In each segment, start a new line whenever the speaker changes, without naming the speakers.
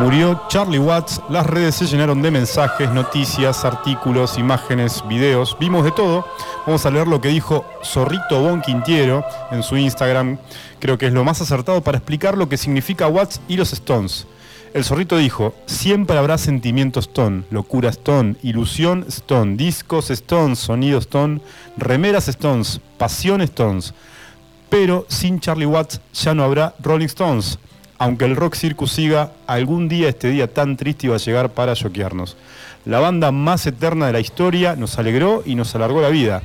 Murió Charlie Watts, las redes se llenaron de mensajes, noticias, artículos, imágenes, videos, vimos de todo. Vamos a leer lo que dijo Zorrito Bon Quintiero en su Instagram. Creo que es lo más acertado para explicar lo que significa Watts y los Stones. El zorrito dijo, siempre habrá sentimiento Stone, locura Stone, ilusión Stone, discos Stone, sonido Stone, remeras Stones, pasión Stones. Pero sin Charlie Watts ya no habrá Rolling Stones. Aunque el Rock Circus siga, algún día este día tan triste iba a llegar para choquearnos. La banda más eterna de la historia nos alegró y nos alargó la vida.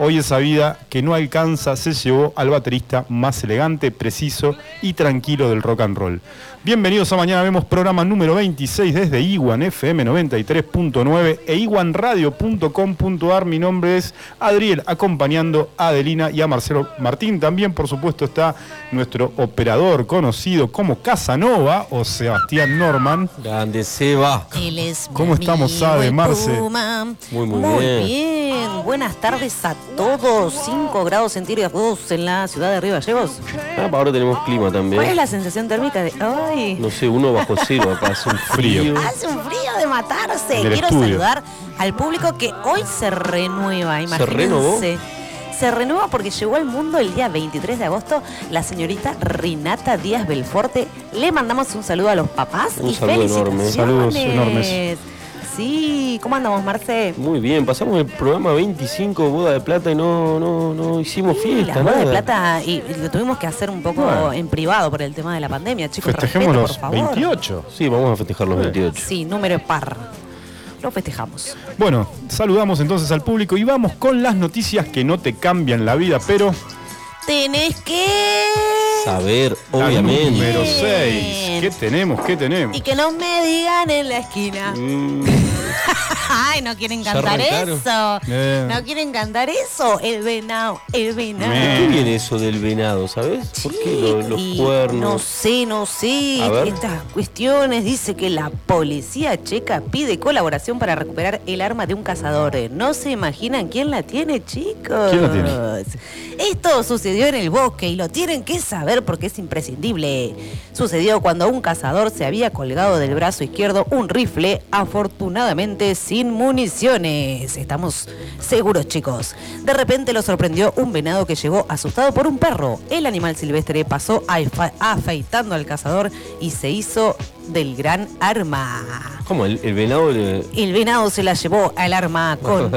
Hoy esa vida que no alcanza se llevó al baterista más elegante, preciso y tranquilo del rock and roll. Bienvenidos a Mañana Vemos, programa número 26 desde Iwan FM 93.9 e iwanradio.com.ar. Mi nombre es Adriel, acompañando a Adelina y a Marcelo Martín. También, por supuesto, está nuestro operador conocido como Casanova o Sebastián Norman.
Grande Seba.
Él es mi
¿Cómo estamos,
amigo
Ade,
el
Marce?
Puma.
Muy, muy bien.
bien. Buenas tardes a todos. 5 grados centígrados en la ciudad de Río Gallegos.
Ah, ahora tenemos clima
¿Cuál es
también.
la sensación térmica de hoy?
No sé, uno bajo cero acá, hace un frío.
Hace un frío de matarse.
Del
Quiero
estudio.
saludar al público que hoy se renueva. Imagínense.
renovó?
Se renueva porque llegó al mundo el día 23 de agosto la señorita Renata Díaz Belforte. Le mandamos un saludo a los papás
Un
y
saludo enorme.
felicitaciones.
Saludos enormes.
Sí, ¿cómo andamos, Marce?
Muy bien, pasamos el programa 25 Boda de Plata y no, no, no hicimos
Sí, la
fiesta,
Boda
nada.
de Plata y, y lo tuvimos que hacer un poco
Bueno.
en privado por el tema de la pandemia, chicos.
Festejemos
respeto,
los
por favor.
28.
Sí, vamos a festejar los 28.
Sí, número par. Lo festejamos.
Bueno, saludamos entonces al público y vamos con las noticias que no te cambian la vida, pero
Tenés que.
Saber,
la número
obviamente.
6. ¿Qué tenemos? ¿Qué tenemos?
Y que no me digan en la esquina.
Mm,
Ay, no quieren cantar
arrancaron?
eso.
Eh.
No quieren cantar eso. El venado, el venado.
Me-
¿Qué viene eso del venado, sabes? ¿Por qué lo- los
Y No
cuernos?
sé, no
A
sé.
ver.
Estas cuestiones dice que la policía checa pide colaboración para recuperar el arma de un cazador. No se imaginan quién la tiene, chicos.
¿Quién la tiene?
Esto sucedió en el bosque y lo tienen que saber porque es imprescindible. Sucedió cuando un cazador se había colgado del brazo izquierdo un rifle, afortunadamente sin municiones. Estamos seguros, chicos. De repente lo sorprendió un venado que llegó asustado por un perro. El animal silvestre pasó aifa- afeitando al cazador y se hizo del gran arma.
¿Cómo? ¿El, el venado? le-
El venado se la llevó al arma con.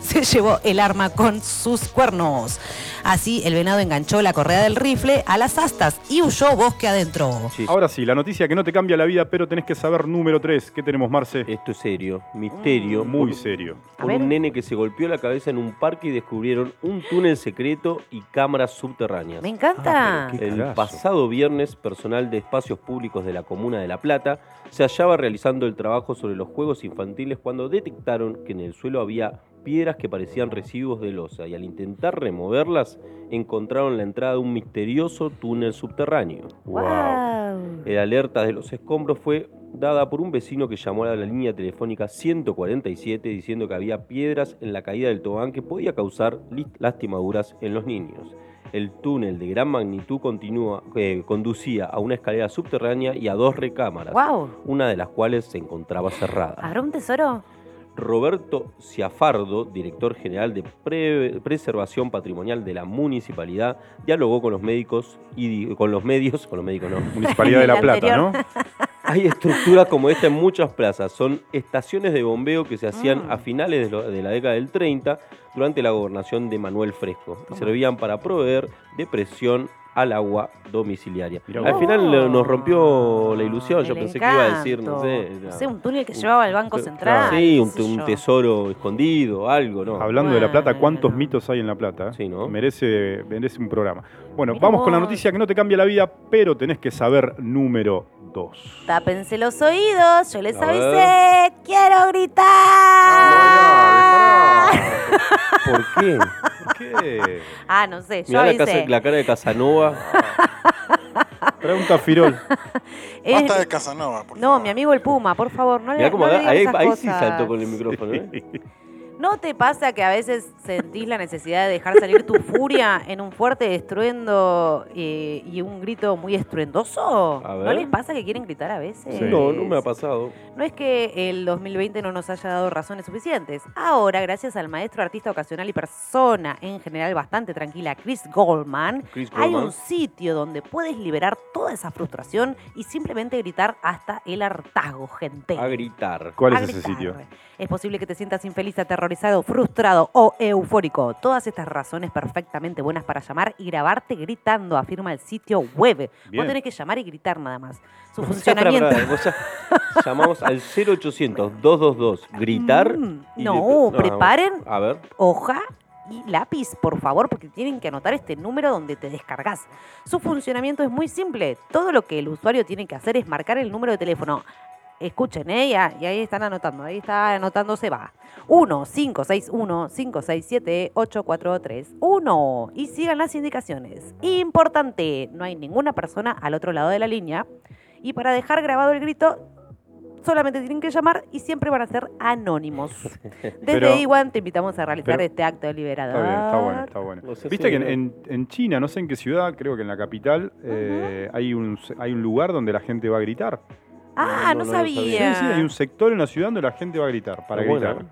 se llevó el arma con sus cuernos. Así el venado enganchó la correa del rifle a las astas y huyó bosque adentro.
Ahora sí, la noticia que no te cambia la vida, pero tenés que saber número 3. ¿Qué tenemos, Marce?
Esto es serio, misterio.
Muy
por-
serio.
Mm, A
Por
ver.
un nene que se golpeó la cabeza en un parque y descubrieron un túnel secreto y cámaras subterráneas.
Me encanta.
Ah, pero qué-
El
Cagazo.
pasado viernes, personal de espacios públicos de la Comuna de La Plata se hallaba realizando el trabajo sobre los juegos infantiles cuando detectaron que en el suelo había piedras que parecían residuos de losa y al intentar removerlas encontraron la entrada de un misterioso túnel subterráneo.
Wow.
El alerta de los escombros fue dada por un vecino que llamó a la línea telefónica 147 diciendo que había piedras en la caída del tobogán que podía causar lis- lastimaduras en los niños. El túnel de gran magnitud continúa- eh, conducía a una escalera subterránea y a dos recámaras,
Wow.
una de las cuales se encontraba cerrada.
¿Habrá un tesoro?
Roberto Ciafardo, director general de Pre- Preservación Patrimonial de la Municipalidad, dialogó con los médicos y di- con los medios, con los médicos no,
Municipalidad de La
El
Plata, ¿no?
anterior.
hay estructuras como esta en muchas plazas. Son estaciones de bombeo que se hacían
Mm.
a finales de, lo- de la década del 30 durante la gobernación de Manuel Fresco y servían para proveer de presión al agua domiciliaria.
Mirá
Al
vos.
final le- nos rompió la ilusión. Yo
El
pensé que iba a
encanto.
decir, no sé.
No
era-
sé, un túnel que llevaba al Banco
Claro.
Central.
Sí, un,
qué sé
un
yo.
tesoro escondido, algo, ¿no?
Hablando de La Plata, ¿cuántos
Bueno.
mitos hay en La Plata? eh?
Sí, ¿no?
Merece, merece un programa. Bueno,
Mirá
vamos con la
vos.
noticia que no te cambia la vida, pero tenés que saber número 2.
Tápense los oídos, yo les
A
avisé.
ver.
¡Quiero
Ah,
gritar!
¿Por qué?
¿Qué?
Ah, no sé, yo
Mirá la,
avisé.
casa- la cara de Casanova.
Trae un tafirol.
Es-
Basta de Casanova, por
No, mi amigo el Puma, por favor, no le
Mirá cómo
no le
da-
digas
ahí,
esas
ahí sí
cosas.
saltó con el micrófono. ¿eh?
¿No te pasa que a veces sentís la necesidad de dejar salir tu furia en un fuerte estruendo eh, y un grito muy estruendoso?
A
¿No
ver.
les pasa que quieren gritar a veces?
Sí.
No, no me ha pasado.
No es que el 2020 no nos haya dado razones suficientes. Ahora, gracias al maestro, artista ocasional y persona en general bastante tranquila, Chris Goldman,
Chris
hay
Goldman.
un sitio donde puedes liberar toda esa frustración y simplemente gritar hasta el hartazgo, gente.
A gritar.
¿Cuál
A
es ese
gritar.
sitio?
Es posible que te sientas infeliz, aterrorizado, frustrado o eufórico. Todas estas razones perfectamente buenas para llamar y grabarte gritando, afirma el sitio web.
Bien.
Vos tenés que llamar y gritar nada más. Su
O sea, pará,
funcionamiento.
pará, o sea, llamamos al 0800-222. Gritar.
Mm,
y
no,
después-
preparen.
A ver.
hoja y lápiz, por favor, porque tienen que anotar este número donde te descargas. Su funcionamiento es muy simple. Todo lo que el usuario tiene que hacer es marcar el número de teléfono. Escuchen, ¿eh? Ya- y ahí están anotando, ahí está anotándose, va. 1-561-567-8431. Y sigan las indicaciones. Importante, no hay ninguna persona al otro lado de la línea. Y para dejar grabado el grito, solamente tienen que llamar y siempre van a ser anónimos. Desde
Pero-
Iguan te invitamos a realizar
pero-
este acto liberador.
Está bien, está bueno, está bueno.
O sea,
Viste
sí,
que en,
no.
en- en China, no sé en qué ciudad, creo que en la capital, eh, hay, un, hay un lugar donde la gente va a gritar.
No, no,
Ah, no,
no lo
sabía.
Sí, sí, hay un sector en la ciudad donde la gente va a gritar, para
Bueno,
gritar.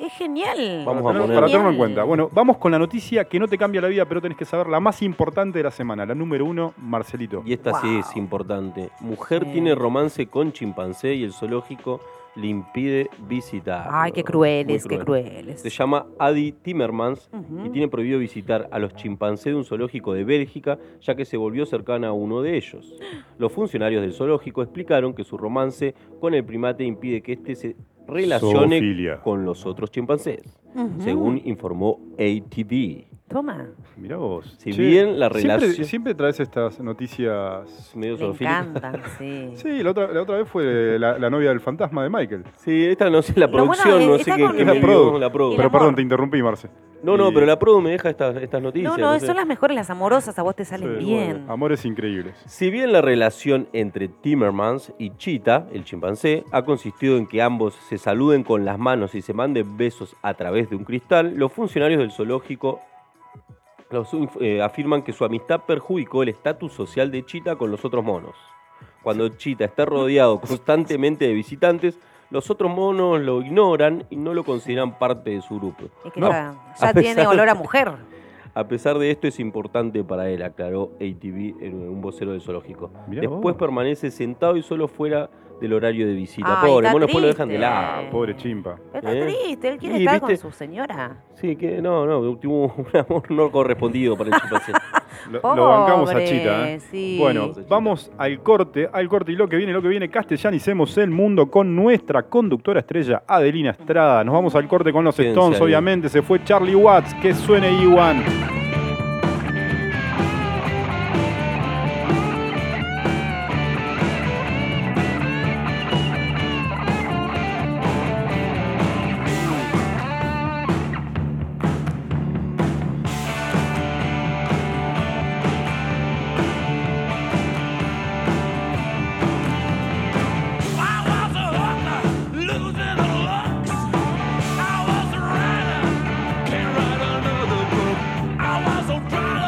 Es genial.
Vamos a
Para,
poner-
para tenerlo en
Genial.
cuenta. Bueno, vamos con la noticia que no te cambia la vida, pero tenés que saber la más importante de la semana, la número uno, Marcelito.
Y esta sí
Wow.
es importante. Mujer
Sí.
tiene romance con chimpancé y el zoológico le impide visitar.
Ay, qué crueles, qué crueles.
Se llama Adi Timmermans
Ujú.
y tiene prohibido visitar a los chimpancés de un zoológico de Bélgica, ya que se volvió cercana a uno de ellos. Los funcionarios del zoológico explicaron que su romance con el primate impide que éste se relacione
Zoofilia.
con los otros chimpancés,
Ujú.
según informó ATV.
Toma.
Mirá vos.
¿eh? Si bien la
siempre-
relación-
Siempre, traes estas noticias.
Medio
Me
zoofílico.
encanta, sí.
Sí, la otra, la otra vez fue la, la novia del fantasma de Michael.
Sí, esta no sé, la
Lo bueno
producción,
es-
no sé
está
qué,
con-
qué
Es la
me
produ.
dio, la produ.
El
Pero
amor.
perdón, te interrumpí, Marce.
No, no,
Y-
pero la produ me deja estas, estas noticias.
No, no,
sé.
son las mejores, las amorosas, a vos te salen
Sí,
bien.
Amores increíbles.
Si bien la relación entre Timmermans y Cheetah, el chimpancé, ha consistido en que ambos se saluden con las manos y se manden besos a través de un cristal, los funcionarios del zoológico los, inf- eh, afirman que su amistad perjudicó el estatus social de Cheetah con los otros monos. Cuando Cheetah está rodeado constantemente de visitantes, los otros monos lo ignoran y no lo consideran parte de su grupo.
Es que
No,
ya, ya
a pesar
tiene olor a
de-
mujer.
A pesar de esto, es importante para él, aclaró ATV en un vocero del zoológico.
Mirá
Después
vos.
permanece sentado y solo fuera del horario de visita.
Ay,
Pobre,
está
bueno, después lo dejan de
triste.
lado.
Ah, pobre chimpa.
Pero está
¿Eh?
triste, él quiere
Y,
estar
¿viste?
con su señora.
Sí, que no, no, tuvo un amor no correspondido para el chimpancé.
Lo,
Pobre,
lo bancamos a Chita. ¿eh?
sí.
Bueno, vamos al corte, al corte y lo que viene, lo que viene, castellanicemos el mundo con nuestra conductora estrella, Adelina Estrada. Nos vamos al corte con los
Quédense
Stones,
ahí.
obviamente. Se fue Charlie Watts, que suene Iwan.
I was a hooker, losing the looks. I was a rider, can't write another book. I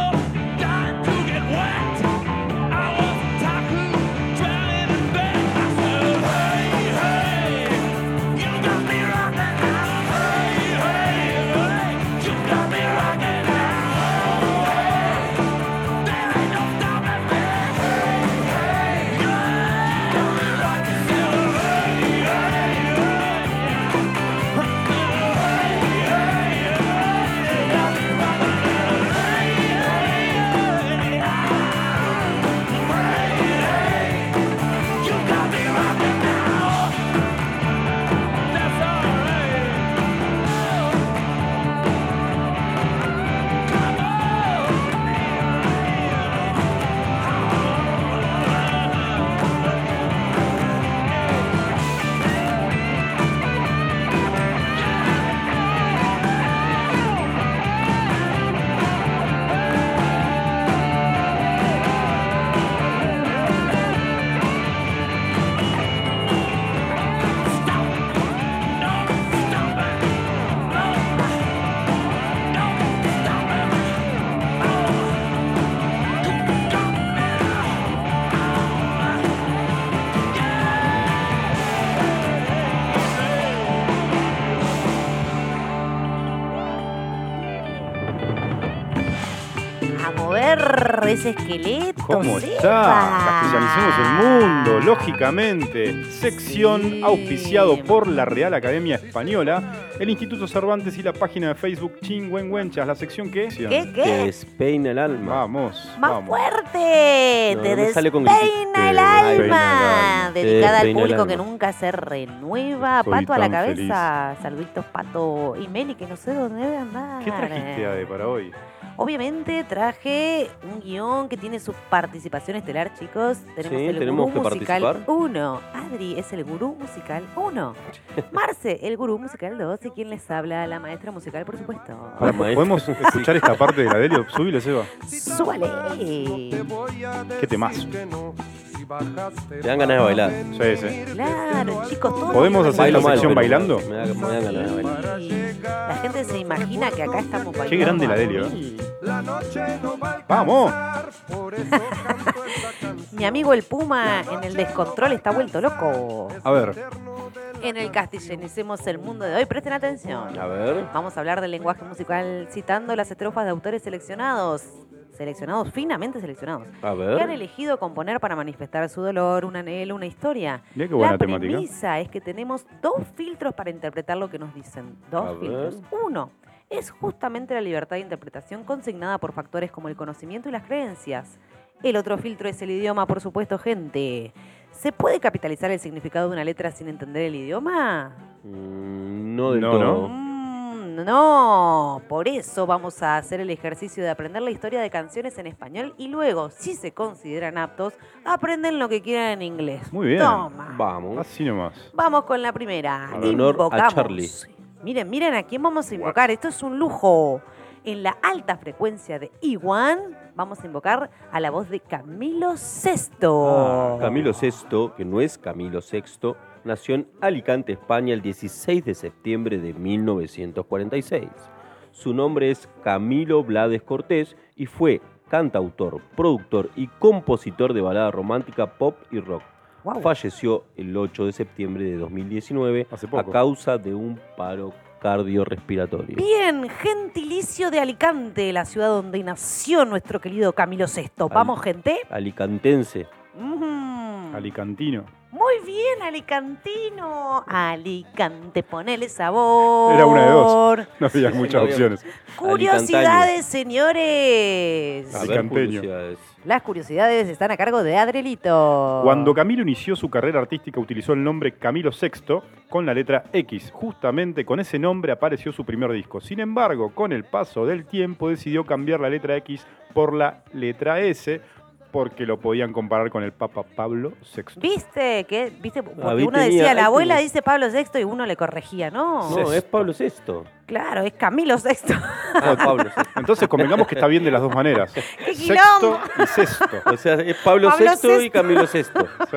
ver ese esqueleto.
¿Cómo está?
Seba.
Castellanicemos el mundo, lógicamente. Sección
Sí.
auspiciado por la Real Academia Española, el Instituto Cervantes y la página de Facebook Chingüengüenchas, la sección que...
¿Qué,
Te
qué?
despeina el alma.
Vamos,
¡Más
vamos.
fuerte!
No,
te
no me sale con grititos.
despeina el
Te
alma.
despeina el alma. Te
Dedicada al
despeina el
público que
alma.
nunca se renueva.
Soy
Pato a la
tan
cabeza. Saluditos, Pato y Meli, que no sé dónde debe andar.
¿Qué trajiste, Ade, para hoy?
Obviamente traje un guión que tiene su participación estelar, chicos. Tenemos
Sí,
el
tenemos
gurú
que
musical
participar.
1. Adri es el gurú musical 1. Marce, el gurú musical 2. Y quien les habla, la maestra musical, por supuesto.
Para,
¿Podemos escuchar esta parte de la Delio? Subile, Seba.
¡Súbale!
Qué temazo.
Te dan ganas de bailar.
Sí, sí.
Claro, chicos, todo.
¿Podemos hacer
Bailo
esta
mal,
sección
pero
bailando?
Me, da- me dan ganas de bailar.
Sí. La gente se imagina que acá estamos bailando.
grande la
a
Delio, ¿eh?
mil.
¡Vamos!
Mi amigo el Puma en el descontrol está vuelto loco.
A ver,
En el castellanicemos el mundo de hoy. Presten atención.
A ver.
Vamos a hablar del lenguaje musical citando las estrofas de autores seleccionados. Seleccionados, finamente seleccionados.
A
Que han
ver.
elegido componer para manifestar su dolor, un anhelo, una historia.
Mirá qué buena
La
temática.
premisa es que tenemos dos filtros para interpretar lo que nos dicen.
A
Dos
ver.
filtros. Uno es justamente la libertad de interpretación consignada por factores como el conocimiento y las creencias. El otro filtro es el idioma, por supuesto, gente. ¿Se puede capitalizar el significado de una letra sin entender el idioma?
Mm, No del
No,
todo.
¿no?
Mm, No, por eso vamos a hacer el ejercicio de aprender la historia de canciones en español y luego, si se consideran aptos, aprenden lo que quieran en inglés.
Muy bien.
Toma.
Vamos.
así nomás.
Vamos con la primera.
En honor a
Invocamos.
Charlie.
Miren, miren a quién vamos a invocar. Esto es un lujo. En la alta frecuencia de Iwan vamos a invocar a la voz de Camilo Sesto.
Camilo VI, que no es Camilo VI, nació en Alicante, España, el 16 de septiembre de 1946. Su nombre es Camilo Blades Cortés y fue cantautor, productor y compositor de balada romántica, pop y rock.
Guau.
Falleció el 8 de septiembre de 2019
Hace
a
poco.
causa de un paro cardiorrespiratorio.
Bien, gentilicio de Alicante, la ciudad donde nació nuestro querido Camilo Sesto. Vamos, gente.
Alicantense.
Mm.
Alicantino.
Muy bien, alicantino. Alicante, ponele sabor.
Era una de dos. No había
sí,
muchas
obvio.
opciones.
Curiosidades, señores.
A
A
ver,
ver,
Alicanteño.
curiosidades.
Las curiosidades están a cargo de Adrelito.
Cuando Camilo inició su carrera artística utilizó el nombre Camilo VI con la letra X. Justamente con ese nombre apareció su primer disco. Sin embargo, con el paso del tiempo decidió cambiar la letra X por la letra S porque lo podían comparar con el Papa Pablo VI.
¿Viste? que ¿Viste? Porque
Ah, vi-
uno
tenía-
decía,
ahí
la abuela
tenés.
dice Pablo VI y uno le corregía, ¿no?
No, es Pablo VI.
Claro, es Camilo VI.
Ah, Pablo VI.
Entonces convengamos que está bien de las dos maneras. Sexto
quilombo!
y sexto.
O sea, es Pablo,
Pablo
VI
VI.
y Camilo VI.
Sí.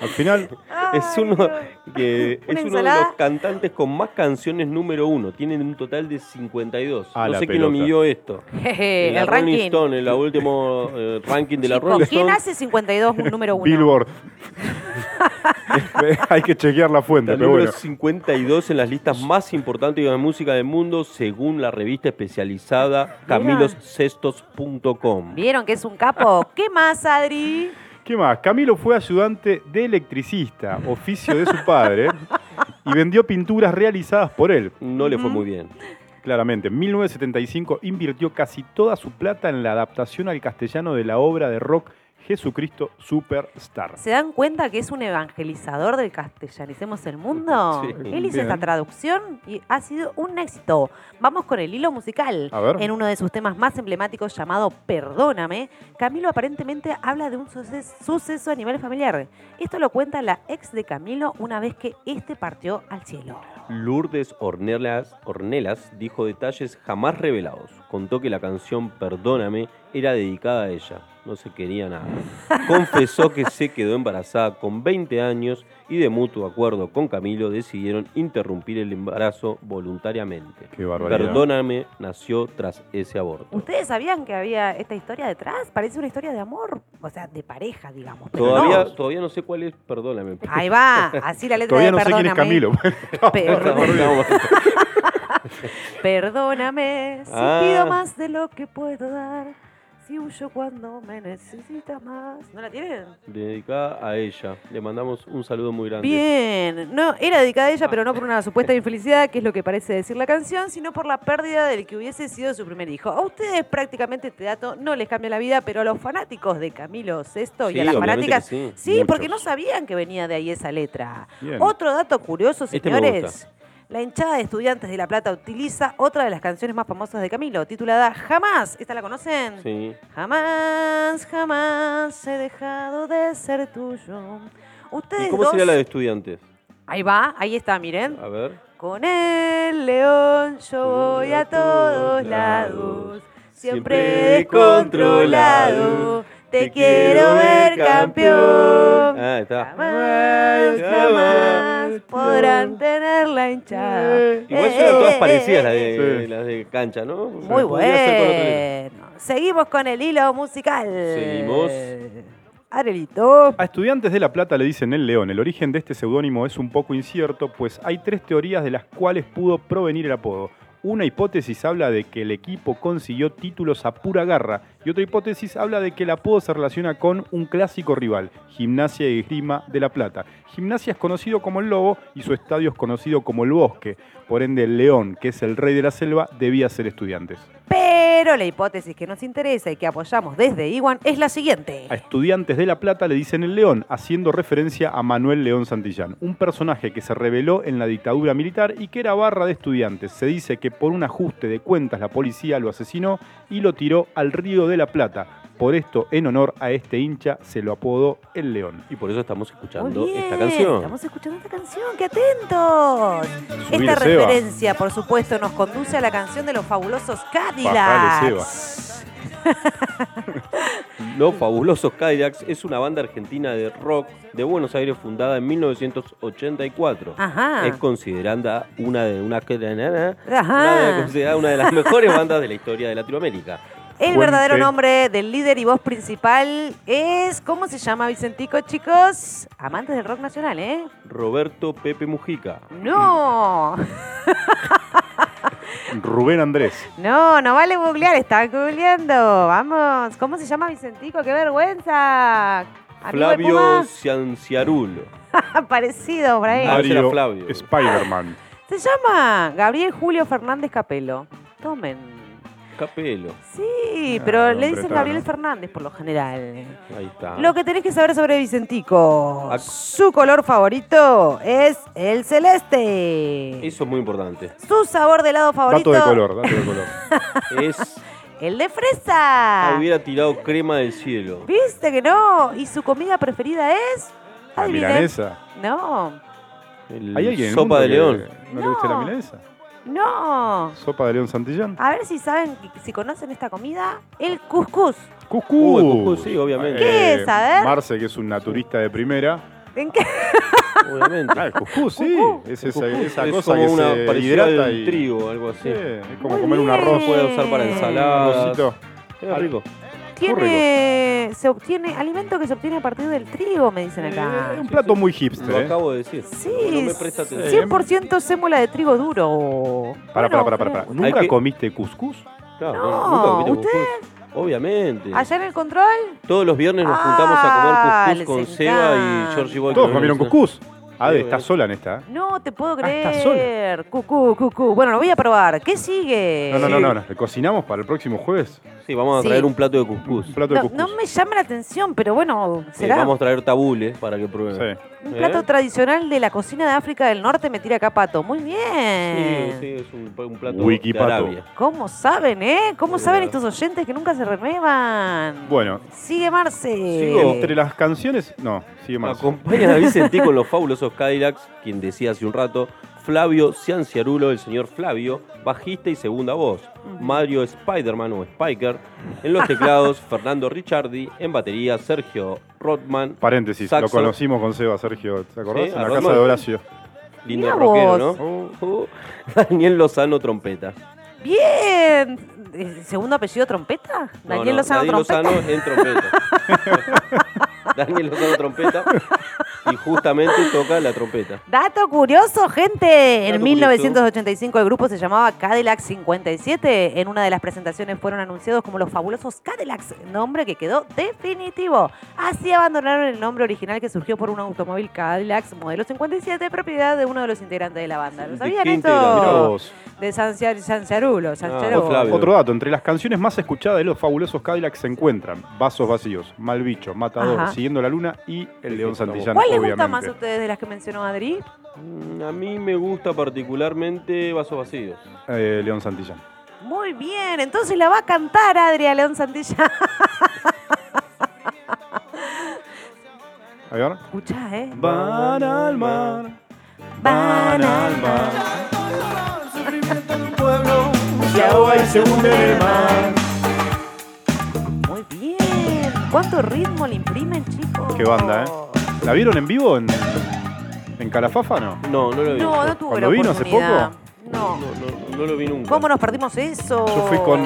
Al final,
Es
Ay,
uno,
no.
que es
Una
uno de
ensalada.
los cantantes con más canciones número uno. Tienen un total de 52.
A
no
la
sé quién lo
pelota.
midió esto.
Jeje,
La
Eh, el
Rolling
ranking.
Stone, el último eh, ranking de la
Chicos,
Rolling
¿Quién
Stone.
hace 52 un número uno?
Billboard. Hay que chequear la fuente,
Está
pero bueno.
número 52 en las listas más importantes de la música del mundo según la revista especializada camiloscestos.com.
¿Vieron que es un capo? ¿Qué más, Adri?
¿Qué más? Camilo fue ayudante de electricista, oficio de su padre, y vendió pinturas realizadas por él.
No le fue muy bien.
Claramente, en 1975 invirtió casi toda su plata en la adaptación al castellano de la obra de rock Jesucristo Superstar.
¿Se dan cuenta que es un evangelizador del castellanicemos el mundo?
Sí.
Él hizo
Bien.
esta traducción y ha sido un éxito. Vamos con el hilo musical.
A ver.
En uno de sus temas más emblemáticos llamado Perdóname, Camilo aparentemente habla de un suces- suceso a nivel familiar. Esto lo cuenta la ex de Camilo una vez que este partió al cielo.
Lourdes Ornelas, Ornelas dijo detalles jamás revelados. Contó que la canción Perdóname era dedicada a ella. No se quería nada. Confesó que se quedó embarazada con 20 años y de mutuo acuerdo con Camilo decidieron interrumpir el embarazo voluntariamente.
Qué barbaridad.
Perdóname nació tras ese aborto.
¿Ustedes sabían que había esta historia detrás? Parece una historia de amor, o sea, de pareja, digamos. pero
Todavía,
no.
todavía no sé cuál es, perdóname.
Ahí va, así la letra
Todavía
de
no sé quién es
Eh, Perdóname.
Camilo.
Per-
Perdóname.
perdóname si
Ah.
pido más de lo que puedo dar. así huyo cuando me necesitas más. ¿No la tienen?
Dedicada a ella. Le mandamos un saludo muy grande.
Bien, no, era dedicada a
Ah.
ella, pero no por una supuesta infelicidad, que es lo que parece decir la canción, sino por la pérdida del que hubiese sido su primer hijo. A ustedes prácticamente este dato no les cambia la vida, pero a los fanáticos de Camilo VI y
Sí,
a las
obviamente que
fanáticas,
sí,
porque no
muchos.
sabían que venía de ahí esa letra.
Bien.
Otro dato curioso,
Este me
señores. La hinchada de estudiantes de La Plata utiliza otra de las canciones más famosas de Camilo, titulada Jamás. ¿Esta la conocen?
Sí.
Jamás, jamás he dejado de ser tuyo. Ustedes
¿Y cómo
dos...
sería la de estudiantes?
Ahí va, ahí está, miren.
A ver.
Con el león yo voy a todos lados, siempre descontrolado. Te quiero ver campeón.
Ah, está.
Jamás, jamás podrán tener la hinchada.
Igual son todas
Eh,
parecidas las
eh,
de,
Sí.
las de cancha, ¿no?
Muy
Podría ser con otra letra.
bueno. Seguimos con el hilo musical.
Seguimos.
Arelito.
A Estudiantes de La Plata le dicen el León. El origen de este seudónimo es un poco incierto, pues hay tres teorías de las cuales pudo provenir el apodo. Una hipótesis habla de que el equipo consiguió títulos a pura garra y otra hipótesis habla de que el apodo se relaciona con un clásico rival, Gimnasia y Grima de La Plata. Gimnasia es conocido como el Lobo y su estadio es conocido como el Bosque. Por ende, el León, que es el rey de la selva, debía ser Estudiantes.
Pero la hipótesis que nos interesa y que apoyamos desde Iguan es la siguiente.
A estudiantes de La Plata le dicen el León, haciendo referencia a Manuel León Santillán, un personaje que se rebeló en la dictadura militar y que era barra de estudiantes. Se dice que por un ajuste de cuentas la policía lo asesinó y lo tiró al río de La Plata. Por esto, en honor a este hincha, se lo apodó el León.
Y por eso estamos escuchando
Muy bien,
esta canción.
Estamos escuchando esta canción, qué atentos.
Subile,
Esta
Seba.
referencia, por supuesto, nos conduce a la canción de los fabulosos Cadillacs.
Los Fabulosos Cadillacs es una banda argentina de rock de Buenos Aires fundada en 1984.
Ajá.
Es considerada una de una,
Ajá.
una de- considerada una de las mejores bandas de la historia de Latinoamérica.
El
Fuente.
verdadero nombre del líder y voz principal es, ¿cómo se llama Vicentico, chicos? Amantes del rock nacional, ¿eh?
Roberto Pepe Mujica.
No,
Rubén Andrés.
no, no vale googlear, están googleando. Vamos, ¿cómo se llama Vicentico? ¡Qué vergüenza! Amigo de
Flavio Cianciarulo.
Puma, parecido, por ahí.
Ah, ese era Flavio.
Spider-Man.
Se llama Gabriel Julio Fernández Capelo. Tomen.
Capelo.
Sí,
Ah,
pero
nombre
le dicen
raro.
Gabriel Fernández por lo general.
Ahí
Ah.
está.
Lo que tenés que saber sobre Vicentico.
Ac-
Su color favorito es el celeste.
Eso es muy importante.
Su sabor de helado favorito
Dato de color, dato de color.
Es
el de
Ah,
fresa.
hubiera tirado crema del cielo.
¿Viste que no? Y su comida preferida es
La
adivinen.
milanesa.
No.
El
¿Hay alguien en el
sopa
mundo
de
que
león.
¿No le gusta
No.
la milanesa?
No.
¿Sopa de león Santillán?
A ver si saben, si conocen esta comida, el cuscús.
¡Cucú!
Uy, cucú, sí, obviamente.
¿Qué es? A ver.
Marce, que es un naturista de primera,
¿En qué?
Obviamente.
Ah, el cucú, sí.
Cucú.
Es
El
esa,
cucú
esa
es
cosa
como
que
una
se
parecida
hidrata
al
y...
trigo, algo así.
Sí, es como
Muy
comer un
bien.
arroz.
Se puede usar para
Eh.
Un Ah,
ensaladas.
arrocito.
Queda rico.
Tiene, se obtiene alimento que se obtiene a partir del trigo, me dicen acá.
Es un plato muy
Lo
hipster, ¿eh?
acabo de decir.
Sí,
No me presta atención.
100% sémola de trigo duro.
Pará, pará,
Bueno, eh,
pará, pará.
pero-
¿Nunca
Hay que-
comiste cuscús?
Claro,
No,
nunca comiste cuscús. Obviamente.
¿Allá en el control?
Todos los viernes nos juntamos
Ah,
a comer
les
cuscús con
encanta.
Seba y Georgie Boy.
Todos comieron cuscús. Ade,
Sí,
estás
eh.
sola en esta. ¿eh?
No te puedo
Ah, está sola.
creer. Cucú, cucú. Bueno, lo voy a probar. ¿Qué sigue?
No, no,
Sí.
no, no. no. ¿Cocinamos para el próximo jueves?
Sí, vamos a
Sí.
traer un plato de cuscús.
Un plato de
No,
cuscús.
no me llama la atención, pero bueno,
Eh,
será
vamos a traer tabules para que prueben.
Sí.
un plato
¿eh?
tradicional de la cocina de África del Norte. Me tira capato. Muy
Sí,
bien.
sí, es un, un plato
Wikipato.
de Arabia.
¿Cómo saben, eh? ¿Cómo
Sí,
saben
la
estos oyentes que nunca se renuevan?
Bueno,
Sigue Marce.
Sigo.
entre las canciones... No, sigue más.
Acompañan a Vicentí con los fabulosos Cadillacs, quien decía hace un rato, Flavio Cianciarulo, el señor Flavio, bajista y segunda voz, Mario Spiderman o Spiker, en los teclados, Fernando Ricciardi, en batería, Sergio Rodman,
Paréntesis,
Saxo.
lo conocimos con Seba, Sergio, ¿te acordás?
Sí,
en la
a
casa
Rodman.
de Horacio.
lindo
Mirá
rockero,
vos.
¿no? Uh, Daniel Lozano, trompeta.
Bien. Eh, ¿Segundo apellido trompeta?
No,
Daniel
no,
Lozano
Daniel
trompeta.
Lozano en trompeta. Daniel Lozano, trompeta. Y justamente toca la trompeta.
Dato curioso, gente.
Dato
en 1985 el grupo se llamaba Cadillac 57. En una de las presentaciones fueron anunciados como los fabulosos Cadillacs, nombre que quedó definitivo. Así abandonaron el nombre original que surgió por un automóvil Cadillac modelo 57, propiedad de uno de los integrantes de la banda. ¿Lo
¿De
sabían
qué integrante? Mirá
Mirá
esto?
vos.
De San, Ciar- San Ciarulo, San
Ah,
Ciarulo.
vos, Flavio.
Otro dato, entre las canciones más escuchadas de los fabulosos Cadillacs se encuentran Vasos Vacíos, Mal Bicho, Matador,
Ajá.
Siguiendo la Luna y El León Santillán,
¿Cuál les
obviamente.
gusta más a ustedes de las que mencionó Adri?
Mm, A mí me gusta particularmente Vasos Vacíos.
Eh, León Santillán.
Muy bien, entonces la va a cantar Adria León Santillán.
A ver.
Escuchá, ¿eh?
Van al mar,
Van al mar.
se ahoga y se hunde en el mar.
Muy bien. ¿Cuánto ritmo le imprimen, chicos?
Qué banda, ¿eh? ¿La vieron en vivo en, en Calafafa, no?
No, no lo vi.
No, no tuve
¿Cuándo
la
vino hace
oportunidad.
poco?
No,
No.
no, no lo vi nunca.
¿Cómo nos perdimos eso?
Yo fui con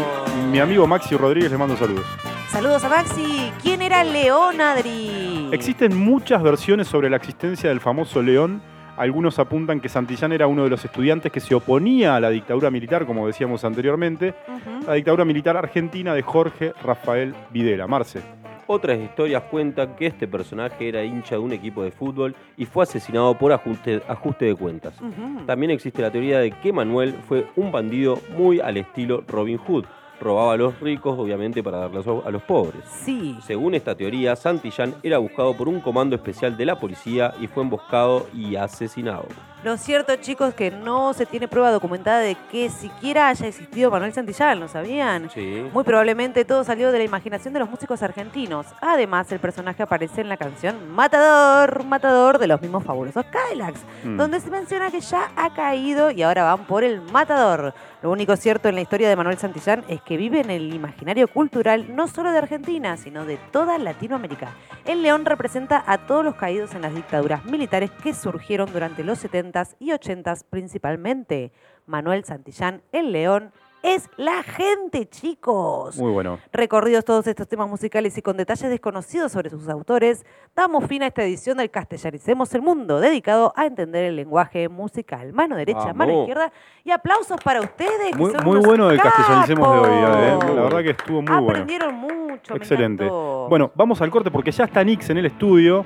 mi amigo Maxi Rodríguez, le mando saludos.
Saludos a Maxi. ¿Quién era León, Adri?
Existen muchas versiones sobre la existencia del famoso León. Algunos apuntan que Santillán era uno de los estudiantes que se oponía a la dictadura militar, como decíamos anteriormente,
Ujú.
la dictadura militar argentina de Jorge Rafael Videla. Marce,
Otras historias cuentan que este personaje era hincha de un equipo de fútbol y fue asesinado por ajuste, ajuste de cuentas.
Ujú.
También existe la teoría de que Manuel fue un bandido muy al estilo Robin Hood. Robaba a los ricos, obviamente, para darles a los pobres.
Sí.
Según esta teoría, Santillán era buscado por un comando especial de la policía y fue emboscado y asesinado.
Lo cierto, chicos, que no se tiene prueba documentada de que siquiera haya existido Manuel Santillán, ¿lo sabían?
Sí.
Muy probablemente todo salió de la imaginación de los músicos argentinos. Además, el personaje aparece en la canción Matador, Matador de los mismos fabulosos Cadillacs,
Mm.
donde se menciona que ya ha caído y ahora van por el Matador. Lo único cierto en la historia de Manuel Santillán es que vive en el imaginario cultural no solo de Argentina, sino de toda Latinoamérica. El león representa a todos los caídos en las dictaduras militares que surgieron durante los 70s y 80s principalmente. Manuel Santillán, el león, es la gente, chicos.
muy bueno.
Recorridos todos estos temas musicales y con detalles desconocidos sobre sus autores, damos fin a esta edición del Castellaricemos el Mundo, dedicado a entender el lenguaje musical. Mano derecha,
Vamos.
mano izquierda y aplausos para ustedes. que
Muy,
son
muy
unos
bueno el castellanicemos de hoy, ¿eh?
capos.
la verdad que estuvo muy bueno.
Aprendieron mucho. me
Excelente.
encantó.
Bueno, vamos al corte porque ya está Nix en el estudio.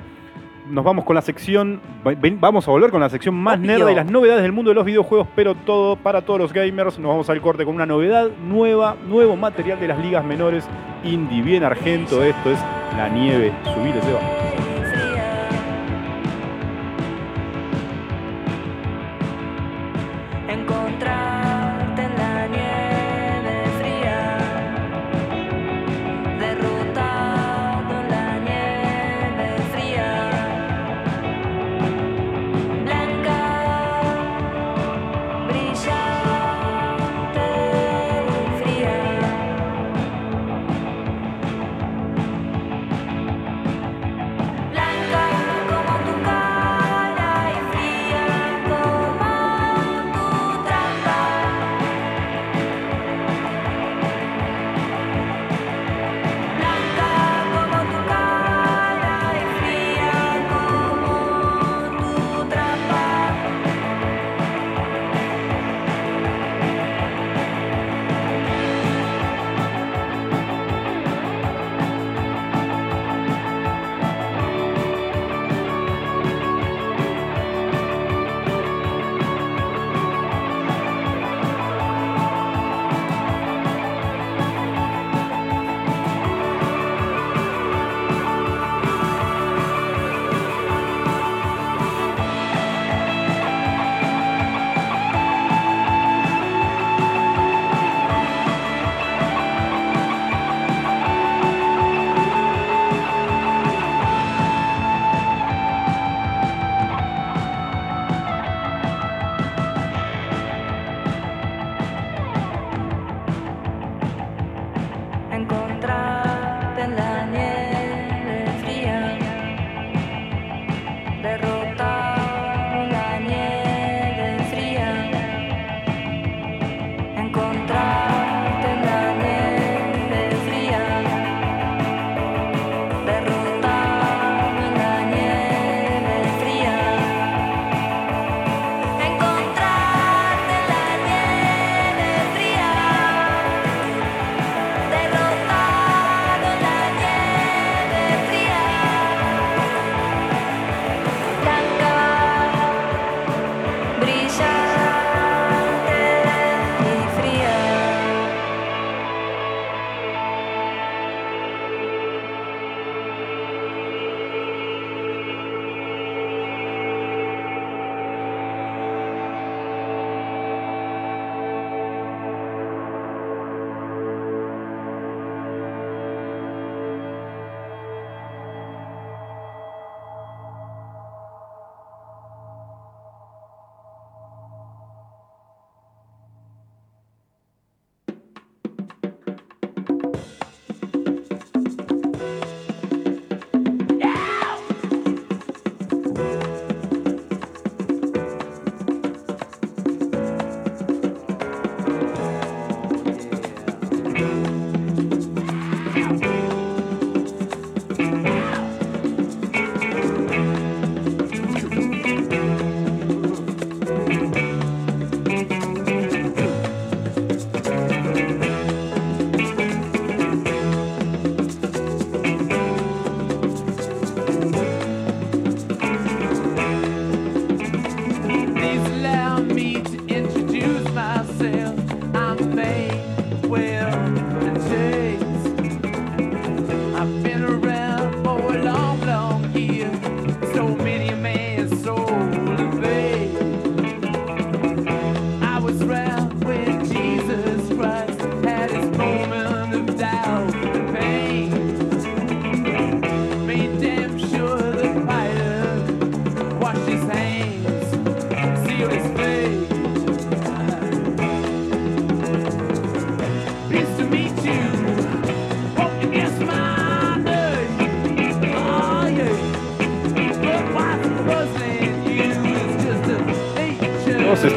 Nos vamos con la sección. ven- vamos a volver con la sección más
Obvio.
nerd y las novedades del mundo de los videojuegos, pero todo para todos los gamers. Nos vamos al corte con una novedad nueva, nuevo material de las ligas menores. Indie bien argento, esto es la nieve. Subile, Seba.
Encontrarte en la nieve fría, derrotado en la nieve fría, blanca, brillante y fría.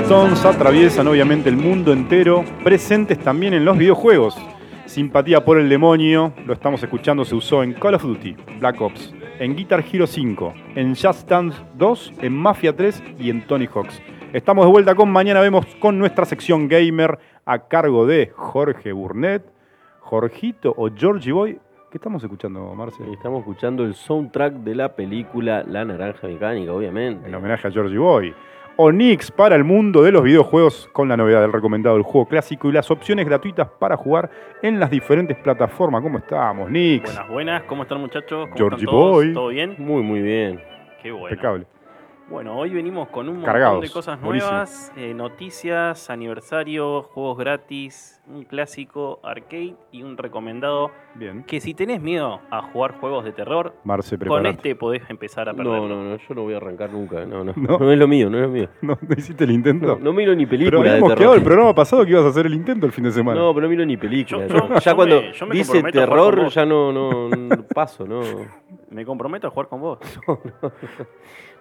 Stones atraviesan obviamente el mundo entero, presentes también en los videojuegos. Simpatía por el demonio, lo estamos escuchando, se usó en Call of Duty, Black Ops, en Guitar Hero 5, en Just Dance 2, en Mafia 3 y en Tony Hawks. Estamos de vuelta con Mañana Vemos con nuestra sección gamer a cargo de Jorge Burnett, Jorgito o Georgie Boy. ¿Qué estamos escuchando, Marce?
Estamos escuchando el soundtrack de la película La Naranja Mecánica, obviamente.
en homenaje a Georgie Boy. Onix para el mundo de los videojuegos con la novedad del recomendado del juego clásico y las opciones gratuitas para jugar en las diferentes plataformas. ¿Cómo estamos, Nix?
Buenas, buenas, ¿cómo están muchachos? ¿Cómo
Georgie
están todos?
Boy.
¿Todo bien?
Muy, muy bien.
Qué bueno.
Impecable.
Bueno, hoy venimos con un montón
Cargados.
de cosas
Buenísimo.
nuevas, eh, noticias, aniversario, juegos gratis, un clásico arcade y un recomendado
Bien.
que si tenés miedo a jugar juegos de terror,
Marce,
con
preparate.
este podés empezar a perder.
No, no, no, yo no voy a arrancar nunca. No, no.
No.
No, es lo mío, no es lo mío.
No, no hiciste el intento.
No, no miro ni
Pero
películas de
habíamos
terror.
quedado el programa pasado que ibas a hacer el intento el fin de semana.
No, pero no miro ni películas.
Yo- yo-
ya
yo
cuando
me- yo me
dice
comprometo a jugar con
terror,
vos.
ya no, no, no paso, no. No,
Me comprometo a jugar con vos.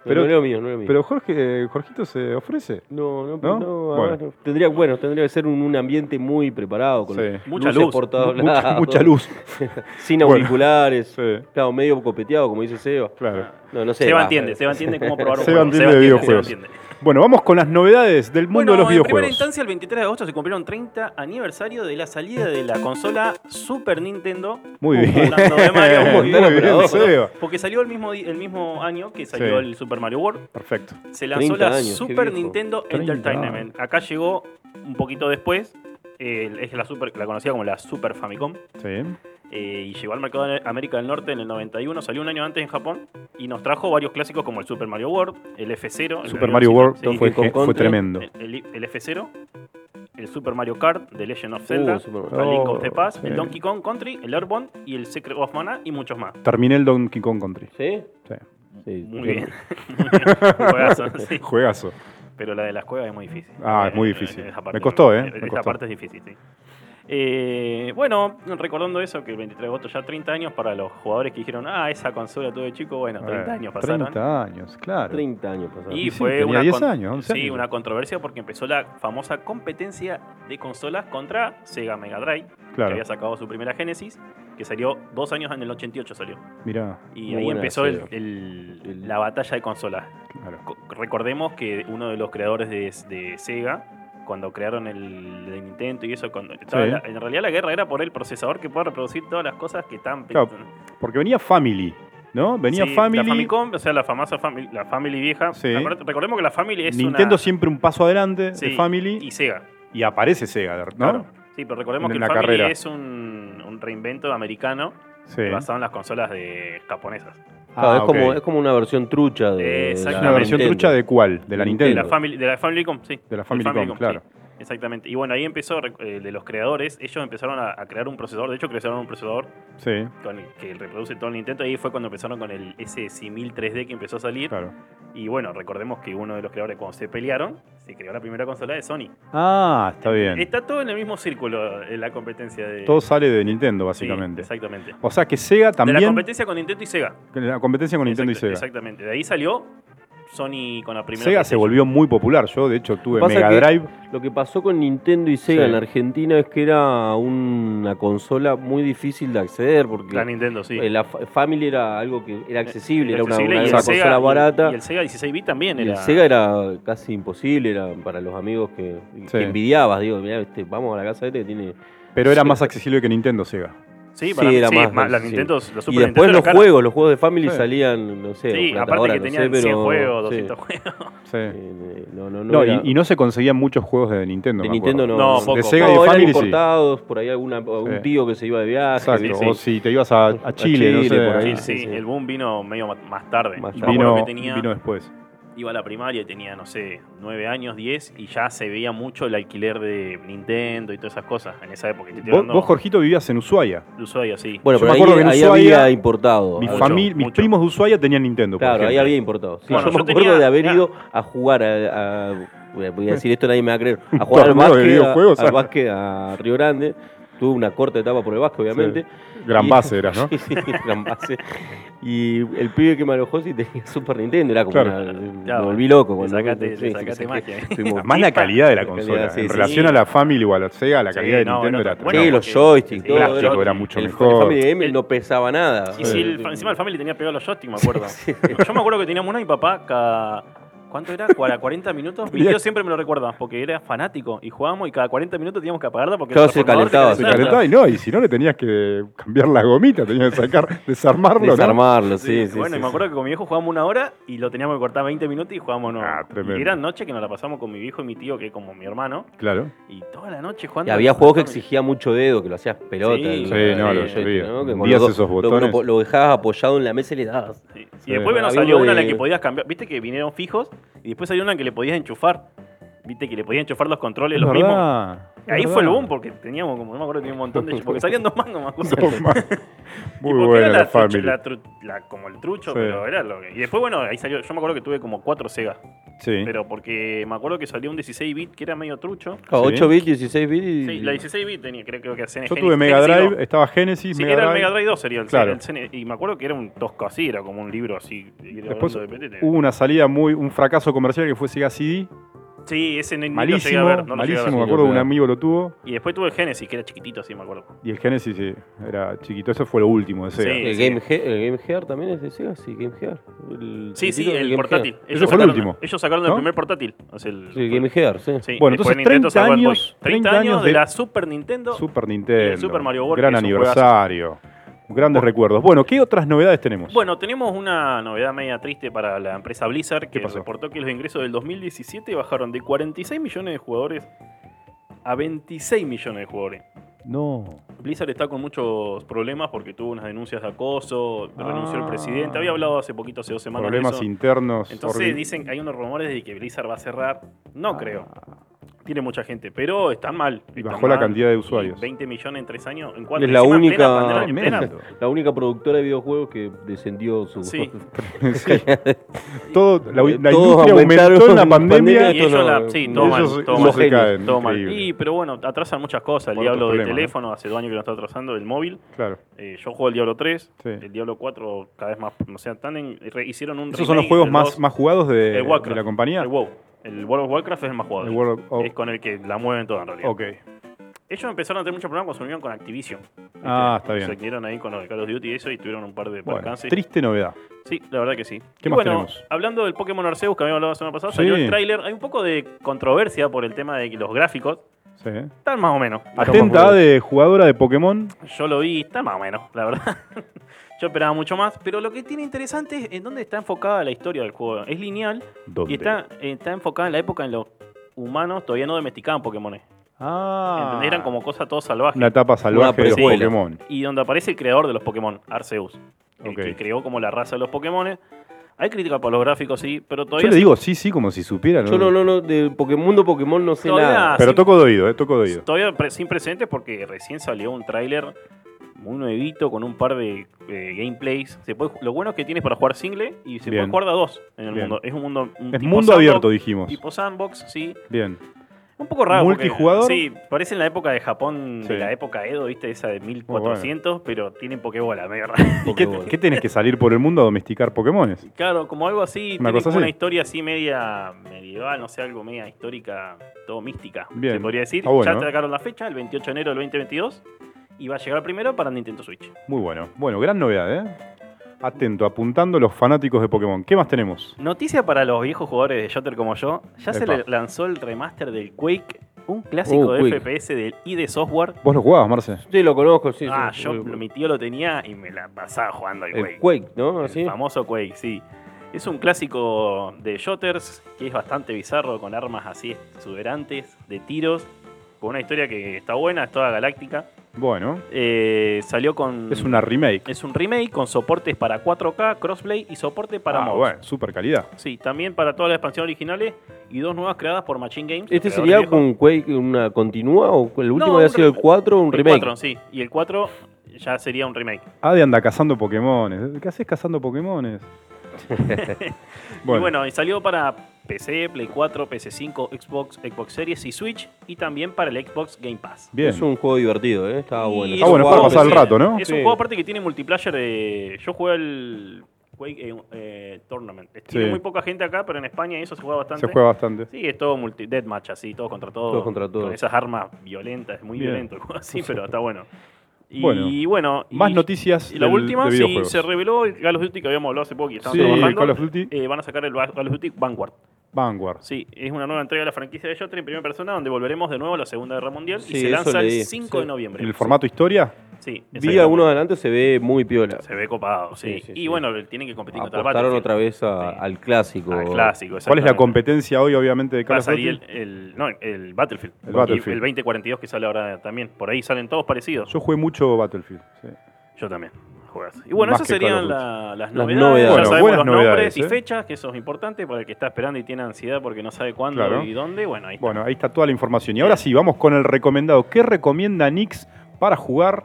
Pero-
no es lo mío, no es lo mío.
Pero Jorge, eh, Jorgito se ofrece.
no, no,
¿No?
no, además
Bueno.
no. Tendría, bueno, tendría que ser un, un ambiente muy preparado, con
Sí.
Mucha
luces
luz.
por todos
Mucha,
lados,
mucha luz.
Sin
Bueno.
auriculares.
Sí,
Claro, medio copeteado, como dice Seba.
claro.
No, no sé.
Seba
va,
entiende,
eh,
Seba entiende cómo probar un
Seba
juego.
entiende de videojuegos.
Seba entiende.
Bueno, vamos con las novedades del mundo
Bueno,
de los
en primera
videojuegos.
instancia, el 23 de agosto se cumplieron 30 aniversario de la salida de la consola Super Nintendo.
Muy bien.
Hablando de Mario, muy
Muy
bien,
bien,
operador.
Seba.
Porque salió el mismo, di- el mismo año que salió
Sí.
el Super Mario World.
Perfecto.
Se lanzó
30
la
años, qué
Super
viejo.
Nintendo
30.
Entertainment. Acá llegó un poquito después. eh, es la, super, la conocida como la Super Famicom.
Sí.
eh, y llegó al mercado de América del Norte en el 91. Salió un año antes en Japón. Y nos trajo varios clásicos como el Super Mario World, el F0. el
Super Mario World
sí,
fue,
Donkey Kong
fue
Country.
tremendo.
el, el- el F0. El Super Mario Kart, The Legend of
Uh,
Zelda,
Super Mario.
A Link
Oh,
of the Past,
sí.
el Donkey Kong Country, el Airborne y el Secret of Mana y muchos más.
Terminé el Donkey Kong Country.
¿Sí?
Sí.
Sí,
Muy
yo-
bien. Juegazo, sí.
Juegazo.
Pero la de las cuevas es muy difícil.
Ah, es muy
Eh,
difícil.
esa
Me
parte-
costó, ¿eh? Me
Esa
costó.
parte es difícil, sí. Eh, bueno, recordando eso, que el 23 de agosto ya 30 años para los jugadores que dijeron, ah, esa consola tuve chico, bueno, 30
Eh,
años pasaron.
30 años, claro.
30 años pasaron.
Y
Y sí,
fue
tenía
una,
10
con-
años, 11
sí,
años.
una controversia porque empezó la famosa competencia de consolas contra Sega Mega Drive, que
Claro.
había sacado su primera Genesis, que salió dos años en el 88 salió.
Mirá,
Y
Muy
ahí
buena
empezó
Sega.
el- el- la batalla de consolas.
claro.
Co- Recordemos que uno de los creadores de, de Sega, cuando crearon el, el Nintendo y eso, cuando estaba
Sí.
la- en realidad la guerra era por el procesador que puede reproducir todas las cosas que están... pe-
Claro, Porque venía Family, ¿no? Venía
Sí, La
Family.
Famicom, o sea, la famosa Family, la Family vieja.
Sí.
Acordate- Recordemos que la Family es
Nintendo
una...
siempre un paso adelante
Sí,
de Family
y Sega.
y, aparece Sega, ¿no?
Claro. Sí, pero recordemos
En
que el
la
Family
carrera.
es un, un reinvento americano
Sí.
basado en las consolas de japonesas.
Claro,
Ah,
es, como,
ok.
es como una versión trucha de. de
Exactamente.
¿Es
la
una versión
Nintendo.
trucha de cuál? De la
De
Nintendo.
la Family, de la Family Com, sí.
De la
Del
Family Com, claro.
sí. Exactamente. Y bueno, ahí empezó rec- eh, de los creadores, ellos empezaron a, a crear un procesador, de hecho crearon un procesador
Sí,
con el que reproduce todo el Nintendo, ahí fue cuando empezaron con el S6000 3D que empezó a salir.
claro.
Y bueno, recordemos que uno de los creadores cuando se pelearon, se creó la primera consola de Sony.
Ah, está bien.
Está todo en el mismo círculo en la competencia de
Todo sale de Nintendo,
Sí,
básicamente.
exactamente.
o sea que Sega
De la
también.
competencia con Nintendo y Sega.
la competencia con Nintendo
Exacto-
y Sega.
Exactamente. De ahí salió Sony con la primera.
Sega se
PlayStation.
volvió muy popular. Yo, de hecho, tuve
Pasa
Mega
que-
Drive.
Lo que pasó con Nintendo y Sega
Sí.
en la Argentina es que era una consola muy difícil de acceder porque
La Nintendo, sí.
eh, la fa- Family era algo que era accesible, era una,
Accesible,
una-
y el
una
Sega-
consola barata.
Y, el Sega 16-bit también
Y
era.
el Sega era casi imposible, era para los amigos que, que
Sí.
envidiabas. Digo, mirá, este, vamos a la casa de este que tiene.
Pero era
Sí.
más accesible que Nintendo Sega.
Sí, para
sí,
mí-
era
sí,
más,
más, la
sí.
Nintendo, la
Y
Super Nintendo
después
era
los
cara.
juegos, los juegos de Family
Sí.
salían, no sé,
Sí,
plata
aparte
ahora,
que
no
tenían
sé, pero-
100 juegos,
sí.
200 juegos.
Sí.
Eh, no, no, no.
No,
era-
y, y no se conseguían muchos juegos de Nintendo.
de
me
Nintendo
acuerdo.
no.
No,
no.
poco.
De Sega
No,
y de
eran
Family sí.
importados, por ahí alguna, algún
Sí.
tío que se iba de viaje.
Exacto.
Sí, sí.
O si te ibas a, a
A
Chile, no
Chile,
sé.
por ahí.
Sí,
Ah,
sí,
sí, sí.
el boom vino medio ma- más tarde.
Más
Yo me acuerdo
Vino,
que tenía,
vino después.
iba a la primaria y tenía, no sé, 9 años, 10, y ya se veía mucho el alquiler de Nintendo y todas esas cosas en esa época. Te estoy
Vos,
hablando
vos, Jorgito, vivías en Ushuaia.
de Ushuaia, sí.
Bueno,
Yo
pero
me acuerdo que en
ahí, ahí
Ushuaia
había importado.
Mi
mucho,
Había-
familia, mis
mucho.
primos de Ushuaia tenían Nintendo. por
Claro, ahí
ejemplo.
había importado. Sí, yo,
Bueno, yo
me acuerdo
tenía-
de haber
mirá.
ido a jugar a, a- voy a- voy a decir esto, nadie me va a creer. A
Un
jugar al
torneo de
básquet, a-
videojuegos,
al
ah.
básquet a Río Grande. tuve una corta etapa por el básquet, obviamente.
Gran
Y-
base eras, ¿no?
Sí, sí, gran base. Y el pibe que me alojó sí tenía Super Nintendo, era como
Claro.
una-
Ya,
me
bueno,
volví loco.
le
cuando-
sacaste- le
sí, sí,
sacaste
saqué.
magia.
Tuvimos-
Además la calidad de la consola.
calidad, sí,
en
sí.
relación a la Family o a la Sega, la
Sí,
calidad de
no,
Nintendo
era
era
otra-
Sí,
bueno,
tremenda.
los
porque-
joysticks,
el
todo.
plástico
todo.
era mucho
el,
mejor.
El Family Game
El-
no pesaba nada.
Y si el, encima el Family tenía pegado los joystick, me acuerdo.
Sí.
Yo me acuerdo que teníamos una y papá cada... ¿Cuánto era? ¿Cuara- ¿40 minutos? Mi
Tenía-
tío siempre me lo recuerda, porque era fanático y jugábamos y cada 40 minutos teníamos que apagarla porque
Claro,
el
se
transformador
calentaba,
Se
Claro.
calentaba y no, y si no le tenías que cambiar la gomita, tenías que sacar, desarmarlo, ¿no?
Desarmarlo, sí, sí.
bueno,
sí,
y me acuerdo que con mi viejo jugábamos una hora y lo teníamos que cortar 20 minutos y jugábamos no.
Ah, tremendo.
Y era noche que nos la pasamos con mi viejo y mi tío, que es como mi hermano,
Claro.
y toda la noche
sí. Y
jugando.
había juegos que
exigían
exigían mucho dedo, que lo hacías pelota.
Sí,
el-
sí,
el-
no, lo
el-
sabía.
Que con
Hundías
los
esos
lo-
botones.
Lo, lo dejabas apoyado en la mesa y le dabas.
Sí.
Sí.
Y después bueno,
Había
salió
uno
una en la
de-
que podías cambiar. Viste que vinieron fijos y después salió una en que le podías enchufar. Viste que le podías enchufar los controles, los mismos. Ahí fue el boom porque teníamos como, no me acuerdo, tenía un montón de. Porque salían dos mangos, me
Muy
acuerdo. Tipo, que
buena
era
la
la, trucha-
Family.
la tru- la- como el trucho,
Sí.
pero era lo que. Y después, bueno, ahí salió. Yo me acuerdo que tuve como cuatro Sega.
Sí.
Pero porque me acuerdo que salió un 16 bit que era medio trucho.
Claro,
Sí.
8 bits, 16 bits. y-
Sí, la 16 bit tenía, creo, creo que hacían
Yo tuve Mega Drive, estaba Genesis,
Sí,
Mega
era el
Drive.
Mega Drive 2 sería el,
Claro.
el CN Y me acuerdo que era un tosco así, era como un libro así. y era
Después
hablando de- de-
Hubo una salida muy, un fracaso comercial que fue Sega CD.
Sí, ese ni- ni lo llegué
Malísimo,
a ver, no lo llegué a
malísimo,
ver.
me
Sí, lo
acuerdo, un
peor.
amigo lo tuvo.
Y después tuve el Genesis, que era chiquitito así, me acuerdo.
Y el Genesis, sí, era chiquito. Eso fue lo último de Sega.
Sí,
El Game, Ge- el Game Gear también es de Sega, sí, Game Gear. El
Sí, sí,
chiquitito,
el
Game
portátil.
Gear.
Ellos
Ese fue el
sacaron-
último.
Ellos sacaron
¿No?
el primer portátil. o sea, el-
Sí, el Game Gear, sí.
Sí,
Bueno,
después
entonces,
Nintendo sacó
30
el Boy.
años-
30
30
años de
del-
la Super Nintendo.
Super Nintendo.
Y el Super Mario World,
Gran
que es un
aniversario. Grandes recuerdos. Bueno, ¿qué otras novedades tenemos?
Bueno, tenemos una novedad media triste para la empresa Blizzard que
pasó?
reportó que los ingresos del 2017 bajaron de 46 millones de jugadores a 26 millones de jugadores.
No.
Blizzard está con muchos problemas porque tuvo unas denuncias de acoso,
Ah.
renunció el presidente. Había hablado hace poquito, hace dos semanas. de
Problemas
eso.
internos.
Entonces
ordi-
dicen que hay unos rumores de que Blizzard va a cerrar. No
Ah.
creo. Tiene mucha gente, pero están mal.
Y
están
bajó la
mal.
cantidad de
Y
usuarios.
20 millones en tres años. En cuatro,
Es la
encima en plena
única,
pandemia, en plena-
Tremendo.
la única productora de videojuegos que descendió su.
Sí.
Sí. Todo, la, la
Todos
industria aumentó
aumentaron
en la
en
pandemia.
pandemia.
Y
Esto
ellos
no-
la- sí,
ellos-
todo mal,
ellos,
todo
ellos
mal.
se
Ah,
caen.
Todo mal.
increíble.
Y, pero bueno, atrasan muchas cosas. El
Por otros
Diablo de
problemas, ¿no?
teléfono, hace dos años que lo está atrasando. El móvil.
Claro.
Eh, yo juego el Diablo 3.
Sí.
El Diablo 4 cada vez más... O sea, están en- re- hicieron un
¿Esos son los
remake
juegos
del
más,
2.
más jugados de,
El Warcraft.
de la compañía?
El WoW. El World of Warcraft es el más jugado.
El World of-
Es con el que la mueven toda en realidad.
Ok.
Ellos empezaron a tener muchos problemas cuando se unieron con Activision. ¿viste?
Ah, está bien.
Se quedaron ahí con los de Call of Duty y eso y tuvieron un par de
Bueno,
percances.
triste novedad.
Sí, la verdad que sí.
¿Qué
Y
más
bueno,
tenemos?
hablando del Pokémon Arceus que habíamos hablado la semana pasada,
Sí.
salió el tráiler. Hay un poco de controversia por el tema de que los gráficos.
Sí.
Están más o menos.
Atenta de jugadora de Pokémon.
Yo lo vi, está más o menos, la verdad. Yo esperaba mucho más, pero lo que tiene interesante es en dónde está enfocada la historia del juego. Es lineal
¿Dónde?
y está, está enfocada en la época en los humanos todavía no domesticaban Pokémones.
Ah.
¿Entendés? Eran como cosas todo salvajes.
Una etapa salvaje de los
precuela.
Pokémon.
y donde aparece el creador de los Pokémon, Arceus, el
Ok.
que creó como la raza de los Pokémon. Hay críticas por los gráficos, sí, pero
Yo
todavía,
le digo sí, sí, como si supiera.
Yo no, no, no, del Pokémon, mundo Pokémon no sé
Todavía-
nada.
Pero
sí.
toco de oído, eh, toco de oído.
todavía pre- sin precedentes porque recién salió un tráiler muy nuevito con un par de eh, gameplays. Se puede, ju- lo bueno es que tienes para jugar single y se
Bien.
puede jugar de a dos en el
Bien.
mundo. Es un mundo un
Es
tipo
mundo
sandbox,
abierto, dijimos.
Tipo sandbox, sí.
Bien.
Un poco raro. porque-
¿Multijugador?
sí, parece en la época de Japón,
Sí.
de la época Edo, ¿viste? Esa de 1400, pero tienen Pokébola, medio raro.
¿Y qué, qué tenés que salir por el mundo a domesticar Pokémones?
Claro, como algo así,
Una
tiene
cosa
como una
así.
historia así media medieval, no sé, algo media histórica, todo mística,
Bien.
se podría decir.
Ah, bueno.
Ya sacaron la fecha, el 28 de enero del 2022, y va a llegar primero para Nintendo Switch.
Muy bueno. Bueno, gran novedad, ¿eh? Atento, apuntando los fanáticos de Pokémon. ¿Qué más tenemos?
Noticia para los viejos jugadores de Shooter como yo, ya se
Epa.
le lanzó el remaster del Quake, un clásico
Uh,
de
Quake.
FPS del ID Software.
¿Vos lo jugabas, Marce?
Sí, lo conozco, sí.
ah,
sí,
yo,
el-
mi tío lo tenía y me la pasaba jugando al Quake.
El Quake, ¿no?
El
Así.
famoso Quake, sí. Es un clásico de shooters que es bastante bizarro, con armas así exuberantes, de tiros, con una historia que está buena, es toda galáctica.
Bueno,
Eh, salió con.
es una remake.
es un remake con soportes para 4K, crossplay y soporte para
ah,
mods.
bueno, super calidad.
Sí, también para todas las expansiones originales y dos nuevas creadas por Machine Games.
¿Este
los
sería
creadores viejos.
un Quake, una continúa o el último
No,
había
un
sido el
re-
4 un
El
remake?
4, sí. Y el 4 ya sería un remake.
Ah, de anda cazando Pokémones. ¿Qué haces cazando Pokémones?
Y bueno, y salió para PC, Play 4, PS5, Xbox, Xbox Series y Switch. Y también para el Xbox Game Pass.
Bien.
Es un juego divertido, ¿eh? Estaba
Y
bueno.
es
Ah,
un
bueno, para
juego
pasar el
que-
rato, ¿no?
Es
Sí.
un juego aparte que tiene multiplayer de. Yo jugué el Quake eh, eh, Tournament. Tiene
Sí.
muy poca gente acá, pero en España eso se juega bastante.
Se juega bastante.
Sí, es todo multi deathmatch, así, todo contra todo.
Todo contra todo.
Con esas armas violentas, es muy
Bien.
violento el juego así, pero está bueno. Y
Bueno.
bueno, y-
Más noticias
Y la
del-
última,
de
sí,
videojuegos.
se reveló el Call of Duty que habíamos hablado hace poco y estamos
Sí,
trabajando.
Call of Duty.
Eh, van a sacar el Va- Call of Duty Vanguard.
Vanguard.
Sí, es una nueva entrega de la franquicia de Shooter en primera persona, donde volveremos de nuevo a la Segunda Guerra Mundial
Sí,
y se
eso
lanza el
leí.
5
Sí.
de noviembre.
¿El formato historia?
Sí,
Vi
exactamente.
algunos adelante, se ve muy piola.
Se ve copado, sí.
Sí, sí,
y
sí.
bueno, tienen que competir contra el
Apostaron
Battlefield.
otra vez a-
Sí.
al clásico.
Al clásico,
¿Cuál es la
exactamente.
competencia hoy, obviamente, de
Va a
Call of Duty?
salir el, el- no, el Battlefield.
El Battlefield.
Y el 2042 que sale ahora también. Por ahí salen todos parecidos. Yo,
Yo jugué mucho Battlefield. sí.
también. Juegazo. Y bueno,
Más
esas
que Call
serían
of
la- las novedades.
novedades.
Ya
Bueno,
sabemos
buenas
los nombres
novedades,
y
¿eh?
fechas, que eso es importante para el que está esperando y tiene ansiedad porque no sabe cuándo
Claro.
y dónde. Bueno, ahí está.
Bueno, ahí está toda la información. Y ahora sí, vamos con el recomendado. ¿Qué recomienda Nix para jugar?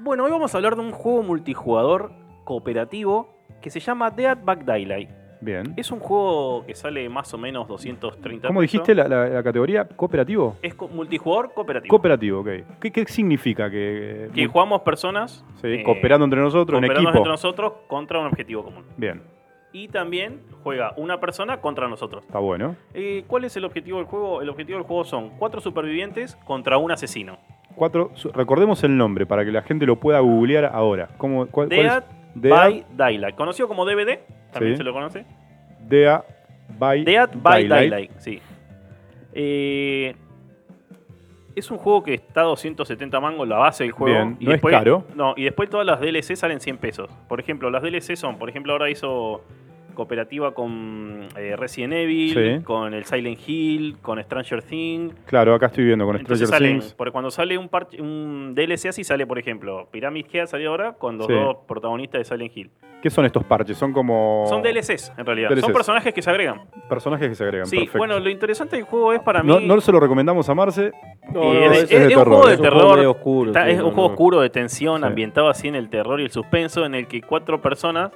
Bueno, hoy vamos a hablar de un juego multijugador cooperativo que se llama Dead Back Daylight.
Bien.
Es un juego que sale más o menos 230
¿Cómo
pesos.
dijiste la, la- la categoría? ¿Cooperativo?
Es co- multijugador cooperativo.
Cooperativo, ok. ¿Qué, qué significa que,
que jugamos personas
sí,
eh,
cooperando entre nosotros, en
cooperándonos
equipo?
entre nosotros contra un objetivo común.
Bien,
Y también juega una persona contra nosotros.
está bueno.
Eh, ¿Cuál es el objetivo del juego? El objetivo del juego son cuatro supervivientes contra un asesino.
Cuatro, su- recordemos el nombre para que la gente lo pueda googlear ahora. ¿Cómo, cuál, cuál es?
Dead
Dead
by Daylight. Conocido como DVD, también
Sí.
se lo conoce.
Dead by
Dead by
Daylight.
Daylight, sí. Eh, es un juego que está a 270 mangos, la base del juego.
Bien, no es caro.
No, y después todas las DLC salen 100 pesos. Por ejemplo, las DLC son, por ejemplo, ahora hizo cooperativa con eh, Resident Evil,
Sí.
con el Silent Hill, con Stranger Things.
Claro, acá estoy viendo con
Entonces
Stranger
salen,
Things.
porque cuando sale un, parche- un DLC así sale, por ejemplo, Pyramid Head salió ahora con los
Sí.
dos protagonistas de Silent Hill.
¿Qué son estos parches? Son como.
Son DLCs, en realidad. Son
DLCs.
personajes que se agregan.
Personajes que se agregan.
Sí,
perfecto.
bueno, lo interesante del juego es para mí.
no, no se lo recomendamos a Marce.
No,
Eh,
no,
es,
es-
es-
es de
es un
terror,
juego de
es un juego
terror.
medio oscuro,
está-
sí,
es un
no,
juego
no.
oscuro de tensión,
Sí.
ambientado así en el terror y el suspenso, en el que cuatro personas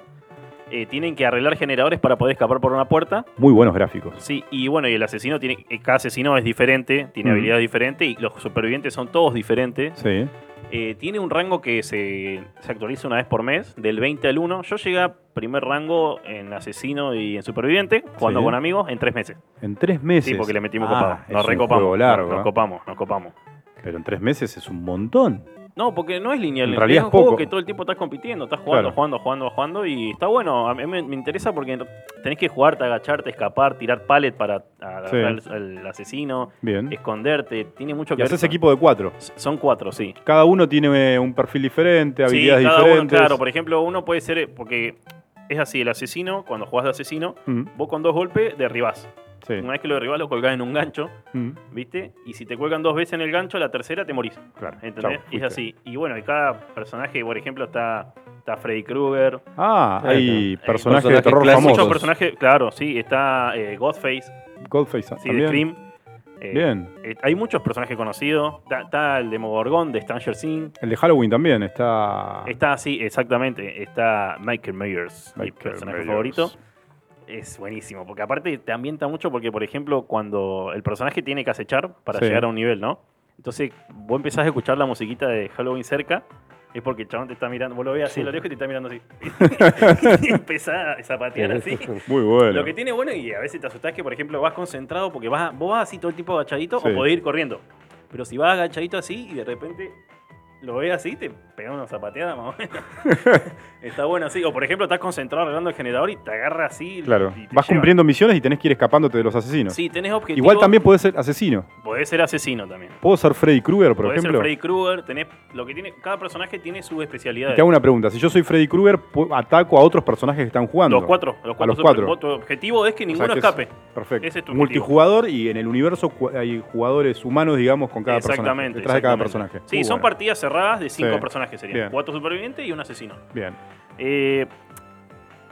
eh, tienen que arreglar generadores para poder escapar por una puerta.
Muy buenos gráficos.
Sí, y bueno, y el asesino tiene. eh, Cada asesino es diferente, tiene
Mm.
habilidades diferentes y los supervivientes son todos diferentes.
Sí.
Eh, tiene un rango que se, se actualiza una vez por mes, del 20 al 1. Yo llegué a primer rango en asesino y en superviviente, jugando
Sí.
con amigos, en tres meses.
En tres meses.
Sí, porque le metimos
Ah,
copado.
es
Nos
un
recopamos.
juego largo,
nos, nos
¿eh?
copamos, nos copamos.
Pero en tres meses es un montón.
No, porque no es lineal.
En realidad
es un
es
juego
poco.
que todo el tiempo estás compitiendo, estás jugando,
Claro.
jugando, jugando, jugando. Y está bueno. A mí me, me interesa porque tenés que jugarte, agacharte, escapar, tirar pallet para agarrar
Sí.
al, al asesino,
Bien.
esconderte. Tiene mucho
Y
que
haces
con-
equipo de cuatro.
S- Son cuatro, sí.
Cada uno tiene eh, un perfil diferente,
Sí,
habilidades
cada uno,
diferentes.
claro. Por ejemplo, uno puede ser. eh, Porque es así: el asesino, cuando jugás de asesino,
Mm,
vos con dos golpes derribás.
sí.
Una vez que lo derribás, lo colgás en un gancho.
Mm,
¿Viste? Y si te cuelgan dos veces en el gancho, la tercera te morís.
claro. Chau,
¿Entendés? Y es
fuiste.
así. Y bueno, y cada personaje, por ejemplo, está, está Freddy Krueger.
Ah,
Ahí
hay
está.
personajes de
Personajes
terror
clásicos.
famosos.
Muchos personajes, claro, sí. Está eh, Godface,
Goldface
sí, de
también.
Scream. Eh,
Bien.
eh, hay muchos personajes conocidos. Está, está el Demogorgon de Stranger Things.
El de Halloween también está.
Está, sí, exactamente. Está Michael Myers, mi
Michael
personaje
Myers.
favorito. Es buenísimo, porque aparte te ambienta mucho porque, por ejemplo, cuando el personaje tiene que acechar para
Sí.
llegar a un nivel, ¿no? Entonces vos empezás a escuchar la musiquita de Halloween cerca, es porque el chabón te está mirando, vos lo ves así, lo lejos y te está mirando así. y empezás a zapatear así.
Muy bueno.
Lo que tiene bueno y a veces te asustás que, por ejemplo, vas concentrado porque vas, vos vas así todo el tiempo agachadito
Sí.
o podés ir corriendo. Pero si vas agachadito así y de repente lo ves así, te pega una zapateada más o menos. Está bueno así. O, por ejemplo, estás concentrado arreglando el generador y te agarra así.
Claro.
y te
Vas
lleva.
cumpliendo misiones y tenés que ir escapándote de los asesinos.
Sí, tenés objetivos.
Igual también puedes ser asesino.
Podés ser asesino también.
¿Puedo ser Freddy Krueger, por
podés
ejemplo?
ser Freddy Krueger. Tenés lo que tiene. Cada personaje tiene su especialidad.
Y te hago una pregunta. Si yo soy Freddy Krueger, pu- ataco a otros personajes que están jugando.
Los cuatro. Los cuatro.
los
super-
cuatro.
vos- Tu objetivo es que
O sea,
ninguno
que es-
escape.
perfecto.
Ese es tu objetivo.
Multijugador y en el universo ju- hay jugadores humanos, digamos, con cada personaje.
exactamente.
Detrás de cada
exactamente.
personaje.
Sí,
Muy
son
bueno.
partidas cerradas de cinco
Sí.
personajes serían.
Bien.
Cuatro supervivientes y un asesino.
Bien.
Eh,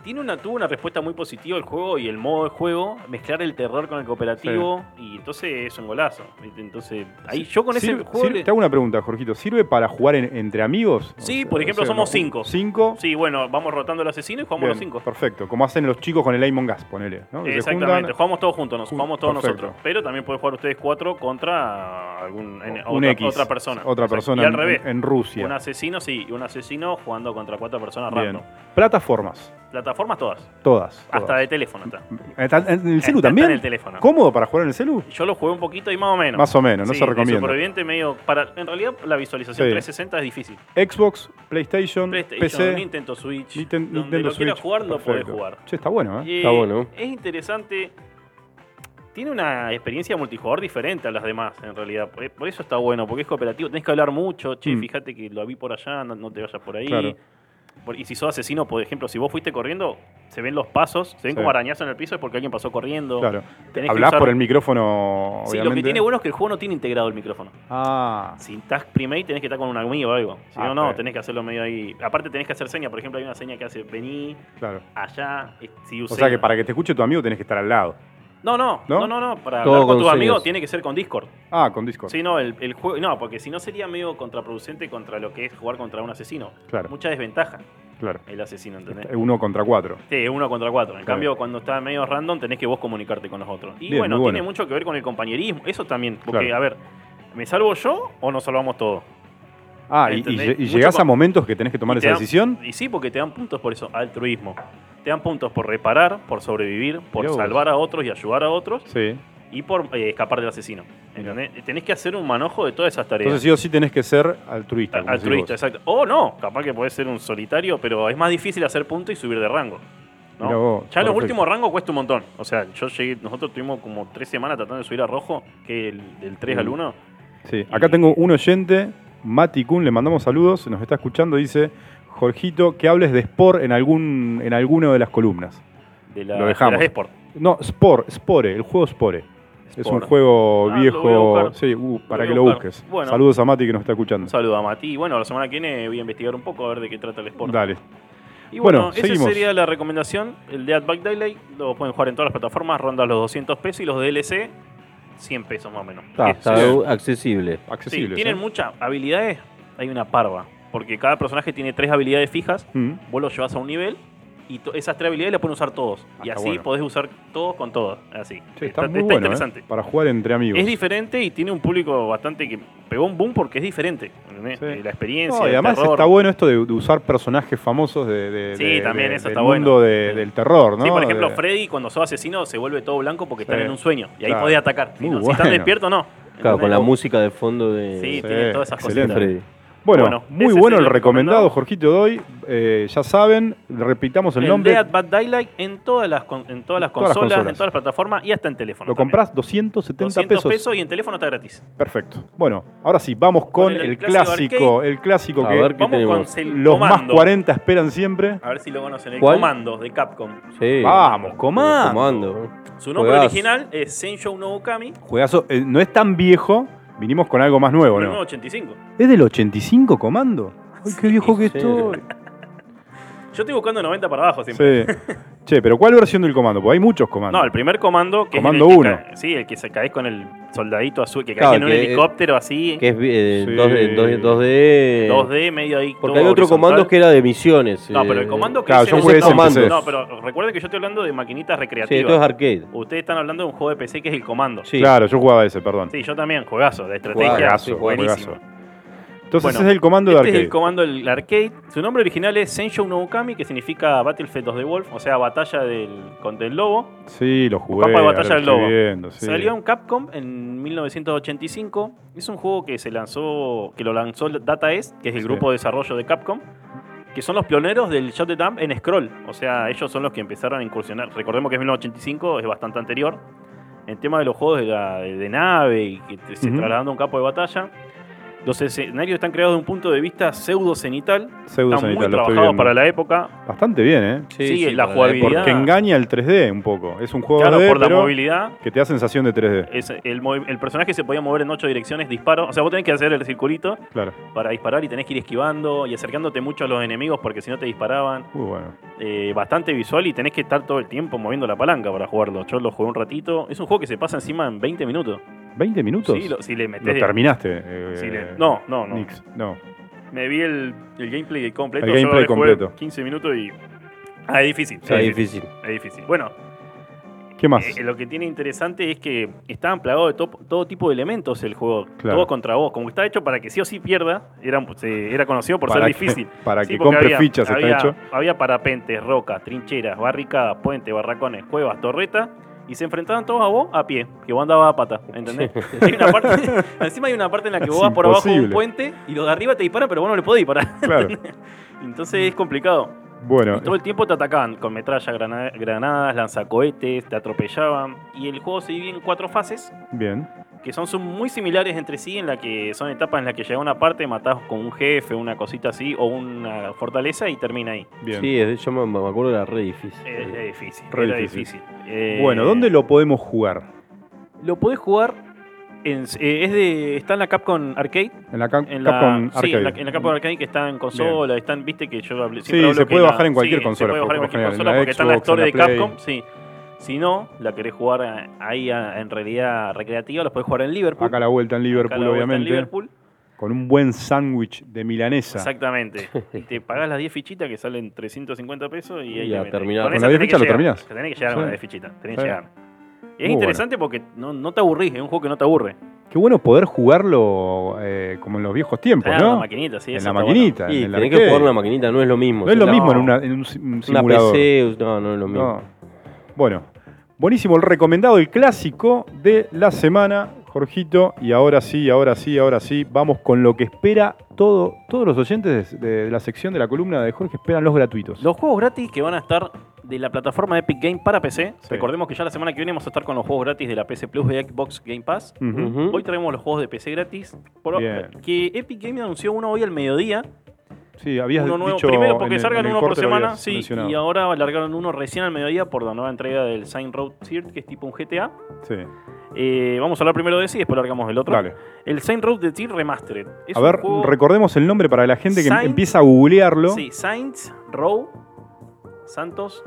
Tiene una, tuvo una respuesta muy positiva el juego y el modo de juego, mezclar el terror con el cooperativo, y entonces es un golazo. Entonces, ahí yo con ese
Sirve-
juego.
sirve-
le-
te hago una pregunta, Jorgito. ¿Sirve para jugar en- entre amigos?
Sí, por ejemplo, somos
¿no?
cinco.
Cinco.
Sí, bueno, vamos rotando el asesino y jugamos
Bien,
los cinco.
Perfecto. Como hacen los chicos con el Among Us, ponele. ¿no? Que se
Exactamente,
juntan,
jugamos todos juntos, nos
Ju-
jugamos todos
perfecto.
nosotros. Pero también pueden jugar ustedes cuatro contra algún, en-
un
otra,
X,
otra persona.
Otra
Exacto.
persona
Y al
en-
revés.
en, Rusia.
Un asesino, sí, y un asesino jugando contra cuatro personas
Bien.
random.
Plataformas,
Plataformas todas,
todas.
hasta
todas.
de teléfono está.
¿Está ¿En el celu
Está
también?
en el teléfono.
¿Cómodo para jugar en el celu?
Yo lo jugué un poquito y más o menos.
Más o menos, no
Sí,
se
de
recomienda.
Superviviente medio para en realidad la visualización
Sí.
360 es difícil.
Xbox, PlayStation,
PlayStation,
PC,
Nintendo Switch,
Niten-
donde
Nintendo
lo quieras
Switch.
jugar lo podés
Perfecto.
jugar.
Che, está bueno, ¿eh?
Y
Está bueno.
Es interesante. Tiene una experiencia multijugador diferente a las demás, en realidad. Por por eso está bueno, porque es cooperativo. Tenés que hablar mucho. Che,
Mm.
fíjate que lo vi por allá, no, no te vayas por ahí.
Claro.
Por- Y si sos asesino, por ejemplo, si vos fuiste corriendo, se ven los pasos, se ven
Sí.
como arañazos en el piso, es porque alguien pasó corriendo.
Claro.
Tenés que
Hablás
usar-
por el micrófono,
Sí,
obviamente.
lo que tiene bueno es que el juego no tiene integrado el micrófono.
Ah,
Si estás primate tenés que estar con un amigo o algo. Si
Ah,
no, no,
está bien.
tenés que hacerlo medio ahí. Aparte tenés que hacer señas. Por ejemplo, hay una seña que hace vení,
claro.
allá, eh, si
O
usé-
sea que para que te escuche tu amigo tenés que estar al lado.
No, no,
¿No?
no, no, no, Para
Todo
hablar con
con
tus amigos
señas.
tiene que ser con Discord.
Ah, con Discord.
Sí, no, el, el juego. No, porque si no sería medio contraproducente contra lo que es jugar contra un asesino.
Claro.
Mucha desventaja
Claro.
el asesino, ¿entendés?
Uno contra cuatro.
Sí, es uno contra cuatro. En
Claro.
cambio, cuando está medio random, tenés que vos comunicarte con los otros. Y
Bien,
bueno,
muy bueno.
tiene mucho que ver con el compañerismo. Eso también. Porque,
Claro.
a ver, ¿me salvo yo o nos salvamos todos?
Ah, y, y
¿Entendés?
lle- y
Mucho
llegás
más.
a momentos que tenés que tomar
Y te
esa
dan-
decisión.
Y sí, porque te dan puntos por eso, altruismo. Te dan puntos por reparar, por sobrevivir, por
Mirá vos.
salvar a otros y ayudar a otros
Sí.
y por eh, escapar del asesino. ¿entendés? Tenés que hacer un manojo de todas esas tareas.
Entonces sí o sí tenés que ser altruista. como decís
altruista,
vos.
exacto. O no, capaz que podés ser un solitario, pero es más difícil hacer punto y subir de rango. ¿no?
Mirá vos,
ya los
perfecto.
últimos rangos cuesta un montón. O sea, yo llegué, nosotros tuvimos como tres semanas tratando de subir a rojo, que el, del 3
Mm.
al 1.
Sí. Acá tengo un oyente, Mati Kun, le mandamos saludos, nos está escuchando, dice, Jorgito, que hables de Sport en algún en alguno de las columnas.
De la,
Lo dejamos.
de las Esport.
No, Sport, Spore, el juego Spore. Es un
Spore.
juego
Ah, lo
viejo,
voy a buscar.
sí, uh, para
voy
que
a
lo
buscar.
busques.
Bueno.
Saludos a Mati que nos está
Un
escuchando.
saludo a Mati. Y bueno, la semana que viene voy a investigar un poco a ver de qué trata el Sport.
Dale.
Y bueno,
Bueno,
esa
seguimos.
sería la recomendación. El de Back Daylight lo pueden jugar en todas las plataformas, ronda los 200 pesos y los DLC 100 pesos más o menos.
Ah, Está,
Que
está
son-
bien.
accesible.
Sí,
Accesibles.
tienen
¿eh?
muchas habilidades. Hay una parva. Porque cada personaje tiene tres habilidades fijas.
Mm.
Vos los llevas a un nivel. Y to- esas tres habilidades las pueden usar todos. y
Ah, está
así
bueno.
podés usar todos con todos. Así.
Sí, está, muy bueno, ¿eh?
interesante.
Para jugar entre amigos.
Es diferente y tiene un público bastante que pegó un boom porque es diferente. ¿entendés?
Sí.
Eh, La experiencia.
No, y
el
además
terror.
está bueno esto de, de usar personajes famosos de, de-
Sí,
de-
también
de-
eso
del
está
mundo
bueno.
de- del terror, ¿no?
Sí, por ejemplo,
De-
Freddy cuando sos asesino se vuelve todo blanco porque están
Sí.
en un sueño. Y ahí
Claro.
podés atacar. Si,
Muy
no- si están
bueno.
despiertos, no.
Claro, con la
¿Entendés?
música de fondo de
Sí,
Sí,
tiene todas esas
excelente.
cositas.
Freddy.
Bueno,
Bueno,
muy
ese
bueno
sería
el
el
recomendado,
recomendado.
Jorgito Doy. Eh, ya saben, repitamos el,
El,
nombre.
Dead Bad Daylight en todas las, con- en todas las,
Todas las
consolas,
consolas.
en todas las plataformas y hasta en teléfono.
Lo
también.
compras 270
200
pesos.
pesos. y en teléfono está gratis.
Perfecto. Bueno, ahora sí, vamos con, el, clásico, el clásico
A
que
ver, ¿Qué
Vamos
tenemos?
con el
los más
comando.
40 esperan siempre.
A ver si lo conocen. El
¿Cuál?
comando de Capcom.
Sí.
Ah,
Vamos, comando.
Comando.
Su nombre
Juegazo.
original es Senshou no Okami,
Juegazo, eh, no es tan viejo, vinimos con algo más nuevo, ¿no?
1985.
¿Es del 85, comando? Ay, qué viejo que
sí.
estoy.
Yo estoy buscando 90 para abajo siempre.
Sí. Che, pero ¿cuál versión del comando? Porque hay muchos comandos.
No, el primer comando que
Comando
es en el
uno.
Que ca- sí, el que se cae con el soldadito azul, que
Claro,
cae en un
que-
helicóptero así,
Que es eh,
Sí.
2D, 2D, 2D.
2D, medio ahí.
Porque
todo
hay otro
horizontal.
comando que era de misiones.
No, pero
eh,
el comando que
Claro,
hice
yo
es
jugué
el
ese en
comando.
PC.
No, pero recuerden que yo estoy hablando de maquinitas
Sí, esto es
recreativas.
arcade.
Ustedes están hablando de un juego de PC que es el comando.
Sí.
Claro, yo jugaba ese, perdón.
Sí, yo también, juegazo, de estrategia.
Juegazo,
buenísimo.
juegazo. Entonces
Bueno,
es el comando
Este
de
es
arcade.
el comando del arcade. Su nombre original es Senshou no Okami, que significa Battlefield of the Wolf, o sea, batalla del, contra el lobo.
sí, lo jugué.
Papa de
ahora
Batalla
lo
del
estoy
Lobo.
viendo, sí.
Salió en Capcom en 1985. Es un juego que se lanzó, que lo lanzó Data East, que es el
Sí.
grupo de desarrollo de Capcom, que son los pioneros del Shot the Dump en Scroll. O sea, ellos son los que empezaron a incursionar. Recordemos que es 1985, es bastante anterior. En tema de los juegos de, la- de nave y que te- se
Ujú.
trasladando a un campo de batalla. Los escenarios están creados de un punto de vista pseudo-cenital.
Pseudo
Están
cenital, lo
muy
estoy
trabajados
viendo.
para la época.
Bastante bien, ¿eh?
Sí, la
para
jugabilidad.
Porque engaña el 3D un poco. Es un juego
Claro,
2D,
por la
pero
movilidad.
que te da sensación de 3D.
Es el, movi- el personaje se podía mover en ocho direcciones, disparo. O sea, vos tenés que hacer el circulito
Claro.
para disparar y tenés que ir esquivando y acercándote mucho a los enemigos porque si no te disparaban.
Muy bueno.
eh, bastante visual y tenés que estar todo el tiempo moviendo la palanca para jugarlo. Yo lo jugué un ratito. Es un juego que se pasa encima en 20 minutos.
¿20 minutos?
Sí, lo- si le metés.
Lo terminaste. eh,
si le- no, no, no.
Nix. No.
Me vi el, el gameplay completo.
El
yo
gameplay
le jugué
completo.
15 minutos y. Ah, es difícil.
Es difícil.
Es difícil. Bueno,
¿Qué más?
eh, lo que tiene interesante es que estaban plagados de to- todo tipo de elementos el juego.
Claro.
Todo contra vos. Como que está hecho para que sí o sí pierda, era, un- se- era conocido por
Para
ser
que-
difícil.
Para
Sí,
que
porque
compre
había-
fichas
había,
está hecho.
Había parapentes, rocas, trincheras, barricadas, puentes, barracones, cuevas, torretas. Y se enfrentaban todos a vos a pie, que vos andabas a pata, ¿entendés? Hay una parte- encima hay una parte en la que vos
Es
vas por abajo de un
imposible.
puente y los de arriba te disparan, pero vos no le podés disparar.
Claro.
Entonces es complicado.
Bueno,
Y todo el tiempo te atacaban con metralla, grana- granadas, lanzacohetes, te atropellaban. Y el juego se divide en cuatro fases,
bien.
que son, son muy similares entre sí, en la que son etapas en las que llega una parte, matás con un jefe, una cosita así, o una fortaleza y termina ahí.
Bien.
Sí, es- yo me, me acuerdo que era re difícil.
Es, difícil,
Re
era
difícil.
difícil. Eh,
Bueno, ¿dónde lo podemos jugar?
Lo podés jugar, en- eh, es de, está en la Capcom Arcade.
En la, Cap-
En la,
Capcom
sí, en la,
Arcade.
en la Capcom Arcade que está en consola, están, viste que yo hablé,
Sí,
siempre hablo
se
que
puede
la-
bajar en cualquier
sí,
consola,
Se puede bajar en
por lo
cualquier
general, en
consola
la
porque está en la
Xbox, en
Store
la
de
Play.
Capcom, sí. Si no, la querés jugar eh, ahí eh, en realidad recreativa, la podés jugar en Liverpool.
Acá la vuelta en Liverpool,
Acá la vuelta en
obviamente.
Liverpool.
Con un buen sándwich de milanesa.
Exactamente. Y te pagás las 10 fichitas que salen 350 pesos y,
Y
ahí
a
le metes.
terminar. Con
esa
las 10 fichas
tenés que
lo
llegar.
terminás.
Tenés que llegar con
Sí.
las 10 fichitas. Tenés que
Sí.
llegar. Y es
Muy
interesante porque no, no te aburrís, es un juego que no te aburre.
Qué bueno poder jugarlo eh, como en los viejos tiempos,
Ah,
¿no?
en la maquinita, sí.
en
eso
la
está bueno.
maquinita,
Y
en el
tenés que
arcade.
jugar una maquinita, no es lo mismo.
No es lo
O sea,
mismo en,
no.
una- en un sim- un
Una
simulador.
PC, no, no es lo mismo.
No. Bueno, buenísimo el recomendado, el clásico de la semana, Jorgito. Y ahora sí, ahora sí, ahora sí, vamos con lo que espera todo, todos los oyentes de, de la sección de la columna de Jorge, esperan los gratuitos.
Los juegos gratis que van a estar de la plataforma Epic Game para PC.
Sí.
Recordemos que ya la semana que viene vamos a estar con los juegos gratis de la PC Plus de Xbox Game Pass.
Ujú.
Ujú.
Hoy traemos los juegos de PC gratis. Por-
Bien.
que Epic Game anunció uno hoy al mediodía.
Sí, habías
uno nuevo.
dicho
Primero
en
porque
el-
salgan
en el
uno por
corte lo
semana,
habías
sí.
mencionado.
Y ahora alargaron uno recién al mediodía por la nueva entrega del Sign Road Circuit, que es tipo un GTA.
Sí,
Eh, vamos a hablar primero de ese y después largamos el otro.
dale.
El Sign Road de Tier Remastered. Es
A
un
ver,
juego-
recordemos el nombre para la gente que
Saints-
empieza a googlearlo.
Sí, Saints Row Santos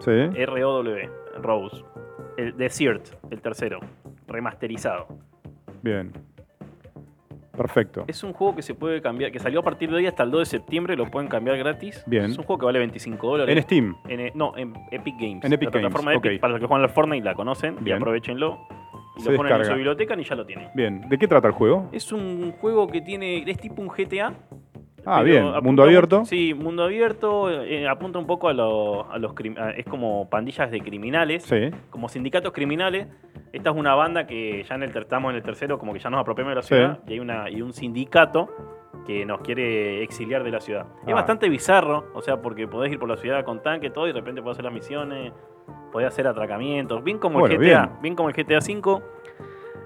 Sí.
ROW, Rose. El Desert, el tercero, remasterizado.
Bien. Perfecto.
Es un juego que se puede cambiar, que salió a partir de hoy hasta el 2 de septiembre, lo pueden cambiar gratis.
Bien.
Es un juego que vale 25 dólares.
En Steam.
En, eh, no, en Epic Games.
En Epic
la plataforma
Games,
Epic,
ok.
para los que juegan al Fortnite la conocen, y
Bien.
aprovechenlo. Y
Se
lo ponen en
descarga.
su biblioteca y ya lo tienen.
Bien. ¿De qué trata el juego?
Es un juego que tiene. Es tipo un GTA.
Ah,
pero
bien.
apunta
Mundo
mu-
abierto.
Sí, mundo abierto. eh, apunta un poco a, lo- a los. crim- a- es como pandillas de criminales.
Sí.
como sindicatos criminales. Esta es una banda que ya en el, ter- estamos en el tercero, como que ya nos apropiamos de la ciudad. Y hay una, y un sindicato que nos quiere exiliar de la ciudad. Es
Ah.
bastante bizarro, o sea, porque podés ir por la ciudad con tanque, todo, y de repente podés hacer las misiones, podés hacer atracamientos. Bien como
Bueno,
el GTA,
bien.
bien. como el GTA V.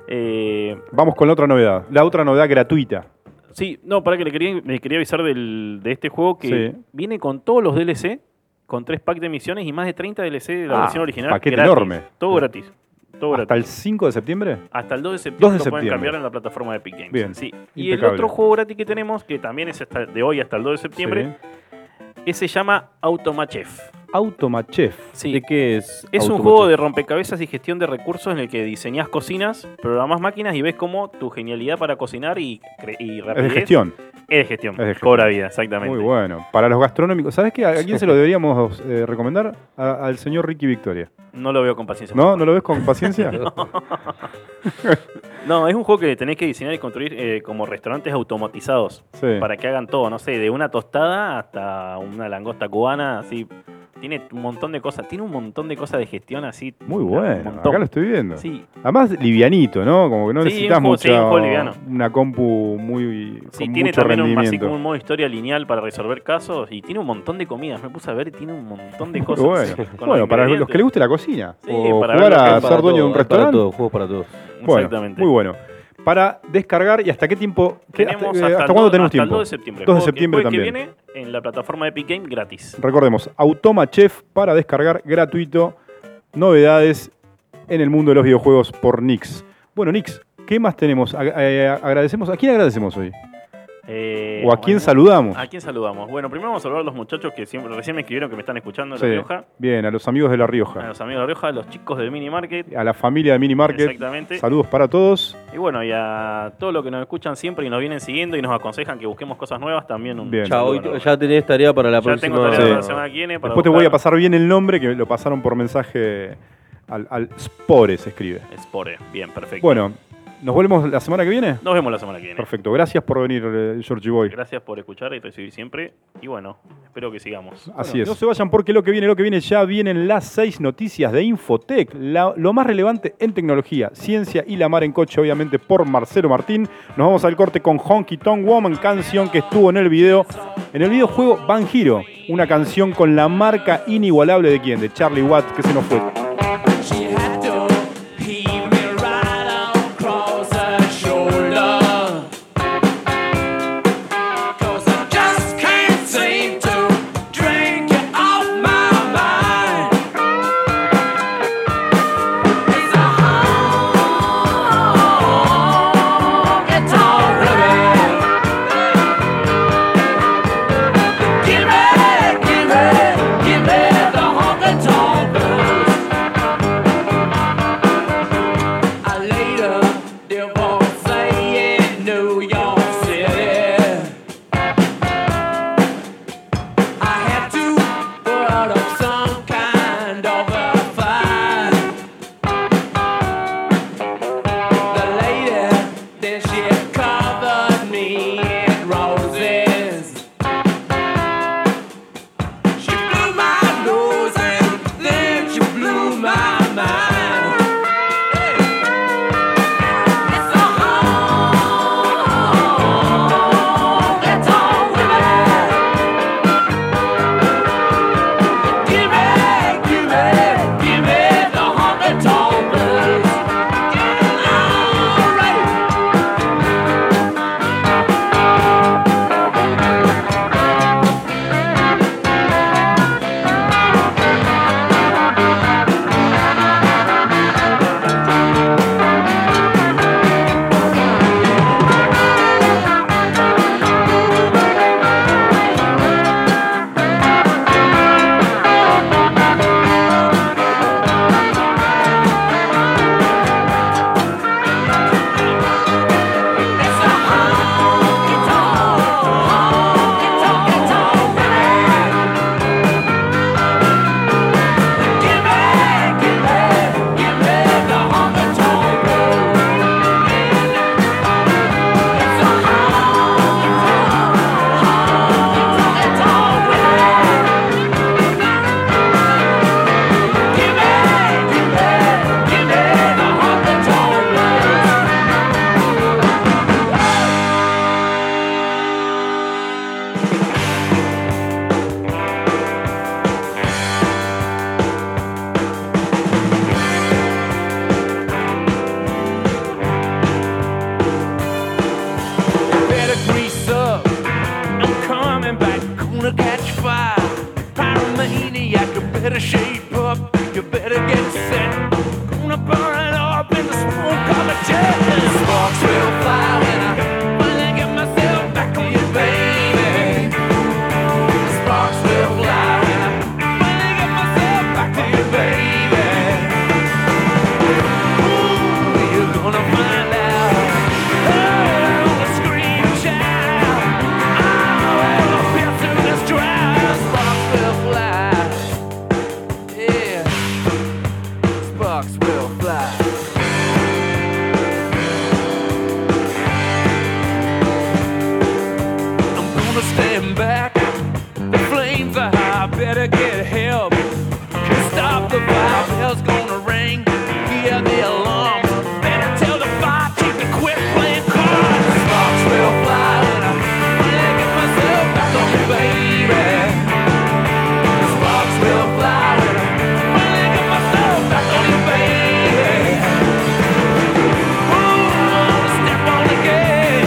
Eh,
Vamos con la otra novedad. La otra novedad gratuita.
sí, no, para que le quería, le quería avisar del- de este juego que
Sí.
viene con todos los DLC, con tres packs de misiones y más de 30 DLC de la
Ah,
versión original.
paquete
gratis.
enorme.
Todo gratis. Todo gratis.
¿Hasta el 5 de septiembre?
Hasta el 2 de septiembre,
2 de
lo pueden
septiembre.
cambiar en la plataforma de Epic Games.
Bien,
Sí. Y el
impecable.
otro juego gratis que tenemos, que también es hasta- de hoy hasta el 2 de septiembre,
Sí.
ese se llama Automachef.
Automachef.
Sí.
¿De qué es?
Es un
Automotive?
juego de rompecabezas y gestión de recursos en el que diseñas cocinas, programas máquinas y ves cómo tu genialidad para cocinar y, cre- y
Es de
rapidez
gestión.
es de gestión.
Es de gestión.
Cobra vida, exactamente.
Muy bueno. Para los gastronómicos. ¿Sabes qué? ¿A a quién se lo deberíamos eh, recomendar? A- al señor Ricky Victoria.
No lo veo con paciencia.
¿No? ¿No lo ves con paciencia?
No, es un juego que tenés que diseñar y construir eh, como restaurantes automatizados.
Sí.
para que hagan todo, no sé, de una tostada hasta una langosta cubana, así. Tiene un montón de cosas, tiene un montón de cosas de gestión así.
Muy
un
bueno.
montón.
Acá lo estoy viendo.
Sí,
Además, livianito, ¿no? Como que no
Sí,
necesitas
un juego- sí,
mucha-
un juego liviano.
una compu muy.
sí,
con
tiene
mucho
también un, así
rendimiento.
como un modo historia lineal para resolver casos y tiene un montón de comidas. Me puse a ver y tiene un montón de
Muy
cosas.
bueno,
con
bueno para los
ingredientes.
que les guste la cocina.
Sí,
o
para
jugar
ver lo que
a
es
ser dueño de un
Para
restaurante.
todos, juegos para todos.
Bueno,
Exactamente.
muy bueno. para descargar y hasta qué tiempo. qué-
Tenemos
hasta, eh, hasta
el
cuándo
do-
tenemos
hasta el
tiempo?
2 de septiembre.
2 de
Juego que-
septiembre
juego
también.
Que viene en la plataforma Epic Game gratis.
Recordemos, Automa Chef para descargar gratuito novedades en el mundo de los videojuegos por Nix. Bueno, Nix, ¿qué más tenemos? Ag- eh, agradecemos. ¿A quién agradecemos hoy?
Eh,
¿O a quién
bueno,
saludamos?
¿A quién saludamos? Bueno, primero vamos a saludar a los muchachos que siempre, recién me escribieron que me están escuchando en
Sí,
La Rioja.
Bien, a los amigos de La
A
Rioja,
los amigos de La Rioja, a los chicos del Mini Market.
a la familia de Mini Market.
Exactamente.
Saludos para todos.
Y bueno, y a todos los que nos escuchan siempre y nos vienen siguiendo y nos aconsejan que busquemos cosas nuevas también. Un
Bien.
saludo
Chao,
a la-
ya tenés tarea para la
ya
próxima.
tengo tarea
Sí.
para la semana que viene. para
Después te voy a
buscar
pasar bien el nombre que lo pasaron por mensaje al, al Spore, se escribe.
Spore. Bien, perfecto.
Bueno, ¿nos volvemos la semana que viene?
nos vemos la semana que viene.
Perfecto, gracias por venir, eh, Georgie Boy.
Gracias por escuchar y recibir siempre. Y bueno, espero que sigamos.
Así
Bueno,
es. No se vayan porque lo que viene, lo que viene, ya vienen las seis noticias de Infotec. la- lo más relevante en tecnología, ciencia y la mar en coche, obviamente, por Marcelo Martín. Nos vamos al corte con Honky Tonk Woman, canción que estuvo en el video, en el videojuego Van Hero. Una canción con la marca inigualable de quién, de Charlie Watts, que se nos fue.
She had to heave me right on across her shoulder. 'Cause I just can't seem to drink you off my mind. It's a honky-tonk ribbon. Give me, give me, give me the honky-tonk blues. I later divorced in New York City. I had to put up some kind of a fight. The lady, then she covered me in roses. She blew my nose and then she blew my mind. It's a honky-tonk women. Give me, give me, give me the honky-tonk blues. All right. It's a honky-tonk, honky-tonk women. Give me, give me, give me the honky-tonk blues. It's a honky-tonk, honky-tonk women. Give me, give me, give me the honky-tonk blues. Better grease up. I'm coming back. Gonna catch fire. Pyromaniac, you better shape up. You better get set. Gonna burn up in the smoke of a jet. The sparks will fly when I finally get myself back on you, baby. The sparks will fly when I finally get myself back to you, baby. Ooh, you're gonna find out. Better get help. Stop the vibe, hell's gonna ring. Hear the alarm. Better tell the fire chief to quit playing cards. Sparks will fly, and I'm gonna get myself back on the baby. Sparks will fly, and I'm gonna get myself back on the baby. Ooh, I'm gonna step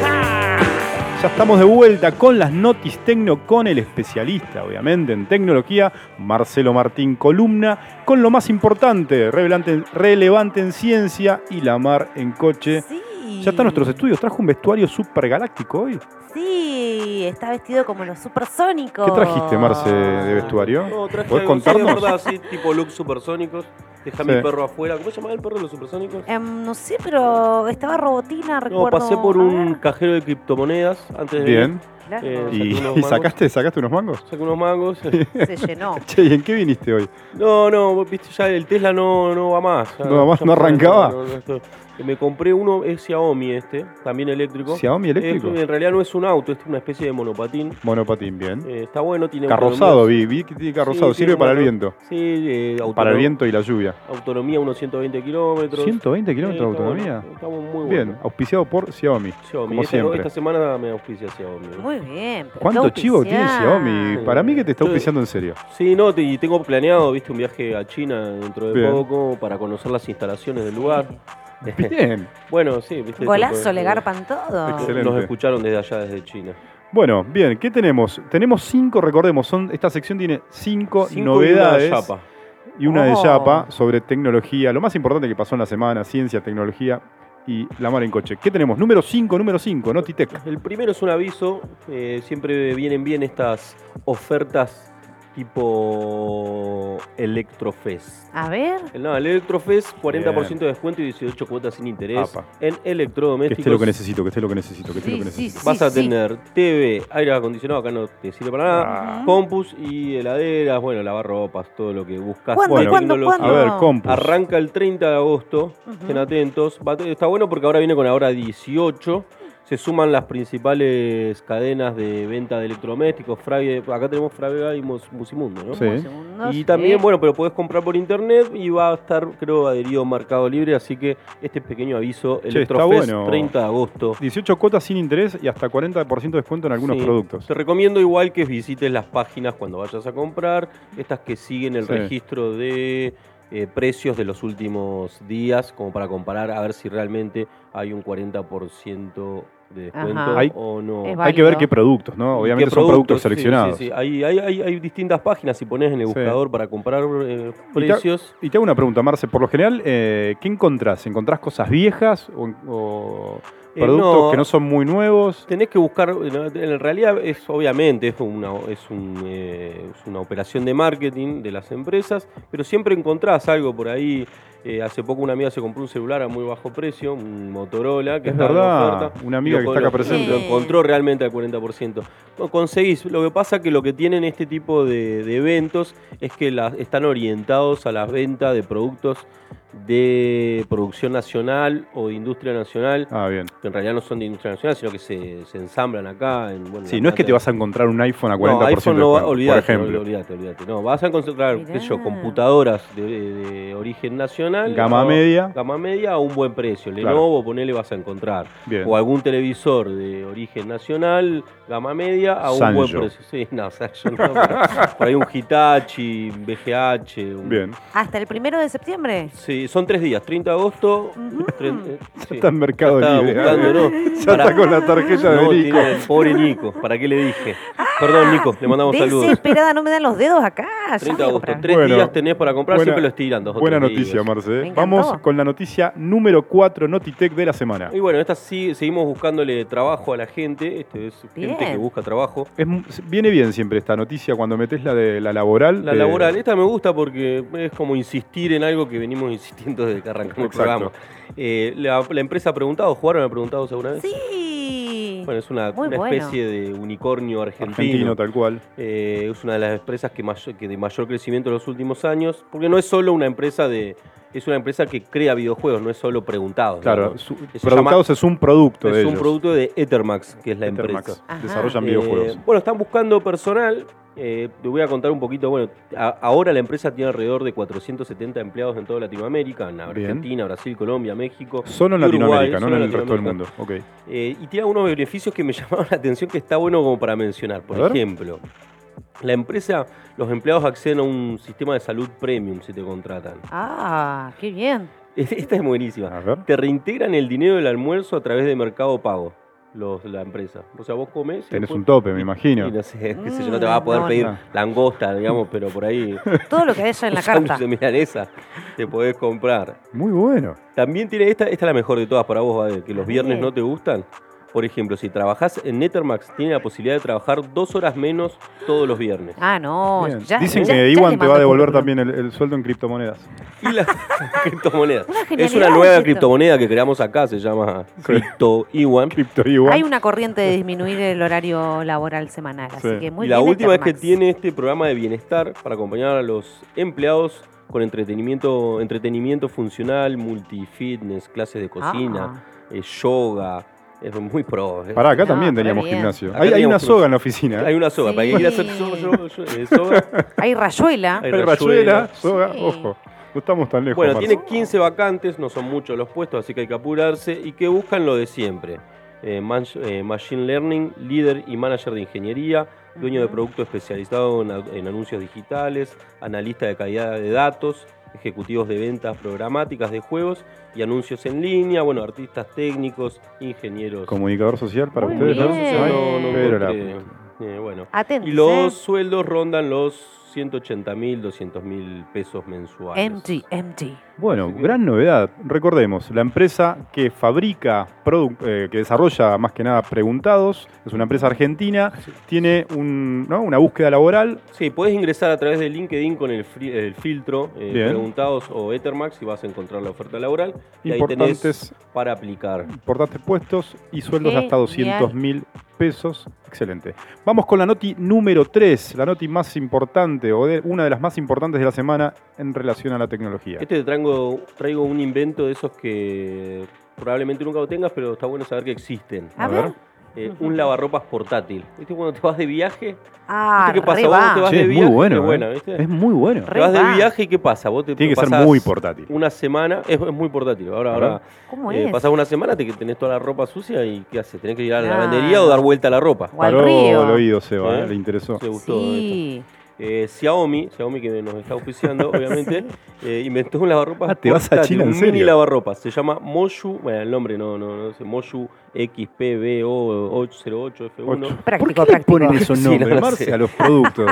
Ya estamos de vuelta con las Notis Tecno, con el especialista, obviamente, en tecnología, Marcelo Martín Columna, con lo más importante, relevante, relevante en ciencia y la mar en coche.
Sí.
Ya está en nuestros estudios, trajo un vestuario supergaláctico hoy.
Sí, está vestido como los supersónicos. Em,
¿Qué trajiste, Marce,
Ah.
de vestuario?
No, traje
¿Podés
algo así,
contarnos?
gorda, así, tipo look supersónicos. Deja mi
Sí.
perro afuera. ¿Cómo se llamaba el perro de los supersónicos?
Em, no sé, pero estaba robotina,
No,
recuerdo.
pasé por
A
un
ver,
cajero de criptomonedas antes de venir.
Bien.
claro,
eh,
¿Y,
Saqué unos
y
mangos.
sacaste, sacaste unos mangos?
Saqué unos mangos.
se llenó.
Che, ¿y en qué viniste hoy?
No, no, vos viste, ya el Tesla no, no va más. Ya
No va más,
ya
no
fue,
arrancaba.
no, no, esto- Me compré uno, es Xiaomi este, también eléctrico.
Xiaomi eléctrico.
Eh, en realidad no es un auto, es una especie de monopatín.
Monopatín, bien.
Eh, está bueno, tiene
Carrozado,
autonomía.
vi, vi que tiene carrozado.
Sí,
Sirve
tiene
para el
mono-
viento.
Sí, eh,
Para el
autonom-
viento y la lluvia.
Autonomía unos 120 kilómetros.
120 kilómetros de
Sí, está
autonomía.
bueno, Estamos muy
Bien,
buenos.
auspiciado por Xiaomi.
Xiaomi,
como
esta,
siempre.
esta semana me auspicia Xiaomi.
Muy bien. pero
¿Cuánto
qué
chivo tiene
auspiciado.
Xiaomi? Para mí que te está
Sí.
auspiciando en serio.
Sí, no, te- y tengo planeado, viste, un viaje a China dentro de
Bien.
poco para conocer las instalaciones del lugar.
Bien.
bueno, sí, viste.
Golazo,
tipo,
le garpan todo.
Excelente.
Nos escucharon desde allá, desde China.
Bueno, bien, ¿qué tenemos? Tenemos cinco, recordemos, son, esta sección tiene cinco,
Cinco y una
novedades.
chapa.
y una de
Oh.
Yapa sobre tecnología, lo más importante que pasó en la semana, ciencia, tecnología y la mar en coche. ¿Qué tenemos? Número 5, número 5, Notitech.
El primero es un aviso, eh, siempre vienen bien estas ofertas tipo Electrofest.
A ver.
El- No, el Electrofest, 40%
Bien.
de descuento y 18 cuotas sin interés
Apa.
en
Que esté lo que
electrodomésticos.
necesito, que esté lo que necesito, que esté lo que necesito.
Vas a tener TV, aire acondicionado, acá no te sirve para nada.
Ah,
Compus y heladeras, bueno, lavarropas, todo lo que buscas.
¿Cuándo,
Bueno,
cuándo,
tecnología.
a ver,
No.
Compus.
Arranca el 30 de agosto,
Ujú.
estén atentos. Va a te- Está bueno porque ahora viene con la hora 18. Se suman las principales cadenas de venta de electrodomésticos. Frave- acá tenemos Fravega y Mos- Musimundo, ¿no?
Sí.
Un segundo,
Y
Ah, sí.
también, bueno, pero podés comprar por internet y va a estar, creo, adherido Mercado Libre. Así que este pequeño aviso,
está
Electrofest,
bueno.
30 de agosto.
18 cuotas sin interés y hasta 40% de descuento en algunos
Sí.
productos.
Te recomiendo igual que visites las páginas cuando vayas a comprar, estas que siguen el
Sí.
registro de eh, precios de los últimos días, como para comparar a ver si realmente hay un 40% de descuento
Ajá.
Hay-
o no.
Es
Hay que ver
válido.
qué productos, ¿no?
Y
Obviamente
qué
son productos
sí,
seleccionados.
sí, sí. Hay, hay- hay- hay distintas páginas, si pones en el
Sí.
buscador para comparar eh,
Y te-
precios.
Y te hago una pregunta, Marce. Por lo general, eh, ¿qué encontrás? ¿Encontrás cosas viejas o, o
Eh,
productos
no.
que no son muy nuevos?
Tenés que buscar, en en realidad es obviamente es una, es, un, eh, es una operación de marketing de las empresas, pero siempre encontrás algo por ahí. Eh, hace poco una amiga se compró un celular a muy bajo precio, un Motorola, que
Es
estaba en
verdad,
oferta.
una amiga
Y
que
lo-
está acá
lo-
presente.
Lo encontró realmente al 40%. Lo conseguís, lo que pasa que lo que tienen este tipo de, de eventos es que la- están orientados a la venta de productos de producción nacional o de industria nacional
Ah, bien.
que en realidad no son de industria nacional, sino que se, se ensamblan acá. En, bueno,
Sí, no es que te vas a encontrar un iPhone a 40%
no, iPhone no
de
va,
descuento,
olvidate,
por ejemplo.
olvidate, olvidate. No, vas a encontrar, qué sé yo,
Mirá.
computadoras de, de origen nacional.
Gama
o-
media.
Gama media a un buen precio.
Claro.
Lenovo, ponele, vas a encontrar.
Bien.
O algún televisor de origen nacional, gama media, a un
Sanyo.
buen precio. Sí, no, Sanyo no, pero por ahí un Hitachi, un BGH. un-
Bien.
Hasta el primero de septiembre.
Sí, son tres días, 30 de agosto.
Ujú.
tre- eh, sí.
Está en Mercado
Ya está
Libre.
buscando, ¿no?
Ya
Para-
está con la tarjeta de
no,
Nico.
tiene- pobre Nico, ¿para qué le dije? Perdón, Nico, le mandamos saludos.
Desesperada, no me dan los dedos acá. ya
30 de
voy a
agosto,
comprar.
tres
Bueno,
días tenés para comprar,
buena-
siempre lo estoy dando.
Buena noticia,
Me
Marce.
encantó.
Vamos con la noticia número 4, Notitech de la semana.
Y bueno, esta sí, seguimos buscándole trabajo a la gente. Esto es
Bien.
gente que busca trabajo.
Es mu- viene bien siempre esta noticia cuando metes la de la laboral.
La
de-
laboral, esta me gusta porque es como insistir en algo que venimos insistiendo desde que arrancamos
Exacto.
el programa. Eh, la, la empresa ha preguntado, jugaron ha preguntado alguna vez.
Sí.
Bueno, es una,
Muy
una
bueno.
especie de unicornio
Argentino, tal cual.
Eh, es una de las empresas que, mayor- que de mayor crecimiento en los últimos años, porque no es solo una empresa de es una empresa que crea videojuegos, no es solo preguntados.
Claro,
digamos.
su-
se
Productados es un producto
es
de
un
ellos.
producto de Ethermax, que es la
Ethermax.
empresa.
Ajá.
Desarrollan
Eh,
videojuegos.
bueno, están buscando personal. eh, te voy a contar un poquito. Bueno, a- ahora la empresa tiene alrededor de 470 empleados en toda Latinoamérica, en Argentina, Brasil, Colombia, México.
Solo en
y Uruguay,
Latinoamérica, no
solo
en
en
el resto del mundo.
Latinoamérica.
Ok.
Eh, y tiene algunos beneficios que me llamaron la atención que está bueno como para mencionar. Por
A ver.
ejemplo, la empresa, los empleados acceden a un sistema de salud premium si te contratan.
Ah, qué bien.
Esta es buenísima.
A ver.
Te reintegran el dinero del almuerzo a través de Mercado Pago. los, la empresa. O sea, vos comés. y
Tenés
después-
un tope, me
y-
imagino.
y no sé, qué sé yo,
Mm,
no te vas a poder
no,
pedir
no.
langosta, digamos, pero por ahí.
Todo lo que haya en la
un sándwich
carta.
de milanesa te podés comprar.
Muy bueno.
También tiene esta, esta es la mejor de todas para vos, Abel, que los viernes
Bien.
no te gustan. Por ejemplo, si trabajás en Nethermax, tiene la posibilidad de trabajar dos horas menos todos los viernes.
Ah, no.
Bien.
ya-
Dicen
ya- ya
que
le
Iwan te va
mando
a devolver
currículum.
también el, el sueldo en criptomonedas.
Y la criptomoneda.
Una
es
genialidad
una nueva
esto.
criptomoneda que creamos acá, se llama Crypto Iwan.
Cripto
Hay
Iwan.
una corriente de disminuir el horario laboral semanal,
Sí.
así que muy
y la
bien
última es que
Intermax.
tiene este programa de bienestar para acompañar a los empleados con entretenimiento, entretenimiento funcional, multifitness, clases de cocina,
Ah,
eh, yoga. Es muy pro. eh.
Pará, acá
No,
también
re
teníamos
bien.
gimnasio.
Acá
Hay, hay una
teníamos
soga en la oficina.
Hay una soga. Para que quieras hacer
Sí.
soga, yo- yo- eh, soga,
Hay rayuela.
hay
Hay
rayuela.
rayuela, soga,
Sí.
ojo. No estamos tan lejos.
Bueno,
Marce.
tiene 15 vacantes, no son muchos los puestos, así que hay que apurarse. ¿Y que buscan? Lo de siempre. Eh, man- eh, machine Learning, líder y manager de ingeniería, dueño de
Ujú.
producto especializado en, a- en anuncios digitales, analista de calidad de datos, ejecutivos de ventas programáticas de juegos y anuncios en línea, bueno, artistas técnicos, ingenieros.
Comunicador social para
Muy
ustedes, ¿no?
bien.
No hay-
No, no
pero la
encontré.
puta.
Eh, bueno.
Atentos.
Y los
eh.
sueldos rondan los 180 mil, 200 mil pesos mensuales.
MG, MG.
Bueno, gran novedad. Recordemos, la empresa que fabrica, produ- eh, que desarrolla más que nada preguntados, es una empresa argentina, tiene un- ¿no? una búsqueda laboral.
Sí, puedes ingresar a través de LinkedIn con el, fri- el filtro eh,
Bien.
Preguntados o Ethermax y vas a encontrar la oferta laboral. Y ahí tenés
Importantes,
para aplicar.
importantes puestos y sueldos de hasta
Genial.
200 mil pesos. Excelente. Vamos con la noti número 3, la noti más importante o de- una de las más importantes de la semana en relación a la tecnología.
Este te traigo, traigo un invento de esos que probablemente nunca lo tengas, pero está bueno saber que existen.
A, ver.
Eh,
Ujú.
un lavarropas portátil. ¿Viste cuando te vas de viaje?
Ah,
¿Viste qué pasa?
re
Vos
va.
te vas
Che,
de
es muy
viaje,
bueno.
qué
¿eh?
buena, ¿viste?
Es muy bueno.
Re
Te vas de
va.
viaje y ¿qué pasa? Vos te
Tiene que ser
pasás
muy portátil.
Una semana, es, es muy portátil. Ahora, ahora
¿Cómo
eh,
es?
pasás una semana, te, que tenés toda la ropa sucia y ¿qué haces? Tenés que ir a la
Claro.
lavandería o dar vuelta a la ropa.
O al
Paró
río.
el oído, Seba,
Sí.
¿eh? le interesó.
Te gustó esto.
Sí.
Eh, Xiaomi, Xiaomi que nos está auspiciando, obviamente, eh, inventó un lavarropas.
Ah, te vas a China,
un
¿en serio?
mini lavarropas. Se llama Moshu, bueno, el nombre no, no, no sé, Moshu XPBO808F1.
Práctico,
¿Por qué le
práctico.
ponen esos
Sí,
nombres,
no lo
Marce,
sé.
a los productos?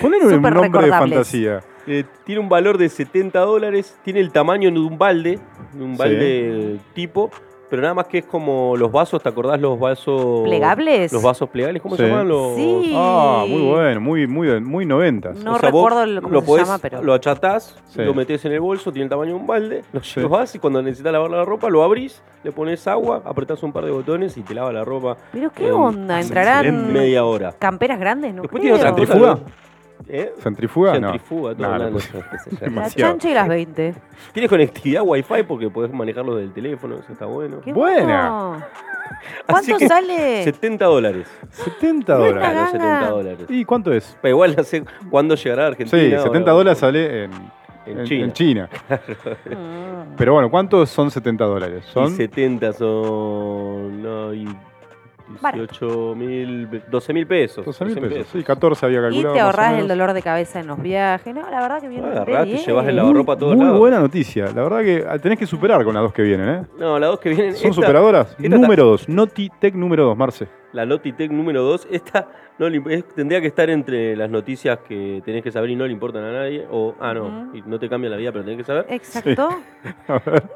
Ponen un
Súper
nombre de
recordables.
fantasía.
Eh, tiene un valor de 70 dólares, tiene el tamaño de un balde, de un
Sí.
balde tipo, pero nada más que es como los vasos, ¿te acordás los vasos?
¿Plegables?
Los vasos plegables, ¿cómo
Sí.
se llaman? Los,
Sí.
Ah, muy bueno, muy, muy, muy noventas.
No
O sea, vos
recuerdo el- cómo
lo
se
podés-
llama, pero.
Lo achatás,
Sí.
lo metés en el bolso, tiene el tamaño de un balde, lo
Sí.
llevas y cuando necesitas lavar la ropa lo abrís, le pones agua, apretás un par de botones y te lava la ropa
Pero qué
Eh,
onda,
es
entrarán
excelente.
media hora.
camperas grandes, ¿no?
Después tiene
creo.
otra cosa,
¿Centrifuga?
¿no? ¿Eh?
¿Centrifuga? No.
Centrifuga, todo
No,
nada,
no,
no
pues,
sé, qué sé yo.
La
demasiado.
chancha y las 20.
Tiene conectividad Wi-Fi porque podés manejarlo desde el teléfono, eso está bueno.
Qué
Buena.
bueno.
Así
¿Cuánto
que
sale?
70 dólares.
70
No es
dólares.
Claro, 70
ganga.
dólares.
¿Y cuánto es?
Pero igual no sé cuándo llegará a
Sí,
Argentina.
70
ahora,
dólares sale en, en-
En China.
en China.
Mm.
Pero bueno, ¿cuántos son 70 dólares? Son
Y 70 son. No, y 18 mil. 12 mil pesos.
12 mil pesos. Sí, 14 había
Y
calculado.
te
más o
ahorrás el
menos.
dolor de cabeza en los viajes. No, la verdad que viene
Ah,
re
agarrás, te
bien.
llevas el
Muy-
lavarropa a todos
Muy
lados.
buena noticia. La verdad que ah, tenés que superar con las dos que vienen, ¿eh?
No, las dos que vienen.
¿Son
esta,
superadoras?
esta-
Número 2, Notitech número 2, Marce.
La Logitech número 2. Esta no le imp- es- tendría que estar entre las noticias que tenés que saber y no le importan a nadie. O, ah, no,
Ujú.
y no te cambia la vida, pero tenés que saber.
Exacto.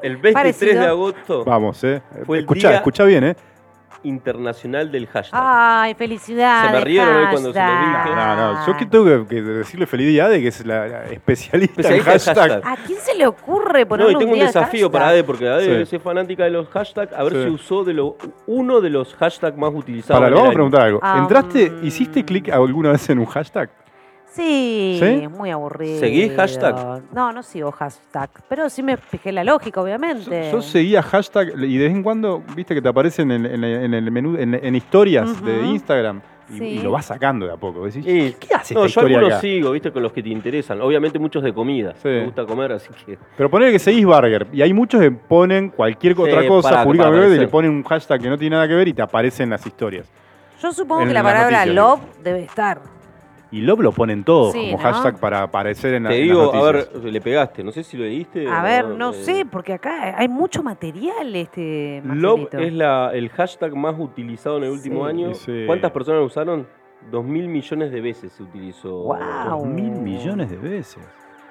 El 23
Parecido.
de agosto
Vamos, ¿eh?
Fue el
Escuchá,
día-
escuchá bien, ¿eh?
internacional del hashtag.
Ay, felicidades.
Se me rieron hoy cuando se los dije.
hashtag.
No, no, yo que tengo que, que decirle feliz día de que es la, la especialista,
Especialista en
en hashtag.
hashtag.
¿A quién se le ocurre poner
No, y tengo un desafío para Ade, porque Ade
Sí.
debe ser fanática de los hashtags, a ver
Sí.
si usó de lo, uno de los hashtags más utilizados.
Para,
en el
le vamos a
año.
preguntar algo.
Ah,
¿Entraste,
mm.
hiciste clic alguna vez en un hashtag?
Sí,
¿Sí?
muy aburrido.
¿Seguís hashtag?
No, no sigo hashtag. Pero sí me fijé la lógica,
Yo,
obviamente.
yo seguía hashtag y de vez en cuando, viste que te aparecen en, en- en el menú, en, en historias de
Ujú.
Instagram y,
Sí.
y lo vas sacando de a poco. Decís,
Y-
¿Qué hace
No,
esta
yo
historia
algunos
acá?
sigo, viste, con los que te interesan. Obviamente muchos de comida.
Sí.
Me gusta comer, así que.
Pero poner que seguís Burger y hay muchos que ponen cualquier otra
Sí,
cosa,
para-
publican
para
algo y le
aparecer.
ponen un hashtag que no tiene nada que ver y te aparecen las historias.
Yo supongo
en
que la
las
palabra
noticias.
love debe estar.
Y Love lo ponen todos
Sí, ¿no?
como hashtag para aparecer en, la,
Te
en
digo,
las
a
noticias.
ver, le pegaste, no sé si lo leíste.
A
o
ver,
no,
no
eh,
sé, porque acá hay mucho material este.
Love
Marcelito.
es la, el hashtag más utilizado en el último
Sí.
año.
Sí.
¿Cuántas personas lo usaron? Dos mil millones de veces se utilizó.
Guau.
Dos mil millones de veces.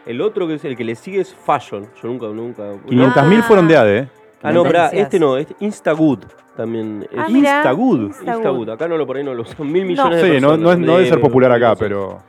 El otro que es el que le sigue es Fashion. Yo nunca, nunca.
500 mil fueron de ADE. ¿eh?
Ah, no, pará,
Tendencias.
este no, este Instagood también.
Ah,
es-
mirá.
Instagood.
Instagood.
Instagood, acá no lo por ahí no lo usan. Mil millones de
Sí, no,
personas.
no, es- no debe ser popular acá,
millones.
pero.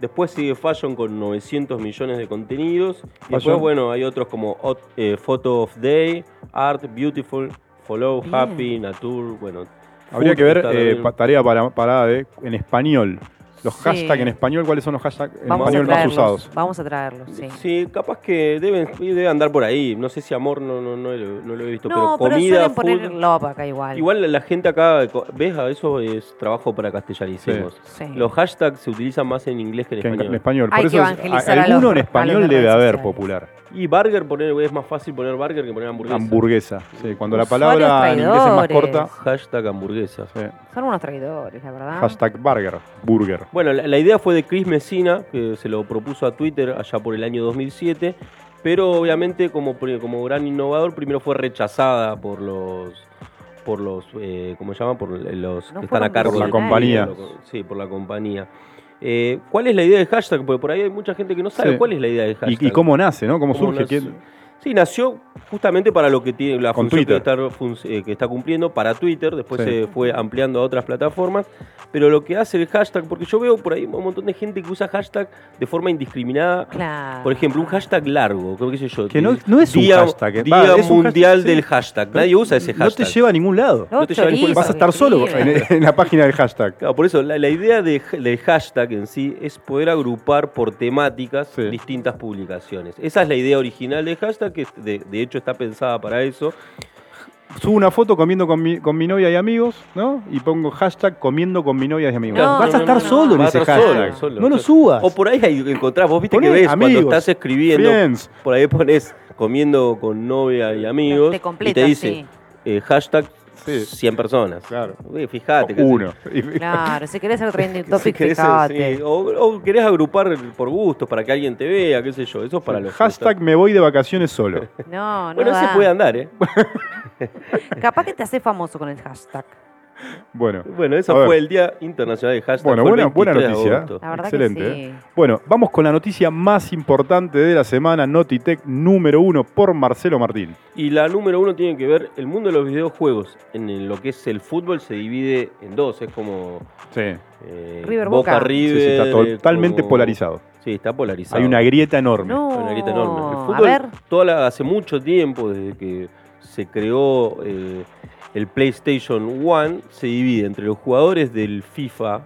Después sigue Fashion con 900 millones de contenidos. Y después,
Fashion.
bueno, hay otros como Ot- eh, Photo of Day, Art, Beautiful, Follow,
Bien.
Happy, Nature, bueno.
Habría
Food
que ver,
está
eh,
también.
pa- tarea para, para ADE, en español. Los
Sí.
hashtags en español, ¿cuáles son los hashtags en
Vamos a
español más
traerlos.
usados?
Vamos a traerlos, sí.
Sí, capaz que deben, debe andar por ahí. No sé si amor no, no, no, lo- no lo he visto,
No,
pero
pero
comida,
suelen poner
food.
love acá igual.
Igual la- la gente acá, co- ¿ves? A Eso es trabajo para castellanicemos.
Sí.
Los hashtags se utilizan más en inglés que en
Que en,
español.
en español.
Hay
Por
que
eso, es-
evangelizar
a-
a los-
alguno
a
en
los
español
de
debe
redes
haber
sociales.
popular.
Y burger poner, es más fácil poner burger que poner hamburguesa.
Hamburguesa. Sí, cuando la
Usuarios
palabra en inglés es más corta.
traidores.
Hashtag hamburguesas.
sí,
Son unos traidores, la verdad.
Hashtag burger. Burger.
Bueno, la, la idea fue de Chris Messina, que se lo propuso a Twitter allá por el año 2007, pero obviamente como, pri- como gran innovador primero fue rechazada por los por los eh, ¿cómo se llama? por los
No
que están a
fueron
cargo
Por la
del-
compañía.
Sí, por la compañía. Eh, ¿cuál es la idea de hashtag? Porque por ahí hay mucha gente que no sabe
Sí.
cuál es la idea de hashtag.
Y, y cómo nace, ¿no? ¿Cómo,
¿Cómo
surge?
nace?
¿Quién-
Sí, nació justamente para lo que tiene la
Con
función que,
Twitter.
está, fun- eh, que está cumpliendo para Twitter, después
Sí.
se fue ampliando a otras plataformas, pero lo que hace el hashtag, porque yo veo por ahí un montón de gente que usa hashtag de forma indiscriminada.
Claro.
Por ejemplo, un hashtag largo, creo que sé yo.
Que no-
dice,
no es un
Día-
hashtag, eh.
Día
Va, es un
Mundial
hashtag, sí.
del Hashtag. Nadie usa ese
No te
hashtag.
lleva a ningún lado.
Los
no te lleva el
chorizos
Vas a estar
que
solo
escriben.
en, este en la página del hashtag.
Claro, por eso la, la idea de- del hashtag en sí es poder agrupar por temáticas
Sí.
distintas publicaciones. Esa es la idea original del hashtag, que de- de hecho está pensada para eso.
Subo una foto comiendo con mi, con mi novia y amigos, ¿no? Y pongo hashtag comiendo con mi novia y amigos.
No,
Vas
no,
a estar
no, no.
solo en
Vas a
ese
estar
hashtag.
solo, solo,
no lo
claro.
subas.
O por ahí hay- encontrás, vos viste
Poné
que ves cuando
amigos,
estás escribiendo,
friends.
por ahí pones comiendo con novia y amigos
Te
y
completa,
te dice
sí.
eh, hashtag
Sí.
100 personas.
Claro.
Eh, fíjate. que-
Uno. Y-
Claro, si querés ser trending
si
topic,
querés, eh,
fíjate.
sí, o, o querés agrupar por gustos para que alguien te vea, qué sé yo. Eso es para los
hashtag me voy de vacaciones solo.
No, no
Bueno,
da.
ese puede andar, ¿eh?
Capaz que te haces famoso con el hashtag.
Bueno.
Bueno, eso
A ver.
fue el Día Internacional de Hashtag.
Bueno,
fue el
buena, buena
23 de
noticia.
agosto.
La verdad
Excelente.
que sí.
¿eh? Bueno, vamos con la noticia más importante de la semana, Notitech número uno por Marcelo Martín.
Y la número uno tiene que ver, el mundo de los videojuegos, en el- lo que es el fútbol, se divide en dos. Es como
Sí.
Eh,
River
Boca,
Boca.
Sí,
River.
sí, está
eh,
totalmente
como-
polarizado.
Sí, está polarizado.
Hay una grieta enorme.
No,
Hay una grieta enorme. El
Ah, a
fútbol,
ver.
toda la- hace mucho tiempo, desde que se creó eh, el PlayStation One, se divide entre los jugadores del FIFA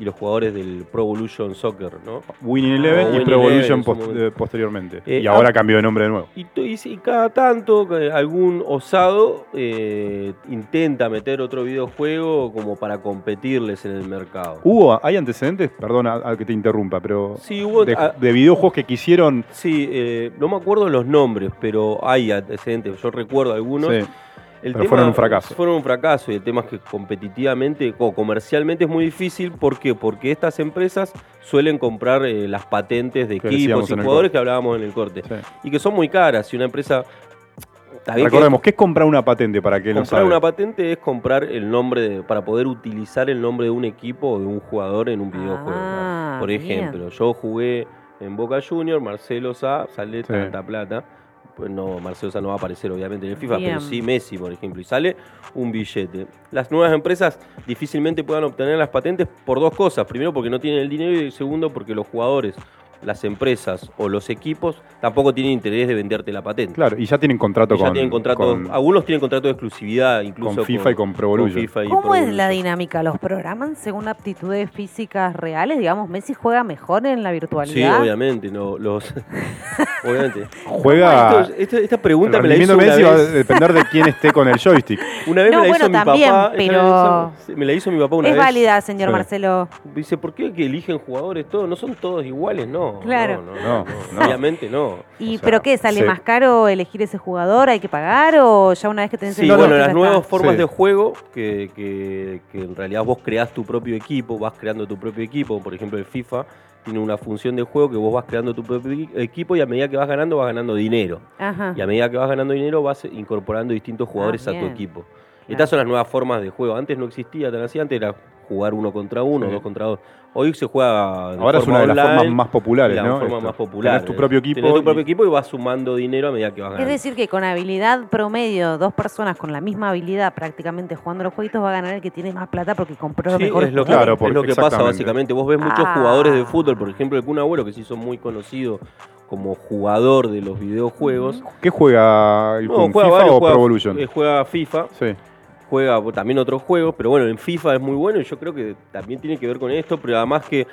y los jugadores del Pro Evolution Soccer, ¿no?
Winning
Ah,
Eleven y
Winning
Pro
Eleven en
Evolution
su
pos-
momento.
eh, posteriormente.
Eh,
y ahora
ah.
cambió de nombre de nuevo.
Y, to- y si cada tanto eh, algún osado eh, intenta meter otro videojuego como para competirles en el mercado.
¿Hubo, hay antecedentes? Perdona a que te interrumpa, pero...
Sí, hubo-
de,
ah,
de videojuegos que quisieron...
Sí, eh, no me acuerdo los nombres, pero hay antecedentes. Yo recuerdo algunos.
Sí.
El
Pero fueron un fracaso.
Fueron un fracaso y el tema es que competitivamente o comercialmente es muy difícil. ¿Por qué? Porque estas empresas suelen comprar eh, las patentes de
Que
equipos
decíamos
y
en el
jugadores
corte.
que hablábamos en el corte.
sí.
Y que son muy caras. Si una empresa... está bien que
Recordemos, ¿qué es comprar una patente para que no
comprar
sabe?
una patente es comprar el nombre de- para poder utilizar el nombre de un equipo o de un jugador en un videojuego.
Ah,
Por
bien.
ejemplo, yo jugué en Boca Junior, Marcelo Sá, sale
Sí.
tanta plata. Pues no, Marcelo Sá no va a aparecer obviamente en el FIFA,
Bien.
pero sí Messi, por ejemplo, y sale un billete. Las nuevas empresas difícilmente puedan obtener las patentes por dos cosas. Primero, porque no tienen el dinero y segundo, porque los jugadores, las empresas o los equipos tampoco tienen interés de venderte la patente.
Claro, y ya tienen contrato
Y ya
con...
tienen contrato,
con-
algunos tienen contrato de exclusividad incluso
con FIFA y con Pro Evolution.
FIFA y
¿Cómo
Pro
es la
Evolution.
dinámica? ¿Los programan según aptitudes físicas reales? Digamos, Messi juega mejor en la virtualidad.
Sí, obviamente, no, los obviamente. Ah,
Juega...
Esto- esto- esta pregunta me la hizo
Rendimiento
una
Messi va a
vez.
depender de quién esté con el joystick.
Una vez
No,
me la hizo
bueno,
mi
también,
papá. esta
pero-
vez- Me la hizo mi papá una
Es
vez.
válida, señor
Sí.
Marcelo.
Dice, ¿por qué que eligen jugadores todos? No son todos iguales, ¿no? no.
Claro.
No,
No,
no, no,
no.
Obviamente no.
¿Y
O sea,
pero qué? ¿Sale
sí.
más caro elegir ese jugador? ¿Hay que pagar? ¿O ya una vez que tenés
Sí,
el
bueno,
jugador,
las
ya
nuevas
está?
formas
Sí.
de juego, que, que- que en realidad vos creás tu propio equipo, vas creando tu propio equipo, por ejemplo el FIFA tiene una función de juego que vos vas creando tu propio equi- equipo y a medida que vas ganando vas ganando dinero.
Ajá.
Y a medida que vas ganando dinero vas incorporando distintos jugadores a tu
Ah. bien.
equipo. Estas son las nuevas formas de juego. Antes no existía tan así, antes era jugar uno contra uno,
Sí.
dos contra dos. Hoy se juega de
Ahora es
forma
una de las
online,
formas más populares,
la
¿no?
forma
Esto.
más popular.
Tenés tu propio equipo.
Tenés tu propio
y-
equipo y vas sumando dinero a medida que vas
Es
ganando.
decir, que con habilidad promedio, dos personas con la misma habilidad prácticamente jugando los jueguitos, va a ganar el que tiene más plata porque compró los
Sí,
mejores
es lo que,
Claro,
es
porque-
lo que pasa
exactamente.
básicamente. Vos ves muchos
Ah.
jugadores de fútbol, por ejemplo, el Kun Agüero, que se hizo muy conocido como jugador de los videojuegos.
¿Qué juega el
No,
Kun?
juega
FIFA
varios,
o
juega-
Pro Evolution?
eh, juega FIFA,
Sí.
juega bueno, también otros juegos, pero bueno, en FIFA es muy bueno y yo creo que también tiene que ver con esto, pero además que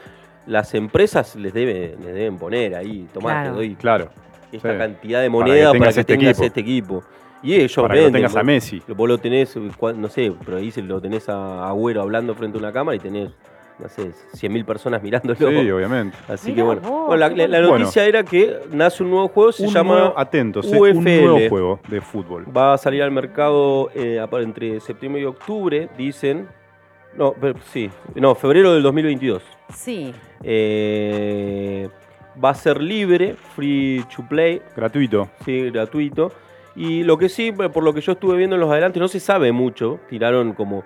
las empresas les, debe, les deben poner ahí, tomá,
Claro.
te doy
Claro.
esta
sí.
cantidad de
Para que
moneda para que,
tengas este
tengas
equipo.
este equipo. Y ellos
Para que no
venden,
tengas a
vos-
Messi.
Vos lo tenés, eh, cua- no sé, pero ahí se lo tenés a Agüero hablando frente a una cámara y tenés, no sé, 100.000 personas mirándolo.
Sí, obviamente.
Así
Mirá
que bueno.
vos,
Bueno, la, la-
qué
la
bueno.
noticia era que nace un nuevo juego, se
un
llama.
nuevo, atentos, eh, un
UFL.
nuevo juego de fútbol.
Va a salir al mercado eh, apa- entre septiembre y octubre, dicen. No, pero sí, no, febrero del 2022.
Sí.
Eh, va a ser libre, free to play,
Gratuito.
sí, gratuito. Y lo que sí, eh, por lo que yo estuve viendo en los adelantos, no se sabe mucho. Tiraron como.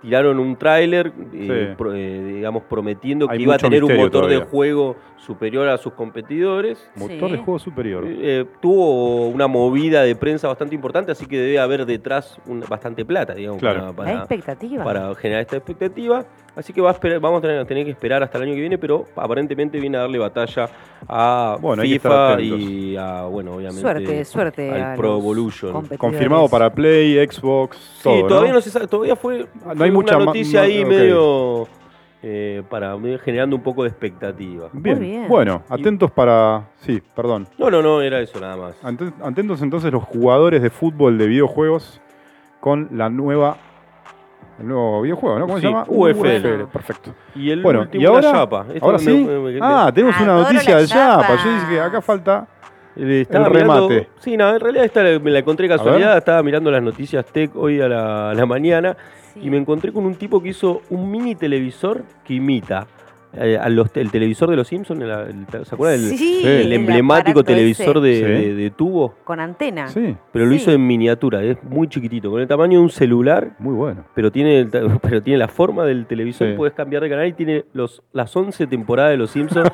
Tiraron un tráiler, eh,
Sí.
pro- eh, digamos, prometiendo
Hay
que iba a
mucho
tener un
misterio
motor de
todavía.
juego superior a sus competidores.
Motor de juego superior.
Eh, tuvo una movida de prensa bastante importante, así que debe haber detrás un- bastante plata, digamos,
Claro.
para,
Hay
para-
expectativa.
para generar esta expectativa. Así que va a esperar- vamos a tener, tener que esperar hasta el año que viene, pero aparentemente viene a darle batalla a
Bueno, hay que estar
FIFA
atentos.
y a, bueno, obviamente.
Suerte, suerte.
al
a
Pro
los
Evolution.
competidores.
Confirmado para Play, Xbox,
Sí,
todo,
todavía
¿no?
no se sabe, todavía
Ah,
fue,
no
fue
hay
una
mucha ma-
noticia
ma-
ahí
ok.
medio eh, para medio generando un poco de expectativa.
Bien.
Muy bien.
Bueno, atentos para... Sí, perdón.
No, no, no, era eso nada más.
Ante- Atentos entonces los jugadores de fútbol de videojuegos con la nueva... El nuevo videojuego, ¿no? ¿Cómo se
Sí,
llama?
UFL.
Perfecto.
Y el
Bueno,
último,
y ahora...
la chapa. Esto
ahora
me-
sí.
me- me-
ah, tenemos una
Adoro
noticia
la
de
chapa.
Yapa. Yo dije que acá falta...
Le estaba
El
mirando-
Eh, remate.
sí, no, en realidad esta la- me la encontré de casualidad. Estaba mirando las noticias tech hoy a la, a la mañana
Sí.
y me encontré con un tipo que hizo un mini televisor que imita eh, a los te- el televisor de los Simpsons. el- el- ¿Se acuerdan? del-
Sí,
El,
el
emblemático
aparato
televisor de,
ese.
de- de tubo.
ese, Con antena.
Sí,
Pero lo
Sí.
hizo en miniatura, es muy chiquitito, con el tamaño de un celular,
muy bueno.
pero tiene, el ta- pero tiene la forma del televisor,
Sí.
puedes cambiar de canal y tiene los, las 11 temporadas de Los Simpsons.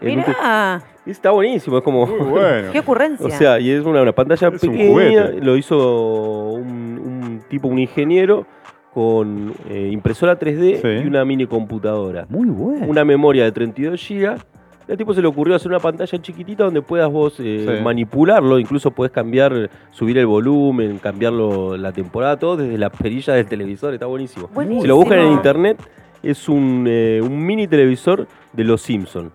en un te-
Mirá,
está buenísimo, es como...
Muy Oh, bueno.
qué ocurrencia.
O sea, y es una, una pantalla
Es un
pequeña,
juguete.
lo hizo un, un tipo, un ingeniero, con eh, impresora 3D
Sí.
y una mini computadora.
Muy bueno.
Una memoria de 32 GB. Al tipo se le ocurrió hacer una pantalla chiquitita donde puedas vos eh,
Sí.
manipularlo, incluso puedes cambiar, subir el volumen, cambiarlo la temporada, todo desde la perilla del televisor, está buenísimo.
Buenísimo.
Si lo buscan en internet, es un, eh, un mini televisor de los Simpsons.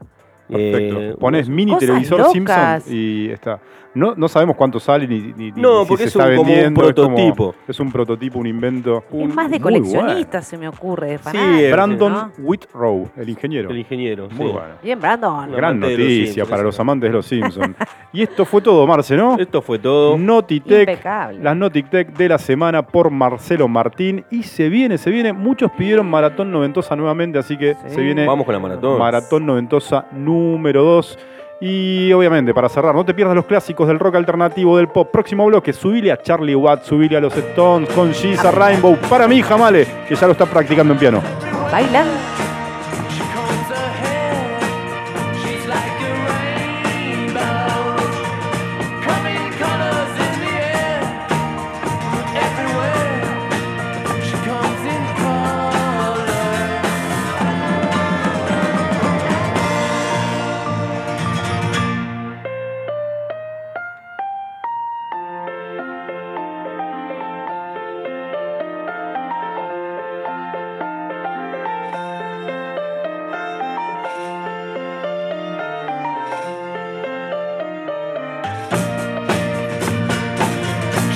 Eh,
Perfecto. Pones mini
cosas
televisor
locas.
Simpson y está. No, no sabemos cuánto sale ni, ni- ni
No,
si
porque
se
es un-
está
como un
vendiendo, es
prototipo.
es un prototipo, un invento.
es más de
Muy bueno.
coleccionista, se me ocurre. De
Sí,
fanático,
eh,
Brandon
¿no?
Whitrow, el ingeniero.
el ingeniero.
Muy
sí.
bueno.
Bien, Brandon.
No.
Gran
amante de los
noticia
Simpson,
para
eso.
los amantes de los Simpsons. y esto fue todo, Marce, ¿no?
Esto fue todo.
Notitech,
Impecable.
las Notitech de la semana por Marcelo Martín. Y se viene, se viene. Muchos pidieron Maratón Noventosa nuevamente, así que
Sí.
se viene
Vamos con la maratón.
Maratón Noventosa número 2. Y obviamente, para cerrar, no te pierdas los clásicos del rock alternativo, del pop. Próximo bloque, subile a Charlie Watt, subile a los Stones, con Giza Rainbow. Para mí, Jamale, que ya lo está practicando en piano.
Bailan.
She combs her hair. She's like a rainbow. Coming colors in the air. From everywhere. She comes in color.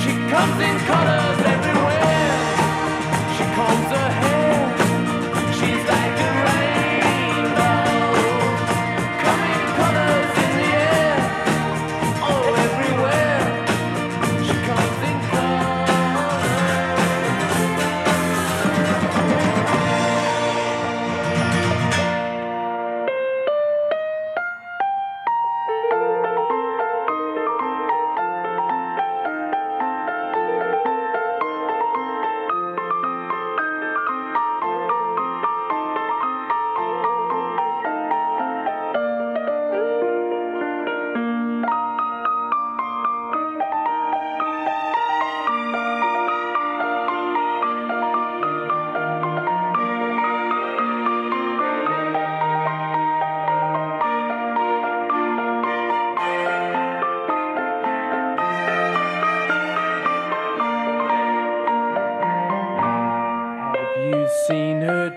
She comes in colors everywhere. She combs her hair. She's like a rainbow. Coming Oh,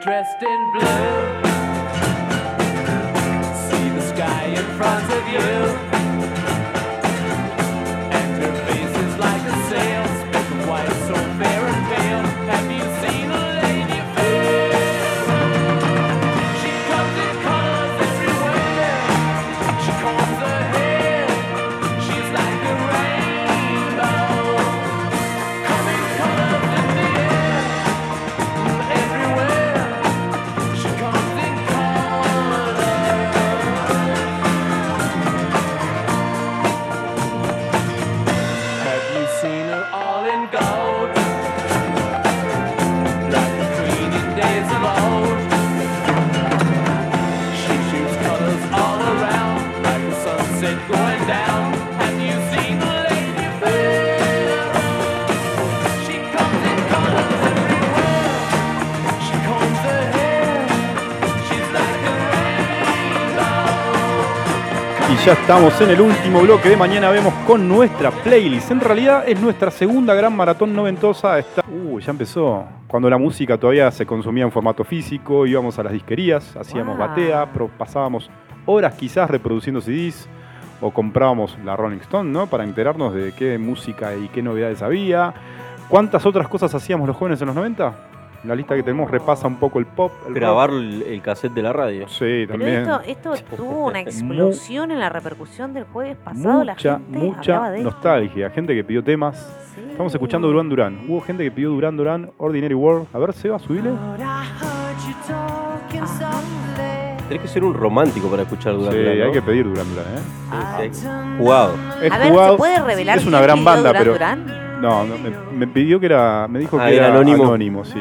dressed in blue. See the sky in front of you. And her face is like a sail, speck of white, so fair and pale. Have you seen a lady fair? She comes in colors everywhere. She combs her hair. She's like a rainbow. Coming colors in the air. Everywhere she comes in color. Have you seen her all in gold? Like the queen in days of old. She shoots colors all around, like the sunset going down. Have you seen the lady fair? She comes in colors everywhere. She combs her hair. She's like a rainbow.
Y ya estamos en el último bloque de mañana vemos con nuestra playlist. En realidad es nuestra segunda gran maratón noventosa. Está... Uh, ya empezó. Cuando la música todavía se consumía en formato físico, íbamos a las disquerías, hacíamos
Wow.
batea, pro- pasábamos horas quizás reproduciendo CDs o comprábamos la Rolling Stone, ¿no? Para enterarnos de qué música y qué novedades había. ¿Cuántas otras cosas hacíamos los jóvenes en los 90? La lista que tenemos repasa un poco el pop, el rock.
Grabar el, el cassette de la radio.
Sí,
Pero
también.
esto, esto tuvo una explosión en la repercusión del jueves pasado. la
mucha,
gente hablaba
mucha
de esto.
nostalgia. Gente que pidió temas,
Sí.
Estamos escuchando Durán Durán. Hubo gente que pidió Durán Durán, Ordinary World. A ver, Seba, subile.
Ah.
Tenés que ser un romántico para escuchar
Sí,
Duran Duran, ¿no?
hay que pedir Durán Durán, ¿eh?
Sí, sí. Jugado.
Es
A ver,
jugado.
¿se puede revelar
Es
quién
una gran
pidió
banda,
Durán
pero-
Durán?
No, no, me, me pidió que era. Me dijo
Ah,
que era,
era anónimo.
anónimo, sí.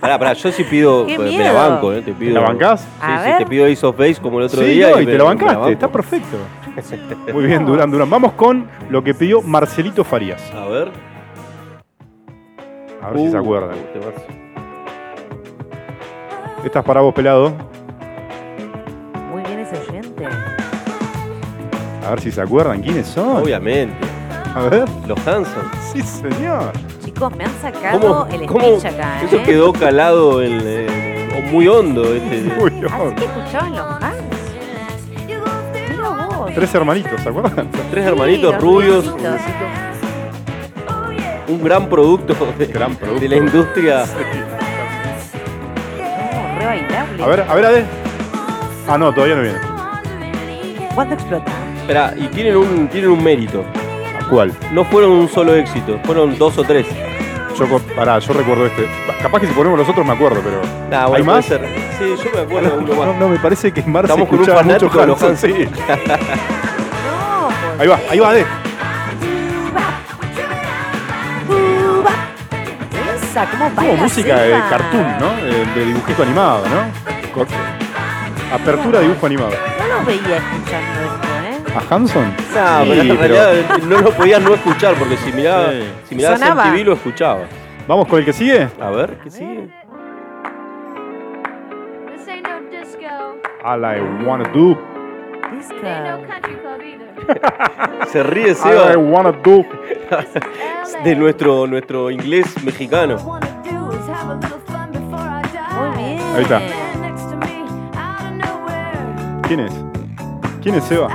Pará, pará, yo sí pido.
¡Qué
Me la
miedo!
banco, ¿eh? Te
¿Te
pido,
la bancás?
Sí,
A
sí,
ver.
te pido Ace of Base como el otro
Sí,
día.
no,
y
y
me-
te
me la
lo bancaste. Está
banco.
perfecto. Muy bien, Durán Durán. Vamos con lo que pidió Marcelito Farías.
A ver.
A ver si se acuerdan.
Uh, temazo.
Esta es para vos, pelado.
Muy bien ese oyente.
A ver si se acuerdan quiénes son.
Obviamente.
A ver.
Los Hanson.
Sí, señor.
Chicos, me han sacado
¿Cómo?
el
cómo-
speech acá, ¿eh?
Eso quedó calado en, eh, o muy hondo. Este,
Uy,
Así
Dios.
que escuchaban los fans. Mira vos.
Tres hermanitos, ¿se acuerdan?
Tres
Sí,
hermanitos
los
rubios.
rubiecitos.
Un gran producto de,
Gran producto.
de la industria.
No, re bailable.
A ver, a ver, a ver. Ah, no, todavía no viene.
¿Cuándo explota?
Esperá, y tienen un, tienen un mérito.
¿Cuál?
No fueron un solo éxito, fueron dos o tres.
Yo, co- pará, yo recuerdo este. Capaz que si ponemos los otros me acuerdo, pero.
Nah,
Ah, ¿Hay
bueno,
más?
puede ser. Sí, yo me acuerdo de uno
No,
más.
no, me parece que Marce
Estamos con un
escuchaba mucho
fanático de los
Hanson. Sí.
No, pues.
Ahí va, ahí va, eh. de.
Esa, ¿cómo baila?
Como música de
Seba?
cartoon, ¿no? De, de dibujito animado, ¿no? Cor- Apertura de dibujo animado.
No los veía escuchando esto, ¿eh?
¿A Hanson?
Nah,
Sí,
pero en
pero-
realidad no lo podías no escuchar, porque si miraba,
Sí.
si mirabas
Sonaba.
MTV lo escuchaba.
¿Vamos con el que sigue?
A ver, ¿qué
ver.
sigue?
This ain't no disco.
All I wanna do.
It ain't no
Disco.
country club either.
Se ríe
All I
Seba
wanna do.
de nuestro, nuestro inglés mexicano.
Muy bien.
Ahí está. ¿Quién es? ¿Quién es Seba?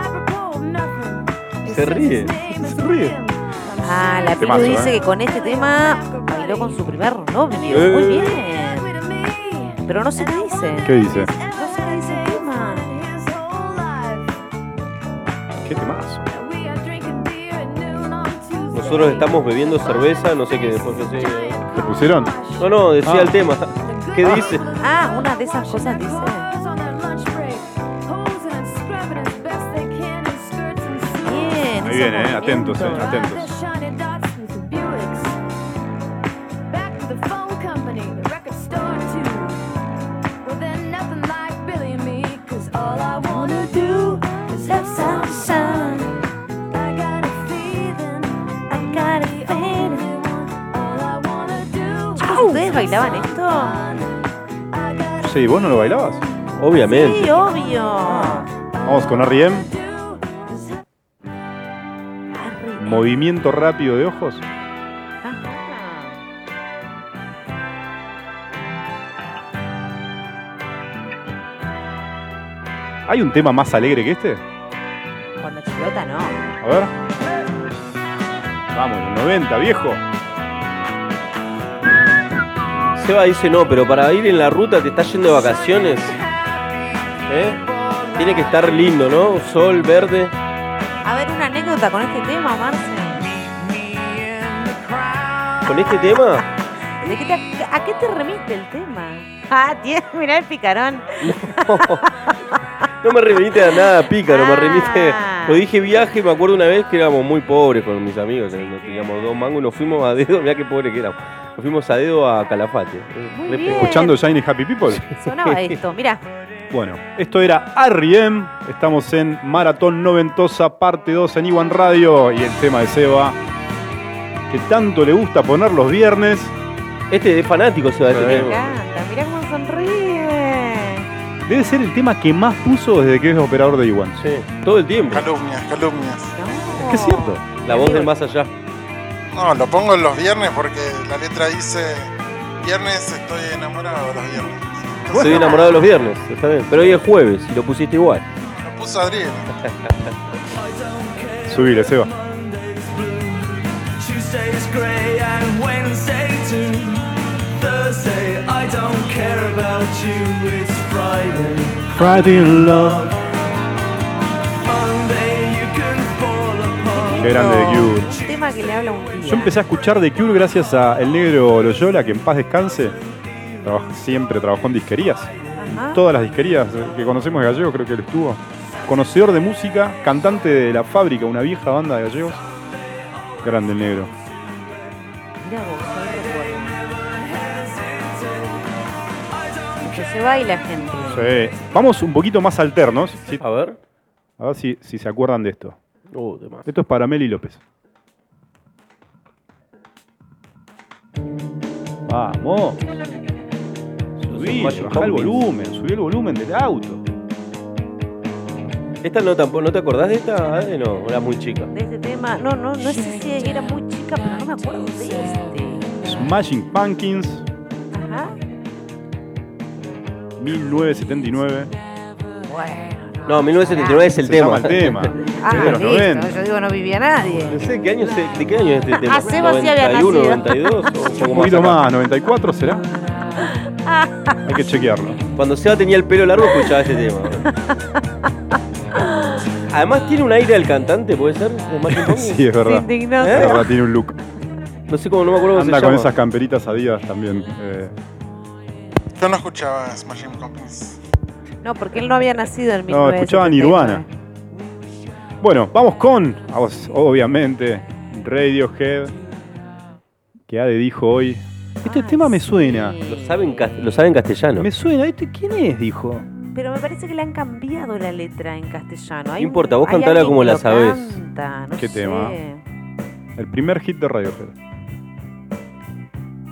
Se ríe.
Se ríe.
Ah, la Pilu
Temazo,
dice
¿eh?
que con este tema bailó con su primer novio.
Eh.
Muy bien. Pero no sé qué dice.
¿Qué dice?
No sé qué dice el tema.
¿Qué temazo?
Nosotros estamos bebiendo cerveza, no sé qué después que sigue.
¿Te pusieron?
No, no, decía
Ah.
el tema. ¿Qué dice?
Ah, una de esas cosas dice. Bien.
Ahí viene,
ese
eh,
movimiento.
atentos, eh, atentos.
Chicos, Ah, ¿ustedes bailaban esto?
Sí, ¿vos no lo bailabas?
Obviamente.
Sí, obvio.
Vamos con E R.E.M. Movimiento rápido de ojos.
Ah, Ajá.
¿Hay un tema más alegre que este?
Cuando explota, no.
A ver. Vamos, los 90, viejo.
Seba dice no, pero para ir en la ruta te estás yendo de vacaciones. ¿Eh? Tiene que estar lindo, ¿no? Sol, verde.
A ver, una anécdota con este tema, Marce.
Con este tema,
¿De qué te- ¿A qué te remite el tema? Ah, tiene, mirá el picarón.
no me remite a nada pícaro, me remite.
Ah.
Lo dije viaje, me acuerdo una vez que éramos muy pobres con mis amigos, eh, no teníamos dos mangos y nos fuimos a dedo, mirá qué pobre que éramos. Nos fuimos a dedo a Calafate. eh,
Muy
re
bien.
pe-
¿Escuchando Shiny Happy People?
Sonaba esto, mirá.
Bueno, esto era Arriem. Estamos en Maratón Noventosa, parte 2 en Iwan Radio. Y el tema de Seba, que tanto le gusta poner los viernes.
Este es fanático, Seba. este
Sí.
Me
tema.
encanta, mirá cómo sonríe.
Debe ser el tema que más puso desde que es operador de Iwan.
Sí, todo el tiempo.
Calumnias, calumnias.
No.
Es que es cierto.
La voz del más allá.
No, lo pongo los viernes porque la letra dice viernes estoy enamorado de los viernes. Entonces,
Soy enamorado de los viernes, está bien. Pero hoy es jueves y lo pusiste igual.
Lo puso Adriel.
Subile, Seba.
Tuesday's grey and Wednesday too. Thursday, I don't care about you. It's Friday. Monday, you can fall apart.
Qué grande de Cure.
Un tema que le habla un día.
Yo empecé a escuchar The Cure gracias a El Negro Loyola, que en paz descanse. Trabaj- siempre trabajó en disquerías.
Ah.
Ajá.
Todas las disquerías que conocemos de gallegos creo que él estuvo. Conocedor de música, cantante de La Fábrica, una vieja banda de gallegos. Grande el negro.
Mirá vos, qué recuerdo. Que se baila gente.
Sí. Vamos un poquito más alternos. ¿sí?
A ver.
A ver si, si se acuerdan de esto.
Uh, demás.
Esto es para Meli López. Vamos. Subí,
Magic
bajá el
Pumpkins.
volumen, subí el volumen del auto.
Esta no tampoco, ¿no te acordás de esta? Adri? No, era muy chica.
De ese tema, no, no, no sé si era muy chica, pero no me acuerdo de este.
Smashing Pumpkins,
Ajá.
1979.
Bueno.
No, 1979 es el
Se
tema.
llama el tema.
Ah,
es de los
listo.
90.
Yo digo, no vivía nadie.
Pensé, ¿qué año es, ¿de qué año es este tema?
A Ah, Seba sí había
92 o un poco
Un
más
poquito
acá?
más, 94 será. Hay que chequearlo.
Cuando Seba tenía el pelo largo escuchaba este tema. Además tiene un aire al cantante, ¿puede ser? ¿De Magic Pumpkins?
Sí, es verdad.
Se indignó.
¿Eh?
Es verdad, tiene un look.
No sé cómo, no me acuerdo cómo
Anda
se
con
llama.
esas camperitas adidas también. eh,
Yo no escuchaba Smashing Companies.
No, porque él no había nacido en 1979.
No, escuchaba Nirvana. Bueno, vamos con, a vos, obviamente, Radiohead, que Ade dijo hoy. Este
Ah,
tema me
sí.
suena.
Lo saben, cas- lo saben castellano.
Me suena, ¿este quién es? Dijo.
Pero me parece que le han cambiado la letra en castellano. Hay
No importa,
un-
vos
hay
cantala
alguien
como
que
la
lo
sabés.
canta, no
¿Qué
sé.
tema? El primer hit de Radiohead.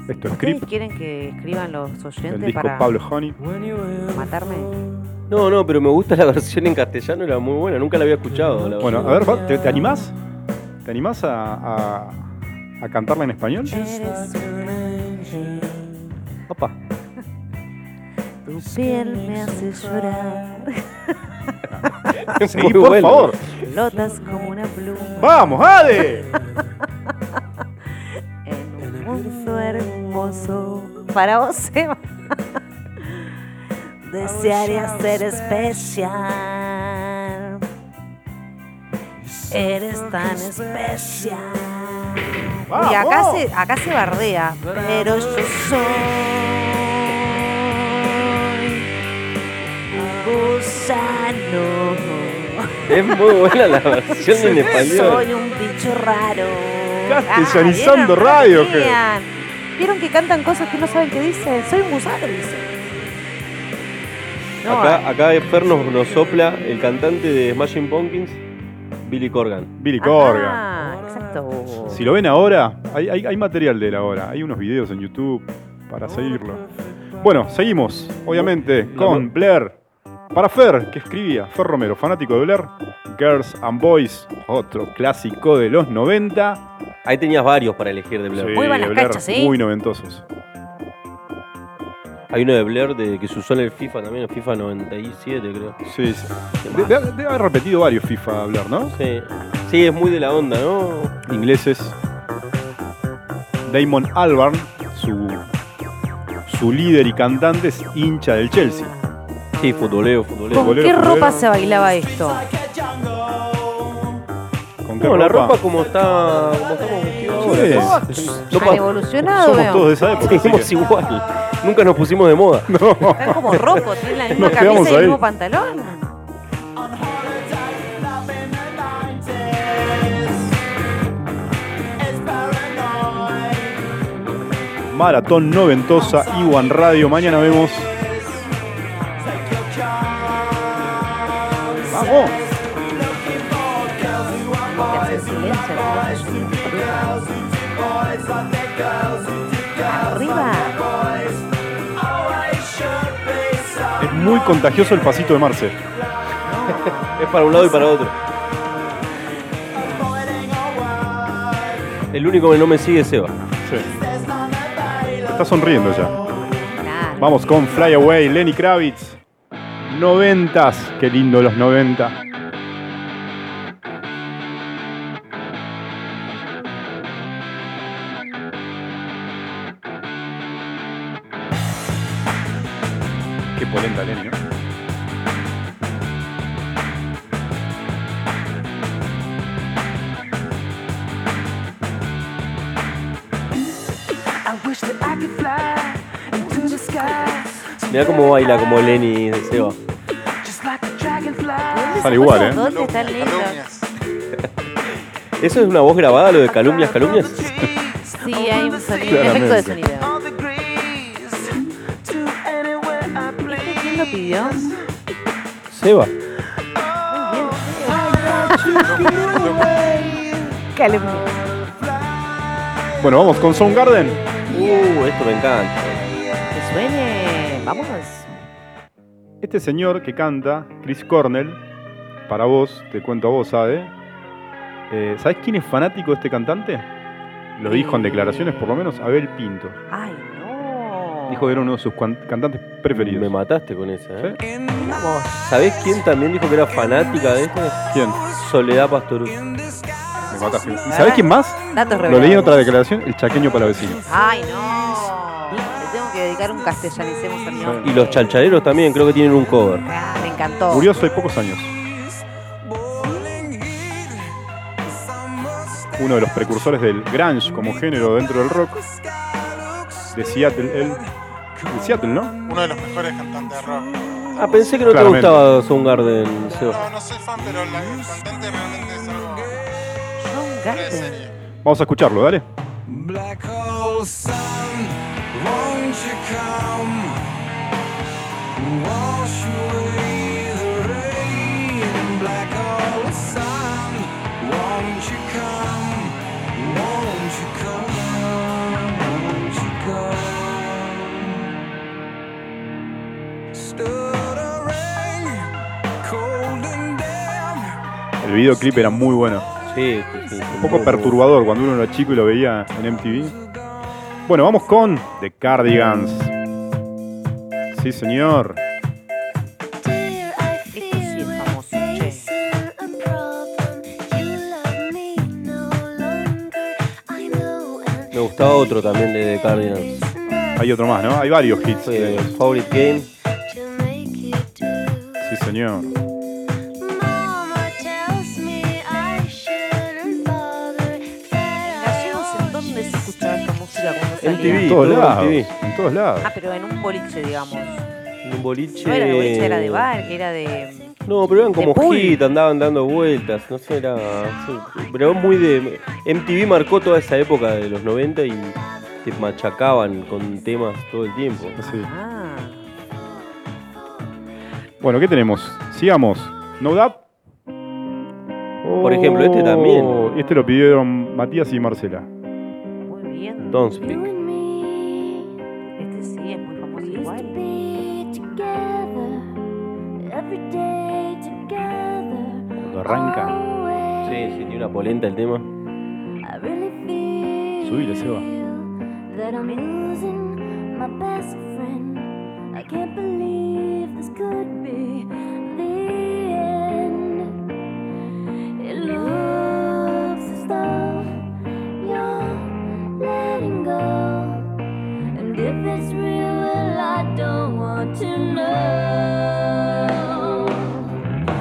Esto es
¿Ustedes
Creep,
quieren que escriban los
el
oyentes
disco
Este para
Pablo Honey.
matarme?
No, no, pero me gusta la versión en castellano, era muy buena, nunca la había escuchado. la
Bueno,
verdad.
a ver, va, ¿te, te animás? ¿Te animás a, a- a cantarla en español?
Eres un ángel,
Opa.
tu piel me hace llorar,
Muy
Seguí, por
bueno.
favor.
flotas como una pluma.
¡Vamos, Ade!
En un mundo hermoso para vos, Seba. Desearía ser especial. Eres tan especial. Y acá
¡Vamos!
se, acá se bardea. Pero yo soy un gusano.
Es muy buena la versión en español.
Soy un bicho raro.
Castellanizando
Ah, ¿vieron?
radio,
Vean. Vieron que cantan cosas que no saben qué dicen. Soy un gusano, dice. No,
Acá, acá Fer nos, nos sopla el cantante de Smashing Pumpkins, Billy Corgan.
Billy
ah,
Corgan.
exacto.
Si lo ven ahora, hay, hay- hay material de él ahora. Hay unos videos en YouTube para seguirlo. Bueno, seguimos, obviamente, con Blair. Para Fer, que escribía, Fer Romero, fanático de Blair. Girls and Boys, otro clásico de los 90.
Ahí tenías varios para elegir de Blair.
Sí,
Muevan las
Blair,
cachas, ¿eh?
Muy noventosos.
Hay uno de Blair de, que se usó en el FIFA también, el FIFA 97 creo.
Sí, sí. De- de- Debe haber repetido varios FIFA hablar, ¿no?
Sí. Sí, es muy de la onda, ¿no?
ingleses. Damon Albarn, su, su líder y cantante, es hincha del Chelsea.
Sí, futboleo, futboleo.
Con
¿Con
bolero,
qué
bolero.
ropa se bailaba esto?
¿Con qué
No, la ropa como está. como estamos vestidos ahora.
Sí.
Ropa-
Han evolucionado,
Somos
veo.
todos de esa época. así
Seguimos
que-
igual. Nunca nos pusimos de moda.
No.
Están como rocos, tienen la misma
Nos quedamos
camisa y el
ahí.
mismo pantalón.
Maratón Noventosa, Iwan Radio. Mañana vemos. ¡Vamos!
Que hacen silencio. Arriba.
Es muy contagioso el pasito de Marce.
Es para un lado y para otro. El único que no me sigue es Seba.
Sí. Está sonriendo ya.
Claro.
Vamos con Fly Away, Lenny Kravitz. Noventas. Qué lindo los 90. Qué polenta Lenny, ¿eh? ¿no?
Mirá cómo baila como Lenny de Seba.
¿Dónde
Están
se
igual,
ponen
¿eh?
los dos?
Calum-
Están lindos.
calumnias.
¿Eso es una voz grabada, lo de calumnias, calumnias?
Sí, hay un sonido, un efecto de sonido. ¿Este ¿Quién lo pidió? Muy
Seba.
bien. Calumnia.
Bueno, vamos con Soundgarden.
Uh, esto me encanta.
Que suene. Vamos.
Este señor que canta, Chris Cornell, para vos, te cuento a vos, Ade. Eh, ¿Sabés quién es fanático de este cantante? Lo dijo en declaraciones, por lo menos, Abel Pinto.
Ay, no.
Dijo que era uno de sus cuan- cantantes preferidos.
Me mataste con esa, ¿eh? ¿Sabés quién también dijo que era fanática de esto?
¿Quién?
Soledad Pastorú.
Me mataste. ¿Y sabés quién más?
Datos
Lo leí en otra
revelados.
declaración, el chaqueño para vecino.
Ay, no. Le tengo que dedicar un castellanicemos a mi hombre.
Y los chalchareros también, creo que tienen un cover.
Ah, Me encantó.
Murió hace pocos años. Uno de los precursores del grunge como género dentro del rock. De Seattle, él. De Seattle, ¿no?
Uno de los mejores cantantes de rock.
Ah, pensé que no
Claramente.
te gustaba Soundgarden, Seba.
No, no soy fan, pero la, el cantante realmente es algo
John
fuera de
Gardner.
serie.
Vamos a escucharlo, dale. El videoclip era muy bueno.
Sí, sí, sí.
Un poco perturbador cuando uno era chico y lo veía en MTV. Bueno, vamos con The Cardigans. Sí, señor.
Este sí es famoso, che. Este
Me gustaba otro también de The Cardinals.
Hay otro más, ¿no? Hay varios hits. de
Eh,
ellos.
favorite Game.
Sí, señor.
Gallegos, ¿en dónde se escuchaba esta música cuando salía?
MTV.
En todos
todo
lados.
MTV.
En todos lados.
Ah, pero en un boliche, digamos. No
Un boliche.
era de boliche, era de bar, era de.
No, pero eran como
De pool.
hit, andaban dando vueltas, no sé, era. sí, pero muy de. MTV marcó toda esa época de los 90 y te machacaban con temas todo el tiempo.
Sí.
Ah.
Bueno, ¿qué tenemos? Sigamos. No Doubt.
Por ejemplo, este también.
Oh, Este lo pidieron Matías y Marcela.
Muy bien.
Don't Speak.
Este sí es muy famoso igual.
Cuando arranca,
Sí, sí, tiene una polenta el tema.
subile, Seba.
That I'm losing my best friend. can't believe this could be the end. It looks as though you're letting go. And if it's real, well, I don't want to know.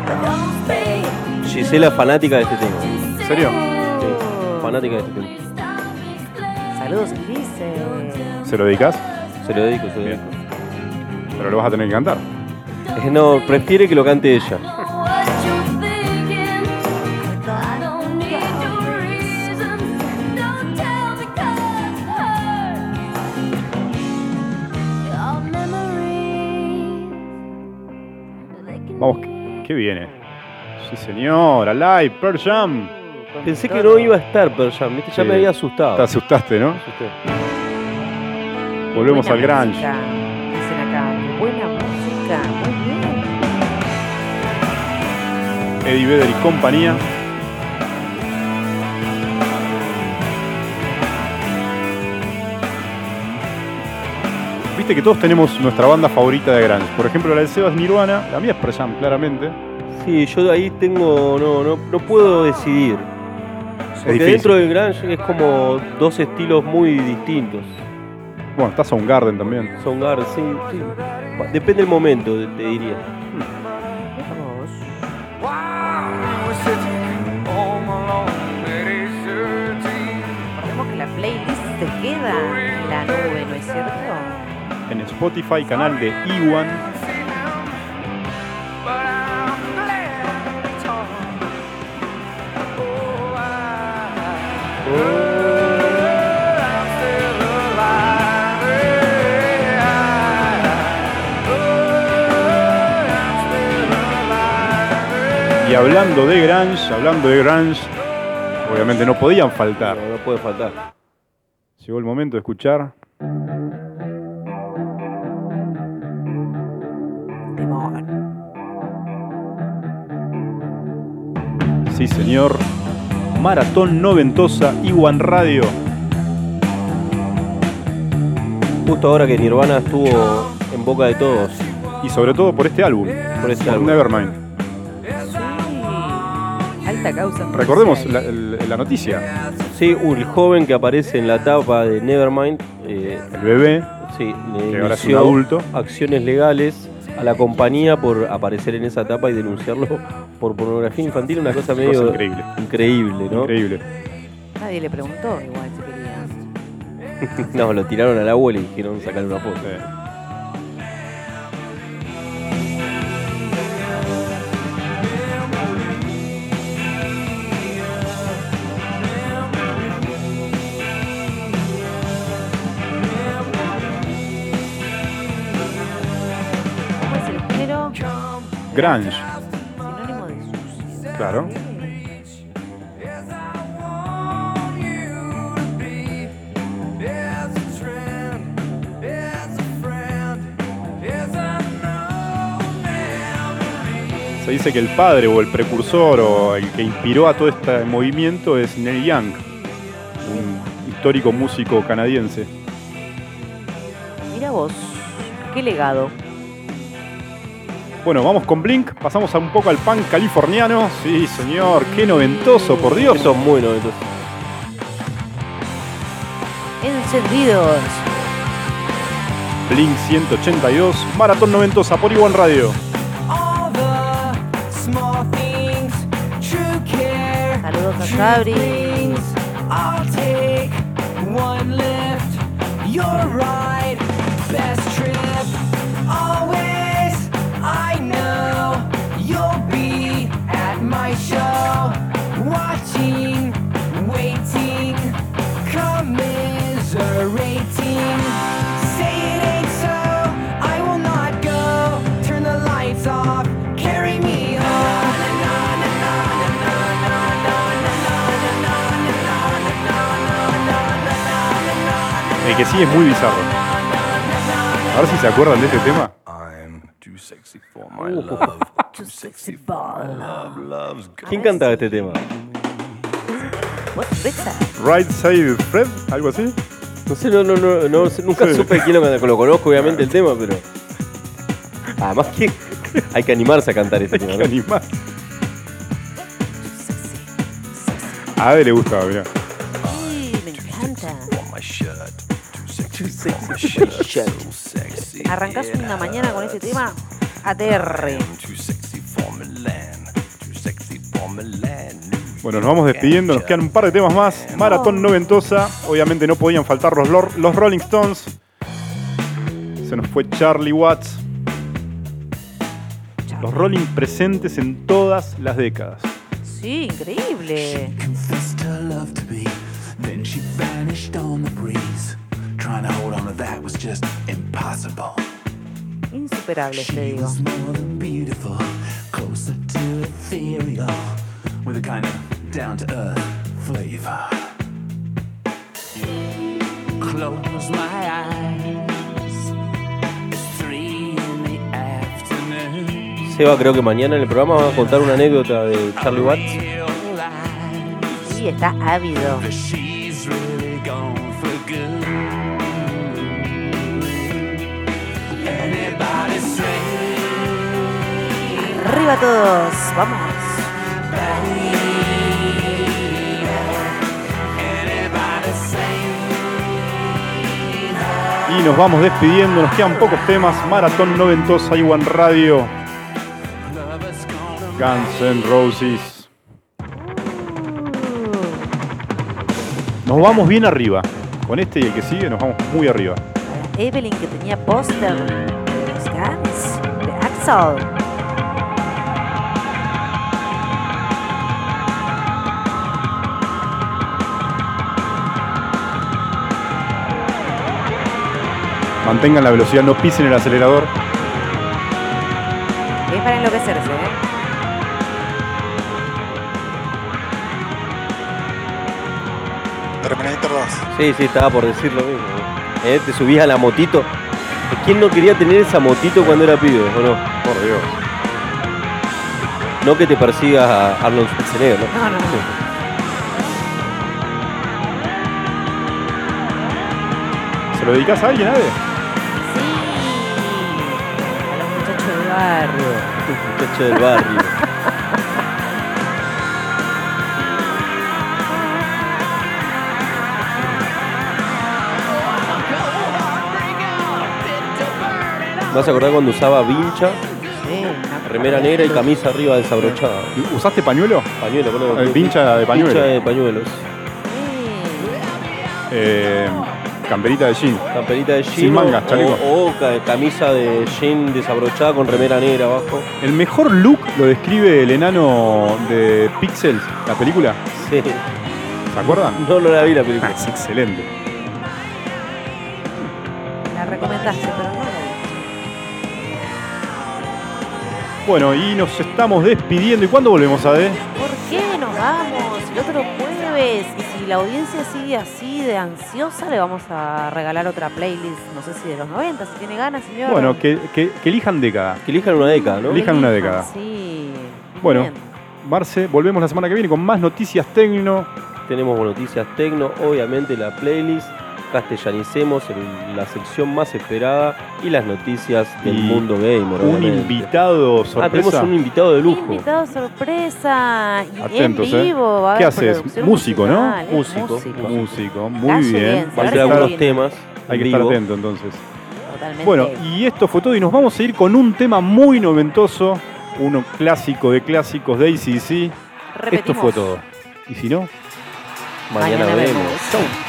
Don't be
Gisela es fanática de este tema.
¿En
serio?
Sí, fanática de este tema.
Saludos, dice.
¿Se lo dedicas?
Se lo dedico, se lo dedico.
Pero lo vas a tener que cantar.
Eh, No, prefiere que lo cante ella.
Vamos, ¿qué viene? Sí, señor, Alive, Pearl Jam.
Pensé que no iba a estar Pearl Jam, ¿viste? ya
Sí.
me había
Te
asustado.
asustaste, ¿no?
Asusté.
Volvemos al
Buena
grunge.
música, Dicen acá, buena música, muy bien.
Eddie Vedder y compañía. Viste que todos tenemos nuestra banda favorita de grunge. Por ejemplo, la de Sebas Nirvana, la mía es Pearl Jam, claramente.
Sí, yo de ahí tengo. No, no, no puedo decidir. Porque
difícil.
dentro del Grunge es como dos estilos muy distintos.
Bueno, está Soundgarden también.
Son Garden, sí, sí. Depende del momento, te te diría.
Recordemos que la playlist se queda en la nube, ¿no es cierto?
En Spotify, canal de Iwan. Y hablando de grunge, hablando de grunge, obviamente no podían faltar.
No, no puede faltar.
Llegó el momento de escuchar
Temón.
Sí, señor. Maratón Noventosa, Iwan Radio.
Justo ahora que Nirvana estuvo en boca de todos
Y sobre todo por este álbum,
por este
por
álbum.
Nevermind.
Sí. Alta causa.
Recordemos la, el- la noticia.
Sí, uh, el joven que aparece en la tapa de Nevermind, eh,
El bebé,
sí,
que
le
ahora es un
inició
adulto.
acciones legales a la compañía por aparecer en esa tapa y denunciarlo por pornografía infantil, una cosa
Cosa
medio
increíble.
increíble, ¿no?
Increíble.
Nadie le preguntó igual si quería.
No, lo tiraron al agua y le dijeron sacar una foto.
Eh,
¿Cómo es el género?
Grunge.
Sinónimo de sucio.
Claro. Se dice que el padre o el precursor o el que inspiró a todo este movimiento es Neil Young, un histórico músico canadiense.
Mira vos, qué legado.
Bueno, vamos con Blink, pasamos a un poco al punk californiano. Sí, señor, qué noventoso, por Dios.
Eso es muy novedoso.
Encendidos.
Blink 182, Maratón Noventosa por Iwan Radio.
Saludos a Sabri.
El que sí es muy bizarro. A ver si se acuerdan de este tema.
¿Quién cantaba este tema?
What's that?
Right Side Fred, algo así.
No sé, no, no, no, no sé, nunca
Sí.
supe quién lo cantaba. Lo conozco obviamente el tema, pero Además, ¿quién- hay que animarse a cantar este tema.
Hay
¿no?
que animar. A Ade le gustaba, mirá.
Sí, me encanta. Arrancás una mañana con este tema, aterre.
Bueno, nos vamos despidiendo, nos quedan un par de temas más. Maratón noventosa, obviamente no podían faltar los, lor- los Rolling Stones. Se nos fue Charlie Watts. Los Rolling presentes en todas las décadas.
Sí, increíble.
confessed her love to me. Then she vanished on the breeze. Trying to hold on to that was just impossible.
Insuperable, te
She
digo.
was more than beautiful, closer to ethereal, with a kind of down to earth flavor. Close my eyes. It's three in the afternoon.
Seba, creo que mañana en el programa va a contar una anécdota de Charlie Watts.
Realize
Sí, está ávido.
that she's really gone for good. Anybody say
Arriba todos, vamos.
Y nos vamos despidiendo, nos quedan pocos temas. Maratón noventosa, Iwan Radio,
lover's gonna
Guns N' Roses. Nos vamos bien arriba. Con este y el que sigue nos vamos muy arriba.
Evelyn que tenía póster de los Guns, de Axel.
Mantengan la velocidad, no pisen el acelerador.
Es para enloquecerse, ¿eh?
Terminator 2.
Sí, sí, estaba por decir lo mismo. Eh, Te subís a la motito. ¿Quién no quería tener esa motito cuando era pibe, o no?
Por Dios.
No que te persigas a Arnold Schwarzenegger, ¿no?
No, no, no.
¿Se lo dedicas a alguien, Ade?
Sí. A los muchachos del barrio.
Muchacho del barrio. Me vas a acordar cuando usaba vincha,
Sí, una
remera negra y camisa arriba desabrochada.
¿Usaste pañuelo?
Pañuelo, boludo.
Eh, vincha de pañuelo.
Vincha de pañuelos.
Eh, camperita de jean.
Camperita de jean.
Sin mangas, chaleco.
O, o ca- camisa de jean desabrochada con remera negra abajo.
El mejor look lo describe el enano de Pixels, la película.
Sí.
¿Se acuerdan?
No, no la vi la película.
Ah, es excelente.
La recomendaste, pero no. la
Bueno, y nos estamos despidiendo. ¿Y cuándo volvemos, Ade?
vi. ¿Por qué nos vamos? El otro jueves. Y si la audiencia sigue así de ansiosa, le vamos a regalar otra playlist, no sé si de los 90, si tiene ganas, señor.
Bueno, que, que- que elijan década.
Que elijan una década, ¿no?
Elijan una década.
Sí.
Bueno.
Bien.
Marce, volvemos la semana que viene con más noticias tecno.
Tenemos noticias tecno, obviamente la playlist, castellanicemos, el- la sección más esperada y las noticias del
Y
mundo gamer.
Un
obviamente.
invitado
Ah, tenemos
sorpresa.
un invitado de lujo.
Invitado sorpresa. Y
Atentos,
en
¿eh?
vivo. va a
¿Qué
haber
haces?
producción
Músico, ¿no?
musical, ¿eh?
Músico.
Músico, muy
Calle
bien.
Va a
Dance,
Hay
hacer
que
Ahora sí
estar-
algunos
viene.
temas.
hay
en
que estar
vivo.
atento entonces.
Totalmente.
Bueno, y esto fue todo y nos vamos a ir con un tema muy noventoso, uno clásico de clásicos de ACDC. Esto
Repetimos.
fue todo. Y si no,
Mañana,
Mañana
vemos.
vemos.
Chau.